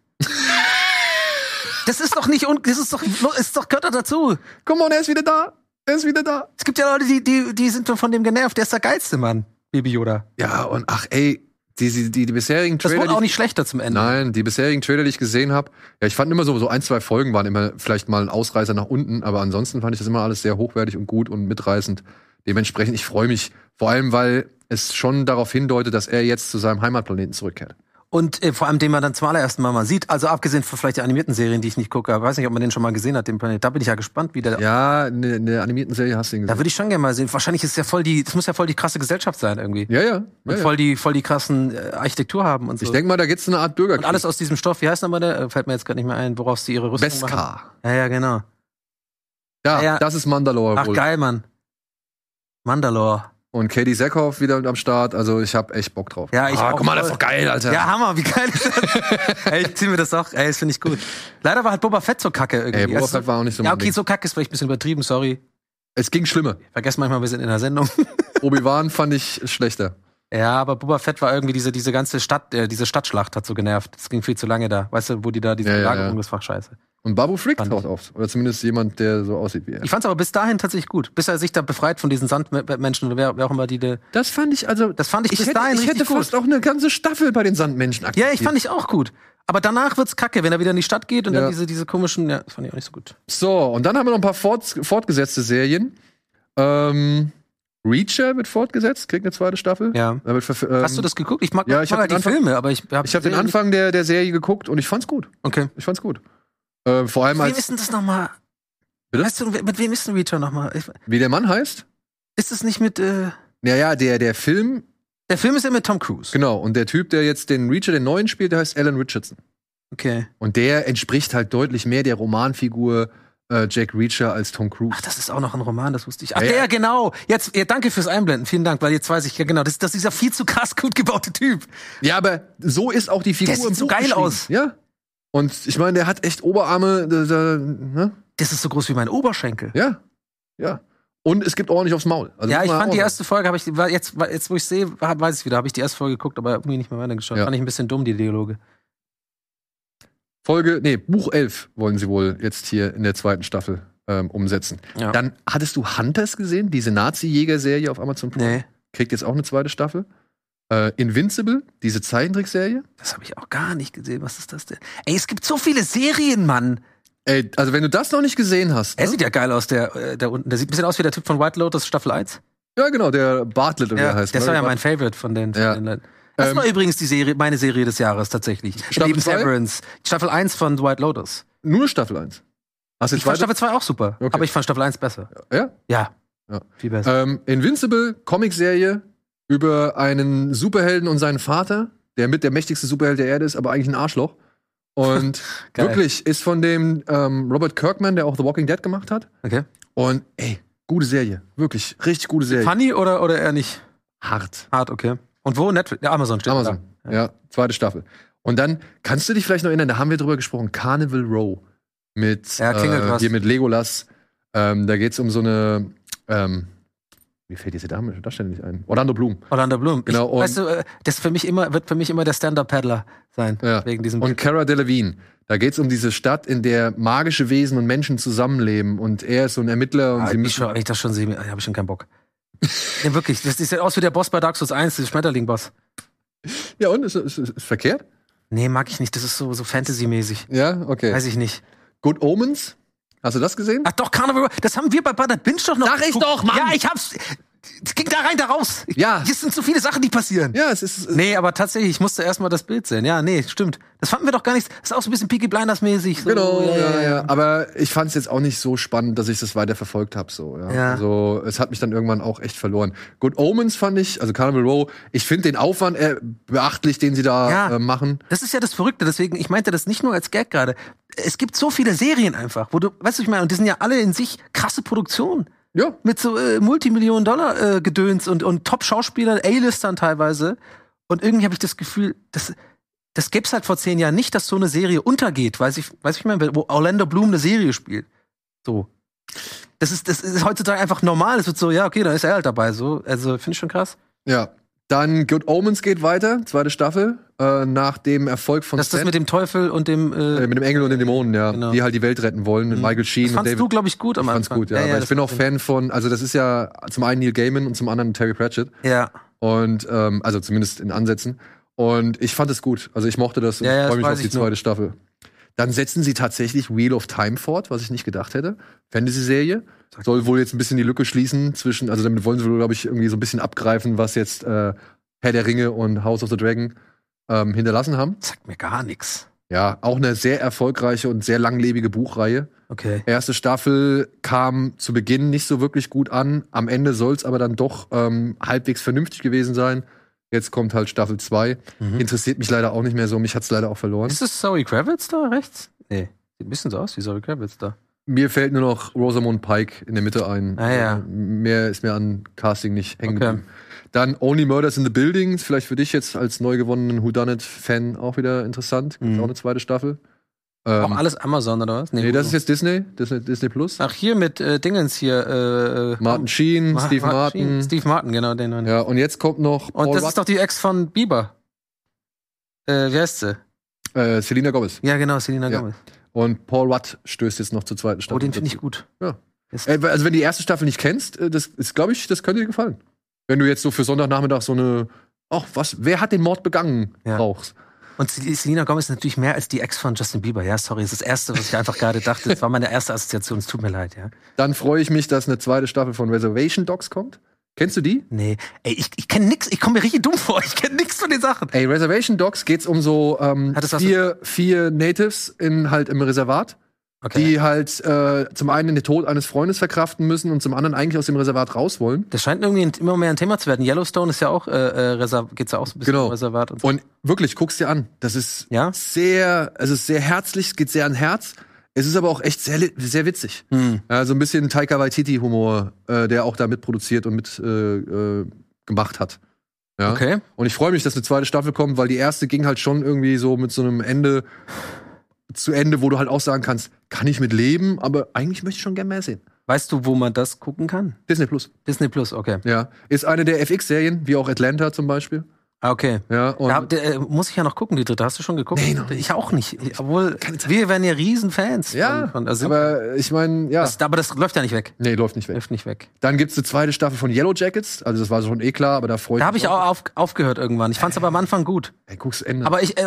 [SPEAKER 2] Das ist doch nicht un das ist doch ist doch gehört doch dazu.
[SPEAKER 1] guck mal, und er ist wieder da. Er ist wieder da.
[SPEAKER 2] Es gibt ja Leute, die die die sind von dem genervt, der ist der geilste Mann. Baby Yoda.
[SPEAKER 1] Ja, und ach ey, die, die, die, die bisherigen
[SPEAKER 2] Das
[SPEAKER 1] Trailer.
[SPEAKER 2] wurde auch
[SPEAKER 1] die-
[SPEAKER 2] nicht schlechter zum Ende.
[SPEAKER 1] Nein, die bisherigen Trailer, die ich gesehen habe, ja, ich fand immer so, so ein, zwei Folgen waren immer vielleicht mal ein Ausreißer nach unten, aber ansonsten fand ich das immer alles sehr hochwertig und gut und mitreißend. Dementsprechend, ich freue mich. Vor allem, weil es schon darauf hindeutet, dass er jetzt zu seinem Heimatplaneten zurückkehrt.
[SPEAKER 2] Und äh, vor allem, den man dann zum allerersten Mal mal sieht. Also abgesehen von vielleicht den animierten Serien, die ich nicht gucke. Aber weiß nicht, ob man den schon mal gesehen hat, den Planet. Da bin ich ja gespannt, wie der.
[SPEAKER 1] Ja, in der- in der animierten Serie hast du ihn
[SPEAKER 2] Da
[SPEAKER 1] gesehen.
[SPEAKER 2] würde ich schon gerne mal sehen. Wahrscheinlich ist ja voll die, das muss ja voll die krasse Gesellschaft sein irgendwie.
[SPEAKER 1] Ja, ja. ja,
[SPEAKER 2] Und
[SPEAKER 1] ja.
[SPEAKER 2] voll die, voll die krassen äh, Architektur haben und so.
[SPEAKER 1] Ich denke mal, da gibt's eine Art
[SPEAKER 2] und
[SPEAKER 1] Bürgerkrieg.
[SPEAKER 2] alles aus diesem Stoff, wie heißt nochmal der? Äh, Fällt mir jetzt gerade nicht mehr ein, woraus sie ihre Rüstung machen.
[SPEAKER 1] Beskar.
[SPEAKER 2] Ja, ja, genau.
[SPEAKER 1] Ja,
[SPEAKER 2] Ja, ja.
[SPEAKER 1] das ist Mandalore
[SPEAKER 2] Ach
[SPEAKER 1] wohl.
[SPEAKER 2] geil, Mann. Mandalore.
[SPEAKER 1] Und Katie Sackhoff wieder mit am Start. Also ich habe echt Bock drauf.
[SPEAKER 2] Ja, ich
[SPEAKER 1] ah,
[SPEAKER 2] auch
[SPEAKER 1] guck mal, das ist
[SPEAKER 2] voll.
[SPEAKER 1] doch geil, Alter.
[SPEAKER 2] Ja, Hammer, wie geil ist das? ey, ich zieh mir das auch. Ey, das finde ich gut. Leider war halt Boba Fett so kacke irgendwie.
[SPEAKER 1] Ey, Boba
[SPEAKER 2] Also,
[SPEAKER 1] Fett war auch nicht so
[SPEAKER 2] ja,
[SPEAKER 1] mein
[SPEAKER 2] okay,
[SPEAKER 1] Ding.
[SPEAKER 2] so kacke ist vielleicht ein bisschen übertrieben, sorry.
[SPEAKER 1] Es ging schlimmer.
[SPEAKER 2] Vergesst manchmal, wir sind in der Sendung.
[SPEAKER 1] Obi-Wan fand ich schlechter.
[SPEAKER 2] ja, aber Boba Fett war irgendwie diese, diese ganze Stadt, äh, diese Stadtschlacht hat so genervt. Es ging viel zu lange da. Weißt du, wo die da diese
[SPEAKER 1] Ja, ja,
[SPEAKER 2] Belagerung,
[SPEAKER 1] ja.
[SPEAKER 2] das war scheiße.
[SPEAKER 1] Und Babu Frick
[SPEAKER 2] Fand
[SPEAKER 1] taucht auf. Oder zumindest jemand, der so aussieht wie er.
[SPEAKER 2] Ich fand's aber bis dahin tatsächlich gut. Bis er sich da befreit von diesen Sandmenschen, oder wer, wer auch immer die, die
[SPEAKER 1] Das fand ich also.
[SPEAKER 2] Das fand ich,
[SPEAKER 1] ich
[SPEAKER 2] bis
[SPEAKER 1] hätte,
[SPEAKER 2] dahin
[SPEAKER 1] ich
[SPEAKER 2] richtig
[SPEAKER 1] hätte
[SPEAKER 2] gut.
[SPEAKER 1] fast auch eine ganze Staffel bei den Sandmenschen
[SPEAKER 2] ja, ich fand ich auch gut. Aber danach wird's kacke, wenn er wieder in die Stadt geht und
[SPEAKER 1] Ja.
[SPEAKER 2] dann diese, diese komischen, ja, das fand ich auch nicht so gut.
[SPEAKER 1] So, und dann haben wir noch ein paar fort, fortgesetzte Serien. Ähm, Reacher wird fortgesetzt, kriegt eine zweite Staffel.
[SPEAKER 2] Ja.
[SPEAKER 1] Da wird verf- ähm,
[SPEAKER 2] Hast du das geguckt? Ich mag,
[SPEAKER 1] ja,
[SPEAKER 2] ich
[SPEAKER 1] ich hab
[SPEAKER 2] mag halt die
[SPEAKER 1] den Anfang-
[SPEAKER 2] Filme, aber ich hab, äh,
[SPEAKER 1] Ich habe den Anfang der, der Serie geguckt und ich fand's gut.
[SPEAKER 2] Okay.
[SPEAKER 1] Ich fand's gut. Äh, vor allem
[SPEAKER 2] Wem
[SPEAKER 1] als
[SPEAKER 2] ist denn das nochmal?
[SPEAKER 1] Bitte?
[SPEAKER 2] Weißt du, mit wem ist denn Reacher nochmal? Ich-
[SPEAKER 1] wie der Mann heißt.
[SPEAKER 2] Ist es nicht mit, äh,
[SPEAKER 1] Naja, der, der Film,
[SPEAKER 2] der Film ist ja mit Tom Cruise.
[SPEAKER 1] genau. Und der Typ, der jetzt den Reacher, den neuen spielt, der heißt Alan Richardson.
[SPEAKER 2] Okay.
[SPEAKER 1] Und der entspricht halt deutlich mehr der Romanfigur äh, Jack Reacher als Tom Cruise.
[SPEAKER 2] Ach, das ist auch noch ein Roman, das wusste ich. Ach,
[SPEAKER 1] Ja, ja.
[SPEAKER 2] der, genau. Jetzt, ja, danke fürs Einblenden. Vielen Dank, weil jetzt weiß ich, ja, genau, das, das ist dieser viel zu krass gut gebaute Typ.
[SPEAKER 1] Ja, aber so ist auch die Figur
[SPEAKER 2] Der sieht
[SPEAKER 1] im
[SPEAKER 2] so
[SPEAKER 1] Buch
[SPEAKER 2] geil
[SPEAKER 1] geschrieben.
[SPEAKER 2] aus.
[SPEAKER 1] Ja. Und ich meine, der hat echt Oberarme, da, da, ne?
[SPEAKER 2] Das ist so groß wie mein Oberschenkel.
[SPEAKER 1] Ja. Ja. Und es gibt ordentlich aufs Maul. Also
[SPEAKER 2] Ja,
[SPEAKER 1] muss
[SPEAKER 2] ich
[SPEAKER 1] man
[SPEAKER 2] fand
[SPEAKER 1] auch
[SPEAKER 2] die
[SPEAKER 1] sagen.
[SPEAKER 2] erste Folge, habe ich war jetzt, war jetzt wo ich sehe, war- weiß ich wieder, habe ich die erste Folge geguckt, aber irgendwie nicht mehr weitergeschaut.
[SPEAKER 1] Ja.
[SPEAKER 2] Fand ich ein bisschen dumm die Dialoge.
[SPEAKER 1] Folge, nee, Buch 11 wollen sie wohl jetzt hier in der zweiten Staffel ähm, umsetzen.
[SPEAKER 2] Ja.
[SPEAKER 1] Dann hattest du Hunters gesehen, diese Nazi-Jäger-Serie auf Amazon Prime.
[SPEAKER 2] Nee,
[SPEAKER 1] Kriegt jetzt auch eine zweite Staffel. Äh, Invincible, diese Zeichentrickserie.
[SPEAKER 2] das habe ich auch gar nicht gesehen. Was ist das denn? Ey, es gibt so viele Serien, Mann.
[SPEAKER 1] Ey, also wenn du das noch nicht gesehen hast.
[SPEAKER 2] Er
[SPEAKER 1] Ne?
[SPEAKER 2] sieht ja geil aus, der äh, da unten. Der sieht ein bisschen aus wie der Typ von White Lotus Staffel 1.
[SPEAKER 1] Ja, genau, der Bartlett oder wie er heißt.
[SPEAKER 2] das
[SPEAKER 1] ne?
[SPEAKER 2] war ja mein Favorite von den, von
[SPEAKER 1] Ja.
[SPEAKER 2] den Leuten. Das
[SPEAKER 1] Ähm,
[SPEAKER 2] war übrigens die Serie, meine Serie des Jahres tatsächlich.
[SPEAKER 1] Staffel
[SPEAKER 2] Neben
[SPEAKER 1] zwei?
[SPEAKER 2] Severance. Staffel 1 von White Lotus.
[SPEAKER 1] Nur Staffel 1. Hast du
[SPEAKER 2] Ich fand
[SPEAKER 1] zweite?
[SPEAKER 2] Staffel 2 auch super,
[SPEAKER 1] Okay.
[SPEAKER 2] aber ich fand Staffel 1 besser.
[SPEAKER 1] Ja?
[SPEAKER 2] Ja.
[SPEAKER 1] Ja.
[SPEAKER 2] Viel besser.
[SPEAKER 1] Ähm, Invincible, Comicserie über einen Superhelden und seinen Vater, der mit der mächtigste Superheld der Erde ist, aber eigentlich ein Arschloch. Und
[SPEAKER 2] Geil.
[SPEAKER 1] Äh, wirklich ist von dem ähm, Robert Kirkman, der auch The Walking Dead gemacht hat.
[SPEAKER 2] Okay.
[SPEAKER 1] Und ey, gute Serie. Wirklich, richtig gute Serie.
[SPEAKER 2] Funny oder, oder eher nicht?
[SPEAKER 1] Hart.
[SPEAKER 2] Hart, okay. Und wo? Netflix? Ja, Amazon steht
[SPEAKER 1] Amazon. Ja. zweite Staffel. Und dann kannst du dich vielleicht noch erinnern, da haben wir drüber gesprochen, Carnival Row mit
[SPEAKER 2] Ja, halt klingelt
[SPEAKER 1] äh,
[SPEAKER 2] was.
[SPEAKER 1] hier mit Legolas. Ähm, da geht's um so eine ähm, mir fällt diese Dame Darsteller nicht ein. Orlando Bloom.
[SPEAKER 2] da. Orlando Bloom.
[SPEAKER 1] Genau, und-
[SPEAKER 2] ich, weißt du, äh, das für mich immer, wird für mich immer der Stand-Up-Paddler sein.
[SPEAKER 1] Ja.
[SPEAKER 2] Wegen diesem.
[SPEAKER 1] Und Cara Delevingne. Da geht's um diese Stadt, in der magische Wesen und Menschen zusammenleben. Und er ist so ein Ermittler und
[SPEAKER 2] Ah,
[SPEAKER 1] sie
[SPEAKER 2] ich
[SPEAKER 1] müssen.
[SPEAKER 2] schon, wenn ich das schon sehe, habe ich schon keinen Bock. nee, wirklich, das sieht aus wie der Boss bei Dark Souls 1, der Schmetterling-Boss.
[SPEAKER 1] Ja, und? Ist, ist, ist, ist verkehrt?
[SPEAKER 2] Nee, mag ich nicht, das ist so, so Fantasy-mäßig.
[SPEAKER 1] Ja, okay.
[SPEAKER 2] Weiß ich nicht.
[SPEAKER 1] Good Omens? Hast du das gesehen?
[SPEAKER 2] Ach doch, Carnival, das haben wir bei Butter Binge doch noch.
[SPEAKER 1] Sag ich
[SPEAKER 2] geguckt.
[SPEAKER 1] doch, Mann!
[SPEAKER 2] Ja, ich hab's. Es ging da rein, da raus. Ich-
[SPEAKER 1] Ja.
[SPEAKER 2] Hier sind so viele Sachen, die passieren.
[SPEAKER 1] Ja, es ist.
[SPEAKER 2] Nee, aber tatsächlich, ich musste erstmal das Bild sehen. Ja, nee, stimmt. Das fanden wir doch gar nicht. Das ist auch so ein bisschen Peaky Blinders-mäßig. So,
[SPEAKER 1] Genau, ja, ja, Aber ich fand es jetzt auch nicht so spannend, dass ich das weiter verfolgt habe. So, ja.
[SPEAKER 2] Ja.
[SPEAKER 1] Also es hat mich dann irgendwann auch echt verloren. Good Omens fand ich, also Carnival Row, ich finde den Aufwand äh, beachtlich, den sie da
[SPEAKER 2] Ja.
[SPEAKER 1] äh, machen.
[SPEAKER 2] Das ist ja das Verrückte, deswegen, ich meinte das nicht nur als Gag gerade. Es gibt so viele Serien einfach, wo du, weißt du, ich meine, und die sind ja alle in sich krasse Produktionen.
[SPEAKER 1] Ja.
[SPEAKER 2] Mit so äh, Multimillionen Dollar äh, Gedöns und, und Top-Schauspielern, A-Listern teilweise. Und irgendwie habe ich das Gefühl, das, das gäb's halt vor zehn Jahren nicht, dass so eine Serie untergeht, weiß ich, weiß ich meine, wo Orlando Bloom eine Serie spielt. So. Das ist, das ist heutzutage einfach normal. Es wird so, ja, okay, da ist er halt dabei. So, also finde ich schon krass.
[SPEAKER 1] Ja. Dann Good Omens geht weiter, zweite Staffel, äh, nach dem Erfolg von
[SPEAKER 2] Dass das
[SPEAKER 1] Sand-
[SPEAKER 2] mit dem Teufel und dem äh,
[SPEAKER 1] Äh, mit dem Engel und den Dämonen, ja.
[SPEAKER 2] Genau. Mhm.
[SPEAKER 1] Die halt die Welt retten wollen. mit Michael Sheen
[SPEAKER 2] Das
[SPEAKER 1] und
[SPEAKER 2] fandst
[SPEAKER 1] David.
[SPEAKER 2] du, glaube ich, gut am
[SPEAKER 1] ich fand's
[SPEAKER 2] Anfang.
[SPEAKER 1] gut, ja. aber
[SPEAKER 2] das
[SPEAKER 1] ich bin auch
[SPEAKER 2] fand's
[SPEAKER 1] Fan von, also das ist ja zum einen Neil Gaiman und zum anderen Terry Pratchett.
[SPEAKER 2] gut. Ja.
[SPEAKER 1] Und ähm, also zumindest in Ansätzen. Und ich fand es gut. Also ich mochte das und
[SPEAKER 2] Ja, ja, das
[SPEAKER 1] freue mich
[SPEAKER 2] weiß
[SPEAKER 1] auf die
[SPEAKER 2] ich noch.
[SPEAKER 1] zweite Staffel. Dann setzen sie tatsächlich Wheel of Time fort, was ich nicht gedacht hätte. Fantasy-Serie. Soll wohl jetzt ein bisschen die Lücke schließen zwischen, also damit wollen sie wohl, glaube ich, irgendwie so ein bisschen abgreifen, was jetzt äh, Herr der Ringe und House of the Dragon ähm, hinterlassen haben.
[SPEAKER 2] Sagt mir gar nichts.
[SPEAKER 1] Ja, auch eine sehr erfolgreiche und sehr langlebige Buchreihe.
[SPEAKER 2] Okay.
[SPEAKER 1] Erste Staffel kam zu Beginn nicht so wirklich gut an. Am Ende soll es aber dann doch ähm, halbwegs vernünftig gewesen sein. Jetzt kommt halt Staffel 2.
[SPEAKER 2] Mhm.
[SPEAKER 1] Interessiert mich leider auch nicht mehr so. Mich hat's leider auch verloren.
[SPEAKER 2] Ist das Zoe Kravitz da rechts? Nee. Sieht ein bisschen so aus wie Zoe Kravitz da.
[SPEAKER 1] Mir fällt nur noch Rosamund Pike in der Mitte ein.
[SPEAKER 2] Ah, ja.
[SPEAKER 1] Äh, Mehr ist mir an Casting nicht hängen
[SPEAKER 2] Okay.
[SPEAKER 1] geblieben. Dann Only Murders in the Building. Ist vielleicht für dich jetzt als neu gewonnenen Whodunit-Fan auch wieder interessant. Gibt's
[SPEAKER 2] Mhm.
[SPEAKER 1] auch eine zweite Staffel. Ähm,
[SPEAKER 2] Auch alles Amazon oder was?
[SPEAKER 1] nee, das ist
[SPEAKER 2] Hulu.
[SPEAKER 1] jetzt Disney. Disney, Disney Plus.
[SPEAKER 2] Ach, hier mit äh, Dingens hier. Äh, äh,
[SPEAKER 1] Martin Sheen,
[SPEAKER 2] Ma-
[SPEAKER 1] Steve Martin.
[SPEAKER 2] Sheen. Steve Martin, genau, den neuen.
[SPEAKER 1] Ja, und jetzt kommt noch
[SPEAKER 2] Und
[SPEAKER 1] Paul
[SPEAKER 2] das
[SPEAKER 1] Rudd.
[SPEAKER 2] ist doch die Ex von Bieber. Äh, wie heißt sie?
[SPEAKER 1] Äh, Selena Gomez.
[SPEAKER 2] Ja, genau, Selena
[SPEAKER 1] Ja.
[SPEAKER 2] Gomez.
[SPEAKER 1] Und Paul Rudd stößt jetzt noch zur zweiten Staffel.
[SPEAKER 2] Oh, den finde ich gut.
[SPEAKER 1] Ja.
[SPEAKER 2] Ist-
[SPEAKER 1] Äh, Also, wenn du die erste Staffel nicht kennst, äh, das ist, glaube ich, das könnte dir gefallen. Wenn du jetzt so für Sonntagnachmittag so eine, ach, was, wer hat den Mord begangen,
[SPEAKER 2] Ja.
[SPEAKER 1] brauchst.
[SPEAKER 2] Und Se- Selena Gomez ist natürlich mehr als die Ex von Justin Bieber. Ja, sorry, das ist das Erste, was ich einfach gerade dachte. Das war meine erste Assoziation. Es tut mir leid, ja.
[SPEAKER 1] Dann freue ich mich, dass eine zweite Staffel von Reservation Dogs kommt. Kennst du die?
[SPEAKER 2] Nee, ey, ich, ich kenne nix. Ich komme mir richtig dumm vor. Ich kenne nix von den Sachen.
[SPEAKER 1] Ey, Reservation Dogs geht's um so ähm,
[SPEAKER 2] Hat das was
[SPEAKER 1] vier, vier Natives in, halt im Reservat,
[SPEAKER 2] Okay.
[SPEAKER 1] die halt äh, zum einen den Tod eines Freundes verkraften müssen und zum anderen eigentlich aus dem Reservat raus wollen.
[SPEAKER 2] das scheint irgendwie ein, immer mehr ein Thema zu werden. Yellowstone ist ja auch, äh, äh, Reserv geht's ja auch so ein bisschen
[SPEAKER 1] Genau.
[SPEAKER 2] um Reservat und so.
[SPEAKER 1] Und wirklich, guck's dir an. Das ist
[SPEAKER 2] Ja?
[SPEAKER 1] sehr, also es ist sehr herzlich, es geht sehr an Herz. Es ist aber auch echt sehr, li- sehr witzig.
[SPEAKER 2] Hm.
[SPEAKER 1] Ja, so ein bisschen Taika Waititi-Humor, äh, der auch da mitproduziert und mit äh, äh, gemacht hat. Ja?
[SPEAKER 2] Okay.
[SPEAKER 1] Und ich freue mich, dass eine zweite Staffel kommt, weil die erste ging halt schon irgendwie so mit so einem Ende zu Ende, wo du halt auch sagen kannst, kann ich mit leben, aber eigentlich möchte ich schon gerne mehr sehen.
[SPEAKER 2] Weißt du, wo man das gucken kann?
[SPEAKER 1] Disney Plus,
[SPEAKER 2] Disney Plus, okay.
[SPEAKER 1] ja. Ist eine der FX-Serien, wie auch Atlanta zum Beispiel.
[SPEAKER 2] Ah, okay.
[SPEAKER 1] Ja, und
[SPEAKER 2] Da, habt ihr, äh, muss ich ja noch gucken, die dritte. Hast du schon geguckt?
[SPEAKER 1] Nee, noch nicht.
[SPEAKER 2] Ich auch nicht. Obwohl, wir wären ja Riesenfans.
[SPEAKER 1] ja,
[SPEAKER 2] von, von, also, aber,
[SPEAKER 1] aber ich meine, ja.
[SPEAKER 2] das, aber das läuft ja nicht weg.
[SPEAKER 1] nee, läuft nicht weg.
[SPEAKER 2] Läuft nicht weg.
[SPEAKER 1] Dann gibt's eine zweite Staffel von Yellow Jackets. Also das war schon eh klar, aber da freue
[SPEAKER 2] Da habe
[SPEAKER 1] mich.
[SPEAKER 2] ich auch auf, aufgehört irgendwann. Ich fand es aber am Anfang gut.
[SPEAKER 1] Ey, guck's Ende.
[SPEAKER 2] Aber ich, äh,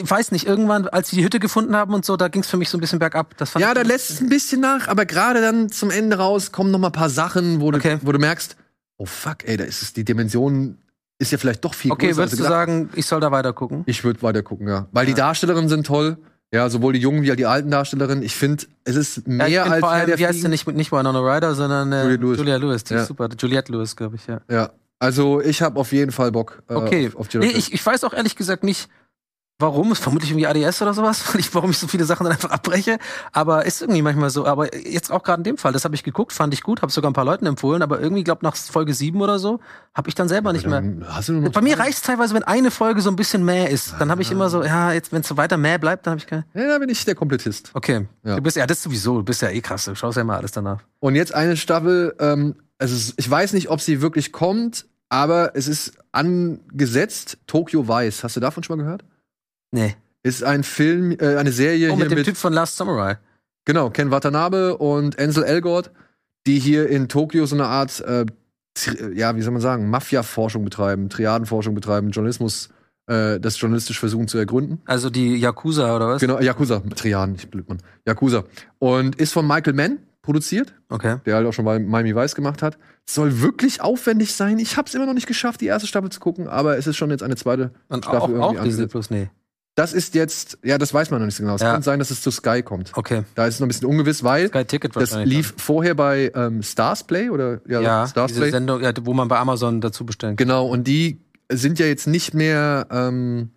[SPEAKER 2] ich weiß nicht, irgendwann, als sie die Hütte gefunden haben und so, da ging es für mich so ein bisschen bergab. Das fand
[SPEAKER 1] ja,
[SPEAKER 2] ich
[SPEAKER 1] da lässt es ein bisschen nach, aber gerade dann zum Ende raus kommen noch mal ein paar Sachen, wo du,
[SPEAKER 2] Okay.
[SPEAKER 1] wo du merkst, oh fuck, ey, da ist es, die Dimension ist ja vielleicht doch viel
[SPEAKER 2] Okay,
[SPEAKER 1] größer. als
[SPEAKER 2] würdest du
[SPEAKER 1] gedacht.
[SPEAKER 2] sagen, ich soll da weiter gucken?
[SPEAKER 1] Ich würde weiter gucken, ja. Weil die Darstellerinnen sind toll. Ja, sowohl die jungen wie auch die alten Darstellerinnen. Ich finde, es ist mehr
[SPEAKER 2] ich bin
[SPEAKER 1] als
[SPEAKER 2] Äh, vor
[SPEAKER 1] Herr
[SPEAKER 2] allem,
[SPEAKER 1] der
[SPEAKER 2] wie heißt sie
[SPEAKER 1] Fliegen.
[SPEAKER 2] nicht mit nicht Winona Ryder, sondern äh,
[SPEAKER 1] Julia Lewis.
[SPEAKER 2] Julia Lewis, die
[SPEAKER 1] Ja.
[SPEAKER 2] ist super. Juliette Lewis, glaube ich, ja.
[SPEAKER 1] Ja, also ich habe auf jeden Fall Bock äh,
[SPEAKER 2] Okay.
[SPEAKER 1] auf, auf die
[SPEAKER 2] nee, ich, ich weiß auch ehrlich gesagt nicht, warum. Es ist vermutlich irgendwie ADS oder sowas, weil ich, warum ich so viele Sachen dann einfach abbreche. Aber ist irgendwie manchmal so. Aber jetzt auch gerade in dem Fall, das habe ich geguckt, fand ich gut, habe sogar ein paar Leuten empfohlen, aber irgendwie, glaube nach Folge 7 oder so, habe ich dann selber nicht mehr.
[SPEAKER 1] Hast du nur noch
[SPEAKER 2] Bei mir reicht es teilweise, wenn eine Folge so ein bisschen mehr ist. Dann habe ich immer so, ja, jetzt, wenn es so weiter mehr bleibt, dann habe ich keine.
[SPEAKER 1] Ja, da bin ich der Komplettist.
[SPEAKER 2] Okay.
[SPEAKER 1] Ja.
[SPEAKER 2] Du bist ja das sowieso, du bist ja eh krass, du schaust ja immer alles danach.
[SPEAKER 1] Und jetzt eine Staffel, ähm, also es- ich weiß nicht, ob sie wirklich kommt, aber es ist angesetzt Tokyo Vice. Hast du davon schon mal gehört?
[SPEAKER 2] Nee.
[SPEAKER 1] Ist ein Film, äh, eine Serie
[SPEAKER 2] Oh,
[SPEAKER 1] hier
[SPEAKER 2] mit dem Typ von Last Samurai.
[SPEAKER 1] genau, Ken Watanabe und Ansel Elgort, die hier in Tokio so eine Art, äh, tri- ja, wie soll man sagen, Mafia-Forschung betreiben, Triadenforschung betreiben, Journalismus, äh, das journalistisch versuchen zu ergründen.
[SPEAKER 2] Also die Yakuza oder was?
[SPEAKER 1] Genau, Yakuza, Triaden, ich blöd, Mann. Yakuza. Und ist von Michael Mann produziert
[SPEAKER 2] Okay.
[SPEAKER 1] der halt auch schon mal Miami Vice gemacht hat. Soll wirklich aufwendig sein. Ich habe es immer noch nicht geschafft, die erste Staffel zu gucken, aber es ist schon jetzt eine zweite.
[SPEAKER 2] Und
[SPEAKER 1] Staffel
[SPEAKER 2] auch,
[SPEAKER 1] irgendwie
[SPEAKER 2] auch Disney
[SPEAKER 1] angesetzt.
[SPEAKER 2] Plus, nee.
[SPEAKER 1] Das ist jetzt, ja, das weiß man noch nicht so genau. Es
[SPEAKER 2] Ja.
[SPEAKER 1] kann sein, dass es zu Sky kommt.
[SPEAKER 2] Okay.
[SPEAKER 1] Da ist es noch ein bisschen ungewiss, weil
[SPEAKER 2] Sky Ticket
[SPEAKER 1] das
[SPEAKER 2] wahrscheinlich.
[SPEAKER 1] lief vorher bei ähm, Stars Play oder ja,
[SPEAKER 2] ja,
[SPEAKER 1] Stars
[SPEAKER 2] diese
[SPEAKER 1] Play.
[SPEAKER 2] Sendung, ja, wo man bei Amazon dazu bestellen kann.
[SPEAKER 1] Genau, und die sind ja jetzt nicht mehr, ähm,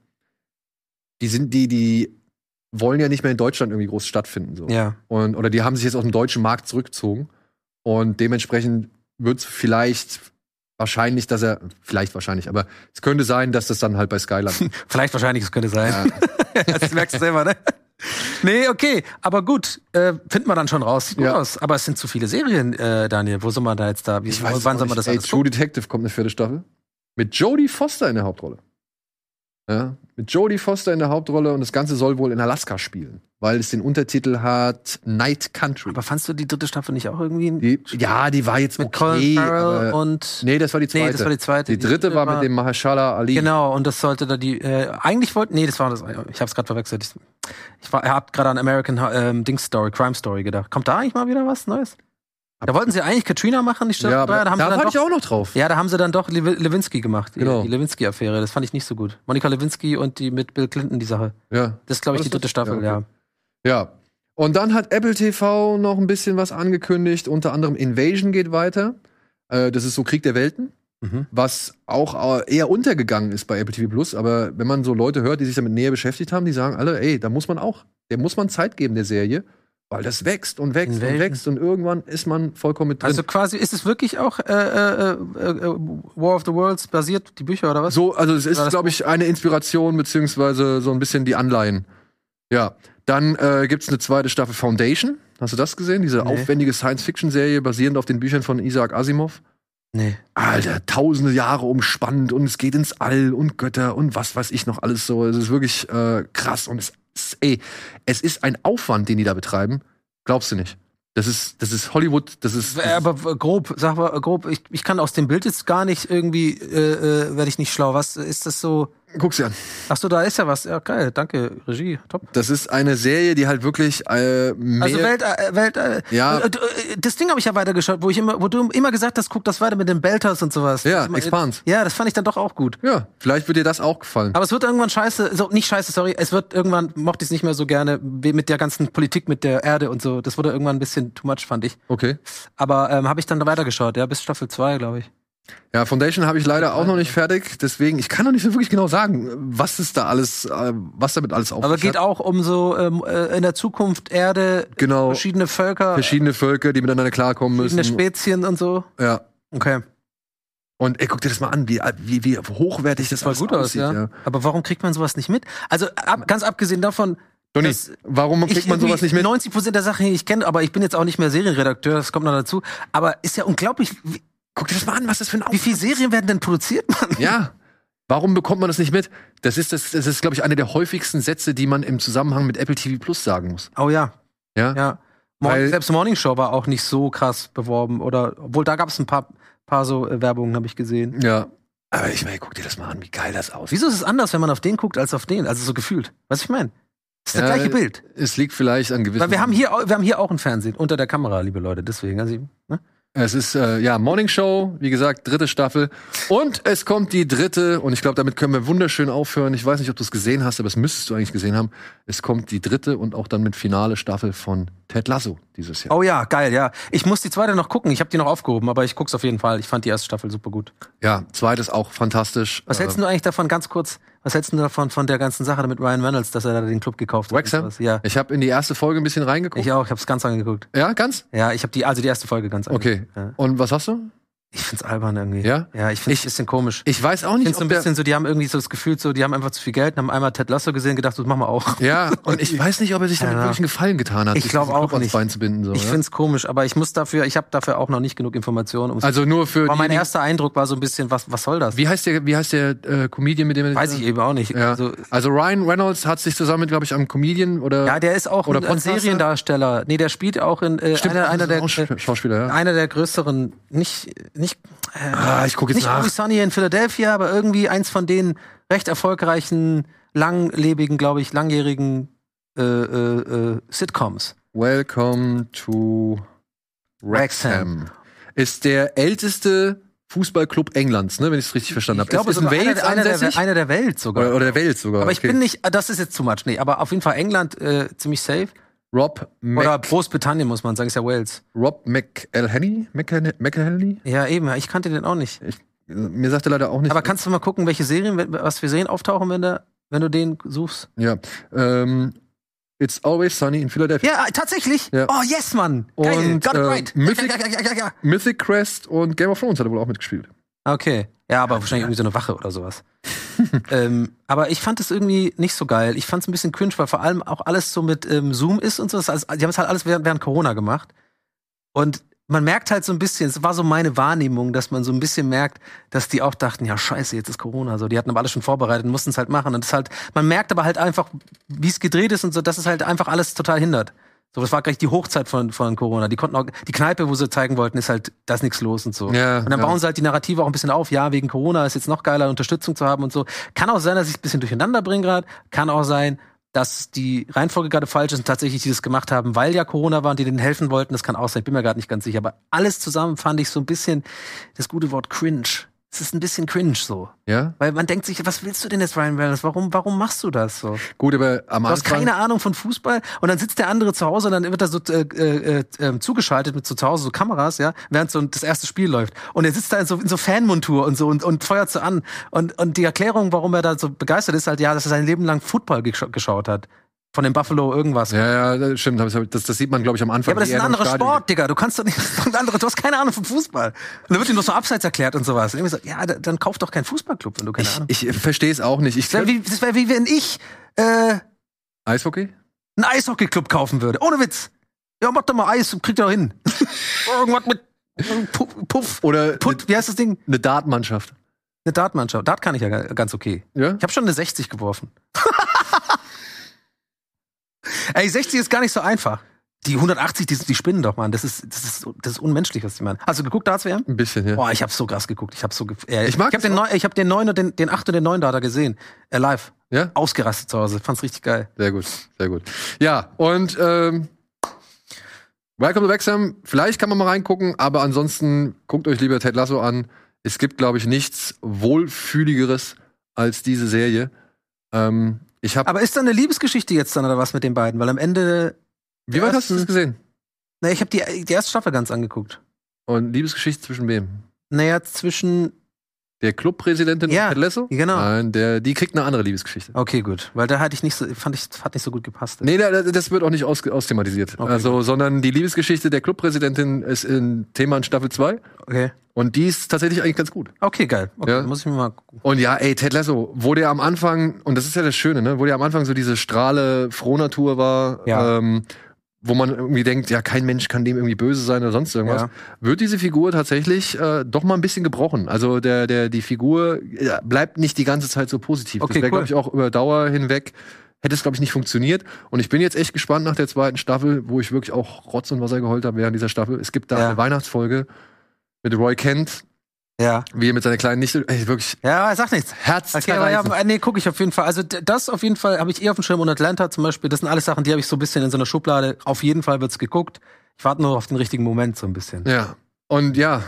[SPEAKER 1] die sind die, die wollen ja nicht mehr in Deutschland irgendwie groß stattfinden. So.
[SPEAKER 2] Ja.
[SPEAKER 1] Und, oder die haben sich jetzt aus dem deutschen Markt zurückgezogen. Und dementsprechend wird es vielleicht wahrscheinlich, dass er, vielleicht wahrscheinlich, aber es könnte sein, dass das dann halt bei Sky landet.
[SPEAKER 2] Vielleicht wahrscheinlich, es könnte sein. das merkst du selber, ne? Nee, okay, aber gut, äh, finden wir dann schon raus. Sieht gut
[SPEAKER 1] Ja.
[SPEAKER 2] aus. Aber es sind zu viele Serien, äh, Daniel. Wo sind wir da jetzt da? Wie,
[SPEAKER 1] es
[SPEAKER 2] wann
[SPEAKER 1] auch
[SPEAKER 2] soll man
[SPEAKER 1] nicht.
[SPEAKER 2] das
[SPEAKER 1] Ey,
[SPEAKER 2] alles
[SPEAKER 1] True Detective kommt eine vierte Staffel. Mit Jodie Foster in der Hauptrolle. Ja, mit Jodie Foster in der Hauptrolle und das Ganze soll wohl in Alaska spielen, weil es den Untertitel hat Night Country.
[SPEAKER 2] Aber fandst du die dritte Staffel nicht auch irgendwie?
[SPEAKER 1] Die, ja, die war jetzt
[SPEAKER 2] mit
[SPEAKER 1] okay.
[SPEAKER 2] Colin Farrell
[SPEAKER 1] aber-
[SPEAKER 2] und
[SPEAKER 1] nee, das war die zweite.
[SPEAKER 2] Nee, das war die zweite.
[SPEAKER 1] Die dritte war mit dem Mahershala Ali.
[SPEAKER 2] Genau, und das sollte da die äh, eigentlich wollten nee, das war das ich hab's gerade verwechselt. Ich, ich war hab gerade an American ähm, Dings Story, Crime Story gedacht. Kommt da eigentlich mal wieder was Neues? Da wollten sie eigentlich Katrina machen, die Staffel
[SPEAKER 1] Ja, aber
[SPEAKER 2] drei, da haben sie
[SPEAKER 1] da
[SPEAKER 2] dann
[SPEAKER 1] war
[SPEAKER 2] doch
[SPEAKER 1] ich auch noch drauf.
[SPEAKER 2] Ja, da haben sie dann doch Lew Lewinsky gemacht. Die,
[SPEAKER 1] Genau.
[SPEAKER 2] die Lewinsky-Affäre. Das fand ich nicht so gut. Monika Lewinsky und die mit Bill Clinton, die Sache.
[SPEAKER 1] Ja.
[SPEAKER 2] Das ist, glaube ich,
[SPEAKER 1] War
[SPEAKER 2] die
[SPEAKER 1] das
[SPEAKER 2] dritte
[SPEAKER 1] das?
[SPEAKER 2] Staffel,
[SPEAKER 1] Ja,
[SPEAKER 2] ja.
[SPEAKER 1] okay. Ja. Und dann hat Apple TV noch ein bisschen was angekündigt. Unter anderem Invasion geht weiter. Äh, das ist so Krieg der Welten,
[SPEAKER 2] Mhm.
[SPEAKER 1] was auch äh, eher untergegangen ist bei Apple TV Plus. Aber wenn man so Leute hört, die sich damit näher beschäftigt haben, die sagen alle, ey, da muss man auch, der muss man Zeit geben, der Serie, weil das wächst und wächst
[SPEAKER 2] Invasion.
[SPEAKER 1] und wächst und irgendwann ist man vollkommen mit drin.
[SPEAKER 2] Also quasi, ist es wirklich auch äh, äh, äh, äh, War of the Worlds basiert, die Bücher oder was?
[SPEAKER 1] So, also es
[SPEAKER 2] War
[SPEAKER 1] ist,
[SPEAKER 2] das
[SPEAKER 1] glaube ich, eine Inspiration, beziehungsweise so ein bisschen die Anleihen. Ja. Dann äh, gibt es eine zweite Staffel Foundation. Hast du das gesehen? Diese
[SPEAKER 2] Nee.
[SPEAKER 1] aufwendige Science-Fiction-Serie basierend auf den Büchern von Isaac Asimov.
[SPEAKER 2] Nee.
[SPEAKER 1] Alter, tausende Jahre umspannt und es geht ins All und Götter und was weiß ich noch alles so. Es ist wirklich äh, krass und es, es, ey, es ist ein Aufwand, den die da betreiben. Glaubst du nicht? Das ist, das ist Hollywood, das ist.
[SPEAKER 2] Äh, Aber w- grob, sag mal, äh, grob, ich, ich kann aus dem Bild jetzt gar nicht irgendwie, äh, äh, werde ich nicht schlau. Was äh, ist das so?
[SPEAKER 1] guck sie an.
[SPEAKER 2] Ach so, da ist ja was. Ja, geil, danke, Regie, top.
[SPEAKER 1] Das ist eine Serie, die halt wirklich äh, mehr.
[SPEAKER 2] Also Welt, äh, Welt, äh,
[SPEAKER 1] Ja.
[SPEAKER 2] äh, d- äh, das Ding habe ich ja weitergeschaut, wo ich immer, wo du immer gesagt hast, guck das weiter mit den Belters und sowas.
[SPEAKER 1] Ja,
[SPEAKER 2] Das- äh,
[SPEAKER 1] Expanse.
[SPEAKER 2] Ja, das fand ich dann doch auch gut.
[SPEAKER 1] ja, vielleicht wird dir das auch gefallen.
[SPEAKER 2] Aber es wird irgendwann scheiße, so nicht scheiße, sorry, es wird irgendwann, mochte ich es nicht mehr so gerne, wie mit der ganzen Politik mit der Erde und so. Das wurde irgendwann ein bisschen too much, fand ich.
[SPEAKER 1] Okay.
[SPEAKER 2] Aber ähm, habe ich dann weitergeschaut, ja, bis Staffel 2, glaube ich.
[SPEAKER 1] Ja, Foundation habe ich leider auch noch nicht fertig, deswegen, ich kann noch nicht so wirklich genau sagen, was ist da alles, äh, was damit alles auf
[SPEAKER 2] Aber
[SPEAKER 1] sich
[SPEAKER 2] geht
[SPEAKER 1] hat.
[SPEAKER 2] auch um so ähm, äh, in der Zukunft Erde,
[SPEAKER 1] Genau,
[SPEAKER 2] verschiedene Völker,
[SPEAKER 1] verschiedene Völker, die miteinander klarkommen
[SPEAKER 2] verschiedene
[SPEAKER 1] müssen.
[SPEAKER 2] Spezien und so.
[SPEAKER 1] Ja.
[SPEAKER 2] Okay,
[SPEAKER 1] Und ey, guck dir das mal an, wie, äh, wie, wie hochwertig das
[SPEAKER 2] voll
[SPEAKER 1] alles
[SPEAKER 2] gut aus, ja. Aber warum kriegt man sowas nicht mit? Also ab, ganz abgesehen davon,
[SPEAKER 1] Donny,
[SPEAKER 2] Das-
[SPEAKER 1] warum kriegt man sowas nicht mit?
[SPEAKER 2] 90 Prozent der Sachen, die ich kenne, aber ich bin jetzt auch nicht mehr Serienredakteur, das kommt noch dazu. Aber ist ja unglaublich, wie,
[SPEAKER 1] Guck dir das mal an, was das für ein
[SPEAKER 2] wie
[SPEAKER 1] Aufwand
[SPEAKER 2] viele Serien werden denn produziert, Mann?
[SPEAKER 1] Ja. Warum bekommt man das nicht mit? Das ist, das, das ist, glaube ich, einer der häufigsten Sätze, die man im Zusammenhang mit Apple TV Plus sagen muss.
[SPEAKER 2] Oh ja.
[SPEAKER 1] Ja.
[SPEAKER 2] ja. Mor-
[SPEAKER 1] Weil-
[SPEAKER 2] selbst Morning Show war auch nicht so krass beworben. Oder obwohl da gab es ein paar, paar so äh, Werbungen, habe ich gesehen.
[SPEAKER 1] Ja. Aber ich meine, guck dir das mal an, wie geil das aussieht.
[SPEAKER 2] Wieso ist es anders, wenn man auf den guckt, als auf den? Also so gefühlt. Was ich meine? Ist das
[SPEAKER 1] Ja,
[SPEAKER 2] gleiche
[SPEAKER 1] äh,
[SPEAKER 2] Bild.
[SPEAKER 1] Es liegt vielleicht an gewissen.
[SPEAKER 2] Weil wir haben hier au- wir haben hier auch ein Fernsehen unter der Kamera, liebe Leute. Deswegen. Also, ich- ne?
[SPEAKER 1] Es ist äh, ja Morning Show, wie gesagt, dritte Staffel. Und es kommt die dritte, und ich glaube, damit können wir wunderschön aufhören. Ich weiß nicht, ob du es gesehen hast, aber das müsstest du eigentlich gesehen haben. Es kommt die dritte und auch dann mit finale Staffel von Ted Lasso dieses Jahr.
[SPEAKER 2] Oh ja, geil, ja. Ich muss die zweite noch gucken. Ich habe die noch aufgehoben, aber ich guck's auf jeden Fall. Ich fand die erste Staffel super gut.
[SPEAKER 1] Ja, zweites auch fantastisch. Äh,
[SPEAKER 2] Was hältst du eigentlich davon, ganz kurz, was hältst du davon von der ganzen Sache mit Ryan Reynolds, dass er da den Club gekauft hat? und
[SPEAKER 1] Wrexham?
[SPEAKER 2] sowas? Ja.
[SPEAKER 1] Ich habe in die erste Folge ein bisschen reingeguckt.
[SPEAKER 2] Ich auch, ich hab's ganz angeguckt.
[SPEAKER 1] ja, ganz?
[SPEAKER 2] Ja, ich habe die, also die erste Folge ganz
[SPEAKER 1] Okay.
[SPEAKER 2] angeguckt. Ja.
[SPEAKER 1] Und was hast du?
[SPEAKER 2] Ich find's albern irgendwie.
[SPEAKER 1] Ja?
[SPEAKER 2] Ja, ich find's
[SPEAKER 1] Ich-
[SPEAKER 2] ein bisschen komisch. Ich
[SPEAKER 1] Ich weiß auch nicht,
[SPEAKER 2] find's so ein
[SPEAKER 1] der-
[SPEAKER 2] bisschen so, die haben irgendwie so das Gefühl, so, die haben einfach zu viel Geld und haben einmal Ted Lasso gesehen, gedacht, das machen wir auch.
[SPEAKER 1] ja, und ich weiß nicht, ob er sich damit
[SPEAKER 2] Ja.
[SPEAKER 1] wirklich einen Gefallen getan hat,
[SPEAKER 2] Ich
[SPEAKER 1] sich
[SPEAKER 2] glaub
[SPEAKER 1] diesen
[SPEAKER 2] auch
[SPEAKER 1] Club ans
[SPEAKER 2] nicht.
[SPEAKER 1] Bein zu binden. So, ne?
[SPEAKER 2] Ich
[SPEAKER 1] ja?
[SPEAKER 2] find's komisch, aber ich muss dafür, ich habe dafür auch noch nicht genug Informationen. um's-
[SPEAKER 1] also nur für
[SPEAKER 2] aber mein
[SPEAKER 1] die,
[SPEAKER 2] erster Eindruck war so ein bisschen, was, was soll das?
[SPEAKER 1] wie heißt der, wie heißt der äh, Comedian, mit dem er
[SPEAKER 2] Weiß ich eben auch nicht.
[SPEAKER 1] Ja.
[SPEAKER 2] Also,
[SPEAKER 1] Also, Ryan Reynolds hat sich zusammen mit, glaube ich, am Comedian oder
[SPEAKER 2] ja, der ist auch
[SPEAKER 1] Oder
[SPEAKER 2] ein, ein
[SPEAKER 1] Podcaster?
[SPEAKER 2] Seriendarsteller. Nee, der spielt auch in äh,
[SPEAKER 1] Stimmt,
[SPEAKER 2] einer,
[SPEAKER 1] das
[SPEAKER 2] einer
[SPEAKER 1] ist auch
[SPEAKER 2] der
[SPEAKER 1] Sch- Schauspieler, ja.
[SPEAKER 2] einer der größeren, nicht, nicht, äh,
[SPEAKER 1] Ah, ich guck jetzt
[SPEAKER 2] nicht
[SPEAKER 1] nach.
[SPEAKER 2] Always Sunny in Philadelphia, aber irgendwie eins von den recht erfolgreichen, langlebigen, glaube ich, langjährigen äh, äh, äh, Sitcoms.
[SPEAKER 1] Welcome to Wrexham. Ist der älteste Fußballclub Englands, ne, wenn ich es richtig verstanden habe. Ist in
[SPEAKER 2] sogar
[SPEAKER 1] Wales
[SPEAKER 2] einer, einer,
[SPEAKER 1] ansässig
[SPEAKER 2] der, einer der Welt sogar.
[SPEAKER 1] oder, oder der Welt sogar.
[SPEAKER 2] aber ich
[SPEAKER 1] okay.
[SPEAKER 2] bin nicht, ah, das ist jetzt too much, nee, aber auf jeden Fall England äh, ziemlich safe.
[SPEAKER 1] Rob Mac,
[SPEAKER 2] Oder Großbritannien, muss man sagen, ist ja Wales.
[SPEAKER 1] Rob McElhenney? McElhenney? McElhenney?
[SPEAKER 2] Ja, eben, ich kannte den auch nicht.
[SPEAKER 1] Mir sagt er leider auch nicht.
[SPEAKER 2] Aber kannst du mal gucken, welche Serien, we- was für Serien auftauchen, wenn, der, wenn du den suchst?
[SPEAKER 1] ja. Ähm, It's always sunny in Philadelphia.
[SPEAKER 2] Ja, äh, tatsächlich.
[SPEAKER 1] Ja.
[SPEAKER 2] Oh, yes, Mann. Geil,
[SPEAKER 1] Und,
[SPEAKER 2] got it
[SPEAKER 1] äh,
[SPEAKER 2] right.
[SPEAKER 1] Mythic-
[SPEAKER 2] ja, ja, ja, ja, ja.
[SPEAKER 1] Mythic Crest und Game of Thrones hat er wohl auch mitgespielt.
[SPEAKER 2] Okay. Ja, aber wahrscheinlich irgendwie so eine Wache oder sowas. ähm, aber ich fand es irgendwie nicht so geil. Ich fand es ein bisschen cringe, weil vor Also, allem auch alles so mit ähm, Zoom ist und so. Das heißt, Die haben es halt alles während, während Corona gemacht. Und man merkt halt so ein bisschen, es war so meine Wahrnehmung, dass man so ein bisschen merkt, dass die auch dachten, ja scheiße, jetzt ist Corona. So, die hatten aber alles schon vorbereitet und mussten es halt machen. Und es halt, man merkt aber halt einfach, wie es gedreht ist und so, dass es halt einfach alles total hindert. So, das war gleich die Hochzeit von, von Corona. Die konnten auch, die Kneipe, wo sie zeigen wollten, ist halt, da ist nichts los und so.
[SPEAKER 1] Ja,
[SPEAKER 2] und dann
[SPEAKER 1] ja.
[SPEAKER 2] bauen sie halt die Narrative auch ein bisschen auf. Ja, wegen Corona ist jetzt noch geiler, Unterstützung zu haben und so. Kann auch sein, dass ich es ein bisschen durcheinander bringe gerade. Kann auch sein, dass die Reihenfolge gerade falsch ist und tatsächlich die das gemacht haben, weil ja Corona war und die denen helfen wollten. Das kann auch sein. Ich bin mir gerade nicht ganz sicher. Aber alles zusammen fand ich so ein bisschen das gute Wort cringe. Es ist ein bisschen cringe so.
[SPEAKER 1] Ja?
[SPEAKER 2] Weil man denkt sich, was willst du denn jetzt, Ryan Reynolds? Warum, warum machst du das so?
[SPEAKER 1] Gut, aber am
[SPEAKER 2] Du hast
[SPEAKER 1] Anfang.
[SPEAKER 2] keine Ahnung von Fußball und dann sitzt der andere zu Hause und dann wird er so äh, äh, äh, zugeschaltet mit so zu Hause so Kameras, ja, während so das erste Spiel läuft. Und er sitzt da in so, in so Fanmontur und so und, und feuert so an. Und, und die Erklärung, warum er da so begeistert ist, halt ja, dass er sein Leben lang Football gesch geschaut hat. Von dem Buffalo irgendwas. Ja.
[SPEAKER 1] ja, ja, das stimmt. hab ich- Das, das sieht man, glaube ich, am Anfang.
[SPEAKER 2] aber das ist
[SPEAKER 1] eher
[SPEAKER 2] ein
[SPEAKER 1] nur im
[SPEAKER 2] anderer
[SPEAKER 1] Stadion.
[SPEAKER 2] Sport, Digga. Du kannst doch nicht, das ist ein anderer, du hast keine Ahnung von Fußball. Und dann wird ihm noch so abseits erklärt und sowas. Und ich so, ja, da- dann kauf doch keinen Fußballclub, wenn du keine Ahnung hast.
[SPEAKER 1] Ich, ich verstehe es auch nicht. Ich
[SPEAKER 2] Das wäre
[SPEAKER 1] könnt-
[SPEAKER 2] wie, das wär wie wenn ich äh,
[SPEAKER 1] Eishockey?
[SPEAKER 2] einen Eishockey-Club kaufen würde. Ohne Witz. Ja, mach doch mal Eis und kriegt ihr doch hin. Irgendwas mit Puff, Puff
[SPEAKER 1] Oder eine
[SPEAKER 2] Put, wie heißt das Ding?
[SPEAKER 1] ne Dartmannschaft?
[SPEAKER 2] Eine Dartmannschaft. Dart kann ich ja ga- ganz okay.
[SPEAKER 1] Ja?
[SPEAKER 2] Ich habe schon eine 60 geworfen. Ey, 60 ist gar nicht so einfach. Die 180, die, die spinnen doch, Mann. Das ist, das ist, das ist unmenschlich, was die machen. Hast du geguckt, Darts WM?
[SPEAKER 1] Ein bisschen, ja.
[SPEAKER 2] Boah, ich habe so krass geguckt. Ich habe so, ge äh,
[SPEAKER 1] Ich mag
[SPEAKER 2] ich habe
[SPEAKER 1] das
[SPEAKER 2] den, neun- ich hab den 9 und den, den 8 und den 9 Data gesehen. Äh, live.
[SPEAKER 1] Ja?
[SPEAKER 2] Ausgerastet zu Hause. Fand's richtig geil.
[SPEAKER 1] Sehr gut, sehr gut. Ja, und ähm, Welcome to Wexham. Vielleicht kann man mal reingucken, aber ansonsten guckt euch lieber Ted Lasso an. Es gibt, glaube ich, nichts wohlfühligeres als diese Serie. Ähm, ich habe.
[SPEAKER 2] Aber ist da eine Liebesgeschichte jetzt dann oder was mit den beiden? Weil am Ende
[SPEAKER 1] Wie weit hast du das
[SPEAKER 2] ersten-
[SPEAKER 1] gesehen?
[SPEAKER 2] Na, ich habe die, die erste Staffel ganz angeguckt.
[SPEAKER 1] Und Liebesgeschichte zwischen wem?
[SPEAKER 2] Naja, zwischen.
[SPEAKER 1] Der Clubpräsidentin
[SPEAKER 2] Ja,
[SPEAKER 1] und Ted Lasso?
[SPEAKER 2] genau.
[SPEAKER 1] Nein, der, die kriegt eine andere Liebesgeschichte.
[SPEAKER 2] Okay, gut. Weil da hatte ich nicht so, fand ich, hat nicht so gut gepasst.
[SPEAKER 1] Nee, da- da- das wird auch nicht aus, austhematisiert.
[SPEAKER 2] Okay,
[SPEAKER 1] also, sondern die Liebesgeschichte der Clubpräsidentin ist ein Thema in Staffel 2.
[SPEAKER 2] Okay.
[SPEAKER 1] Und die ist tatsächlich eigentlich ganz gut.
[SPEAKER 2] Okay, geil. Okay,
[SPEAKER 1] Ja.
[SPEAKER 2] muss ich mir mal gucken.
[SPEAKER 1] Und ja, ey, Ted Lasso, wo der am Anfang, und das ist ja das Schöne, ne, wo der am Anfang so diese strahle Frohnatur war,
[SPEAKER 2] Ja.
[SPEAKER 1] ähm, wo man irgendwie denkt, ja, kein Mensch kann dem irgendwie böse sein oder sonst irgendwas,
[SPEAKER 2] Ja.
[SPEAKER 1] wird diese Figur tatsächlich äh, doch mal ein bisschen gebrochen. Also der, der, die Figur äh, bleibt nicht die ganze Zeit so positiv. das
[SPEAKER 2] Okay,
[SPEAKER 1] wäre, glaube
[SPEAKER 2] cool.
[SPEAKER 1] ich, auch über Dauer hinweg. Hätte es, glaube ich, nicht funktioniert. Und ich bin jetzt echt gespannt nach der zweiten Staffel, wo ich wirklich auch Rotz und Wasser geheult habe während dieser Staffel. Es gibt da
[SPEAKER 2] Ja.
[SPEAKER 1] eine Weihnachtsfolge mit Roy Kent,
[SPEAKER 2] Ja.
[SPEAKER 1] wie er mit seiner kleinen Nichte, ey, wirklich
[SPEAKER 2] Ja, sag nichts.
[SPEAKER 1] Herz
[SPEAKER 2] Okay, aber ja, nee, guck ich auf jeden Fall. Also d- das auf jeden Fall habe ich eher auf dem Schirm und Atlanta zum Beispiel. Das sind alles Sachen, die habe ich so ein bisschen in so einer Schublade. Auf jeden Fall wird's geguckt. Ich warte nur auf den richtigen Moment so ein bisschen.
[SPEAKER 1] Ja. Und ja,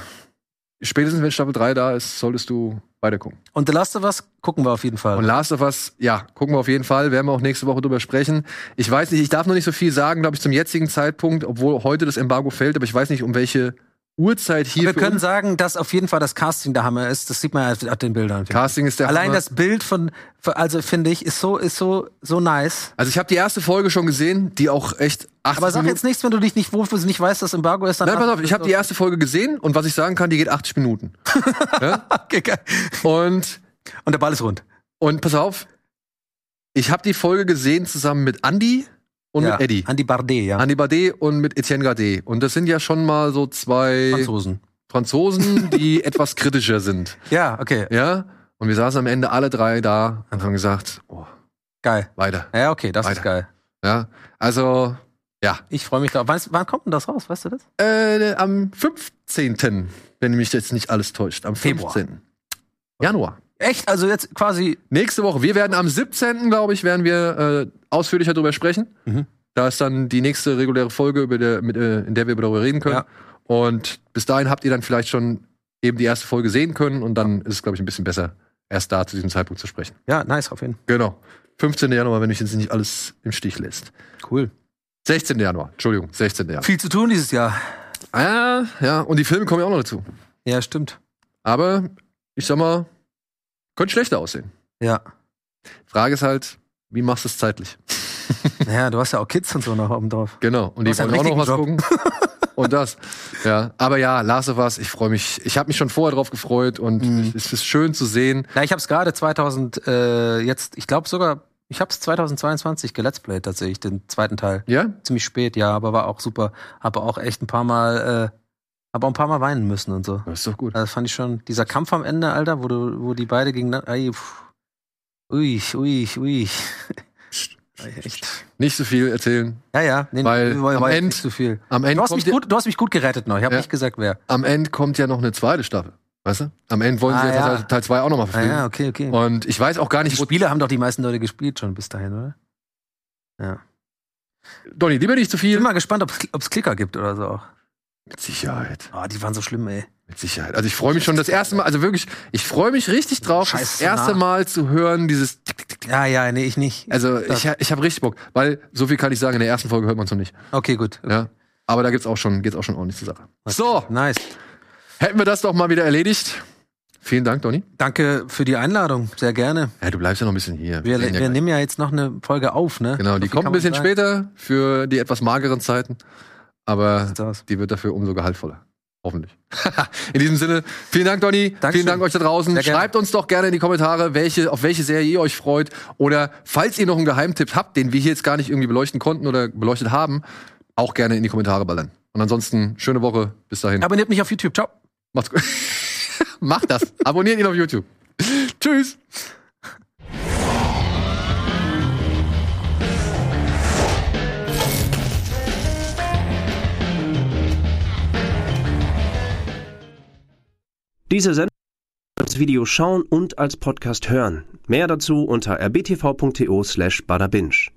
[SPEAKER 1] spätestens wenn Staffel 3 da ist, solltest du weitergucken.
[SPEAKER 2] Und The Last of Us gucken wir auf jeden Fall.
[SPEAKER 1] Und Last of Us, ja, gucken wir auf jeden Fall, werden wir auch nächste Woche drüber sprechen. Ich weiß nicht, ich darf noch nicht so viel sagen, glaube ich, zum jetzigen Zeitpunkt, obwohl heute das Embargo fällt, aber ich weiß nicht, um welche Uhrzeit hier
[SPEAKER 2] wir
[SPEAKER 1] für
[SPEAKER 2] können
[SPEAKER 1] uns-
[SPEAKER 2] sagen, dass auf jeden Fall das Casting der Hammer ist. Das sieht man ja auf den Bildern.
[SPEAKER 1] Casting ist der
[SPEAKER 2] Allein
[SPEAKER 1] Hammer.
[SPEAKER 2] das Bild von, also finde ich, ist so, ist so, so nice.
[SPEAKER 1] Also ich habe die erste Folge schon gesehen, die auch echt 80
[SPEAKER 2] Aber sag
[SPEAKER 1] Minuten
[SPEAKER 2] jetzt nichts, wenn du dich nicht wohlfühlst, nicht weißt, dass Embargo ist. Dann
[SPEAKER 1] Nein, pass auf, ich habe die erste Folge gesehen und was ich sagen kann, die geht 80 Minuten.
[SPEAKER 2] Okay, geil.
[SPEAKER 1] Und
[SPEAKER 2] Und der Ball ist rund.
[SPEAKER 1] und pass auf, ich habe die Folge gesehen zusammen mit Andy und
[SPEAKER 2] ja.
[SPEAKER 1] mit Eddie.
[SPEAKER 2] Andy Bardet, ja.
[SPEAKER 1] Andy Bardet und mit Etienne Gardet. Und das sind ja schon mal so zwei
[SPEAKER 2] Franzosen.
[SPEAKER 1] Franzosen, die etwas kritischer sind.
[SPEAKER 2] Ja, okay.
[SPEAKER 1] Ja? Und wir saßen am Ende alle drei da und haben gesagt, oh,
[SPEAKER 2] Geil.
[SPEAKER 1] weiter.
[SPEAKER 2] Ja, okay, das
[SPEAKER 1] Weiter.
[SPEAKER 2] ist geil.
[SPEAKER 1] Ja? Also, ja.
[SPEAKER 2] Ich freue mich drauf. Wann, wann kommt denn das raus? Weißt du das?
[SPEAKER 1] Äh, am 15., wenn mich jetzt nicht alles täuscht, am
[SPEAKER 2] Februar.
[SPEAKER 1] 15. Januar.
[SPEAKER 2] Echt? Also jetzt quasi.
[SPEAKER 1] Nächste Woche. Wir werden am 17., glaube ich, werden wir äh, ausführlicher darüber sprechen.
[SPEAKER 2] Mhm.
[SPEAKER 1] Da ist dann die nächste reguläre Folge, über der, mit, äh, in der wir darüber reden können.
[SPEAKER 2] Ja.
[SPEAKER 1] Und bis dahin habt ihr dann vielleicht schon eben die erste Folge sehen können und dann ist es, glaube ich, ein bisschen besser, erst da zu diesem Zeitpunkt zu sprechen.
[SPEAKER 2] Ja, nice, auf jeden Fall.
[SPEAKER 1] Genau. 15. Januar, wenn mich jetzt nicht alles im Stich lässt.
[SPEAKER 2] Cool.
[SPEAKER 1] 16. Januar, Entschuldigung, 16. Januar.
[SPEAKER 2] Viel zu tun dieses Jahr.
[SPEAKER 1] Ah, ja, und die Filme kommen ja auch noch dazu.
[SPEAKER 2] Ja, stimmt.
[SPEAKER 1] Aber ich sag mal, könnte schlechter aussehen.
[SPEAKER 2] Ja.
[SPEAKER 1] Frage ist halt, wie machst du es zeitlich?
[SPEAKER 2] Naja, du hast ja auch Kids und so noch oben drauf.
[SPEAKER 1] Genau. Und die
[SPEAKER 2] hast ja
[SPEAKER 1] wollen
[SPEAKER 2] einen
[SPEAKER 1] auch noch was gucken.
[SPEAKER 2] richtigen
[SPEAKER 1] Und das. Ja. Aber ja, Last of Us, ich freue mich. Ich habe mich schon vorher drauf gefreut und
[SPEAKER 2] Mhm.
[SPEAKER 1] es ist schön zu sehen.
[SPEAKER 2] Na, ich habe es gerade 2000, äh, jetzt, ich glaube sogar, ich habe es 2022 gelet's played tatsächlich, den zweiten Teil.
[SPEAKER 1] Ja?
[SPEAKER 2] ziemlich spät, ja, aber war auch super. Habe auch echt ein paar Mal Aber auch ein paar Mal weinen müssen und so.
[SPEAKER 1] Das ist doch gut.
[SPEAKER 2] Das fand ich schon. Dieser Kampf am Ende, Alter, wo, du, wo die beide gegeneinander. Ey, pff. Ui, ui, ui. Echt.
[SPEAKER 1] Nicht so viel erzählen.
[SPEAKER 2] Ja, ja. Nee,
[SPEAKER 1] Weil
[SPEAKER 2] wir wollen
[SPEAKER 1] am
[SPEAKER 2] aber jetzt
[SPEAKER 1] End-
[SPEAKER 2] nicht zu viel.
[SPEAKER 1] Am
[SPEAKER 2] Du
[SPEAKER 1] Ende,
[SPEAKER 2] hast,
[SPEAKER 1] kommt
[SPEAKER 2] mich
[SPEAKER 1] ja,
[SPEAKER 2] gut, du hast mich gut gerettet noch. Ich habe
[SPEAKER 1] Ja.
[SPEAKER 2] nicht gesagt, wer.
[SPEAKER 1] am Ende kommt ja noch eine zweite Staffel. Weißt du? Am Ende wollen sie
[SPEAKER 2] Ah,
[SPEAKER 1] ja
[SPEAKER 2] ja.
[SPEAKER 1] Teil- Teil 2 auch nochmal
[SPEAKER 2] Ah,
[SPEAKER 1] verfilmen.
[SPEAKER 2] ja, okay, okay.
[SPEAKER 1] Und ich weiß auch gar
[SPEAKER 2] Die
[SPEAKER 1] nicht, wo.
[SPEAKER 2] Spiele haben doch die meisten Leute gespielt schon bis dahin, oder?
[SPEAKER 1] Donny, lieber nicht zu
[SPEAKER 2] Ich
[SPEAKER 1] viel.
[SPEAKER 2] bin mal gespannt, ob es Klicker gibt oder so auch.
[SPEAKER 1] Mit Sicherheit.
[SPEAKER 2] Oh, die waren so schlimm, ey.
[SPEAKER 1] Mit Sicherheit. Also ich freue mich schon das erste Mal, also wirklich, ich freue mich richtig drauf, das
[SPEAKER 2] Scheiß
[SPEAKER 1] erste
[SPEAKER 2] nah.
[SPEAKER 1] Mal zu hören, dieses. Tick, tick, tick, tick.
[SPEAKER 2] Ja, ja, nee, ich nicht.
[SPEAKER 1] Also ich, ich habe richtig Bock, weil so viel kann ich sagen, in der ersten Folge hört man es noch nicht.
[SPEAKER 2] Okay, gut. Okay.
[SPEAKER 1] Ja. Aber da gibt's auch schon, geht's auch schon ordentlich zur Sache. So,
[SPEAKER 2] Nice.
[SPEAKER 1] hätten wir das doch mal wieder erledigt. Vielen Dank, Donny.
[SPEAKER 2] Danke für die Einladung. Sehr gerne.
[SPEAKER 1] Ja, du bleibst ja noch ein bisschen hier.
[SPEAKER 2] Wir,
[SPEAKER 1] sehen ja
[SPEAKER 2] wir
[SPEAKER 1] gleich.
[SPEAKER 2] nehmen ja jetzt noch eine Folge auf, ne?
[SPEAKER 1] ne- genau,
[SPEAKER 2] So
[SPEAKER 1] die
[SPEAKER 2] viel
[SPEAKER 1] kommt
[SPEAKER 2] kann
[SPEAKER 1] ein
[SPEAKER 2] man
[SPEAKER 1] bisschen
[SPEAKER 2] sagen.
[SPEAKER 1] später für die etwas mageren Zeiten. Aber
[SPEAKER 2] Sieht's aus.
[SPEAKER 1] die wird dafür umso gehaltvoller. Hoffentlich. in diesem Sinne, vielen Dank, Donny. Vielen Dank euch da draußen.
[SPEAKER 2] Sehr gerne.
[SPEAKER 1] Schreibt uns doch gerne in die Kommentare, welche, auf welche Serie ihr euch freut. Oder falls ihr noch einen Geheimtipp habt, den wir hier jetzt gar nicht irgendwie beleuchten konnten oder beleuchtet haben, auch gerne in die Kommentare ballern. Und ansonsten, schöne Woche. Bis dahin.
[SPEAKER 2] Abonniert mich auf YouTube. Ciao.
[SPEAKER 1] Macht's gut. Macht das. Abonniert ihn auf YouTube. Tschüss.
[SPEAKER 3] Diese Sendung als Video schauen und als Podcast hören. Mehr dazu unter rbtv.to/badabinch.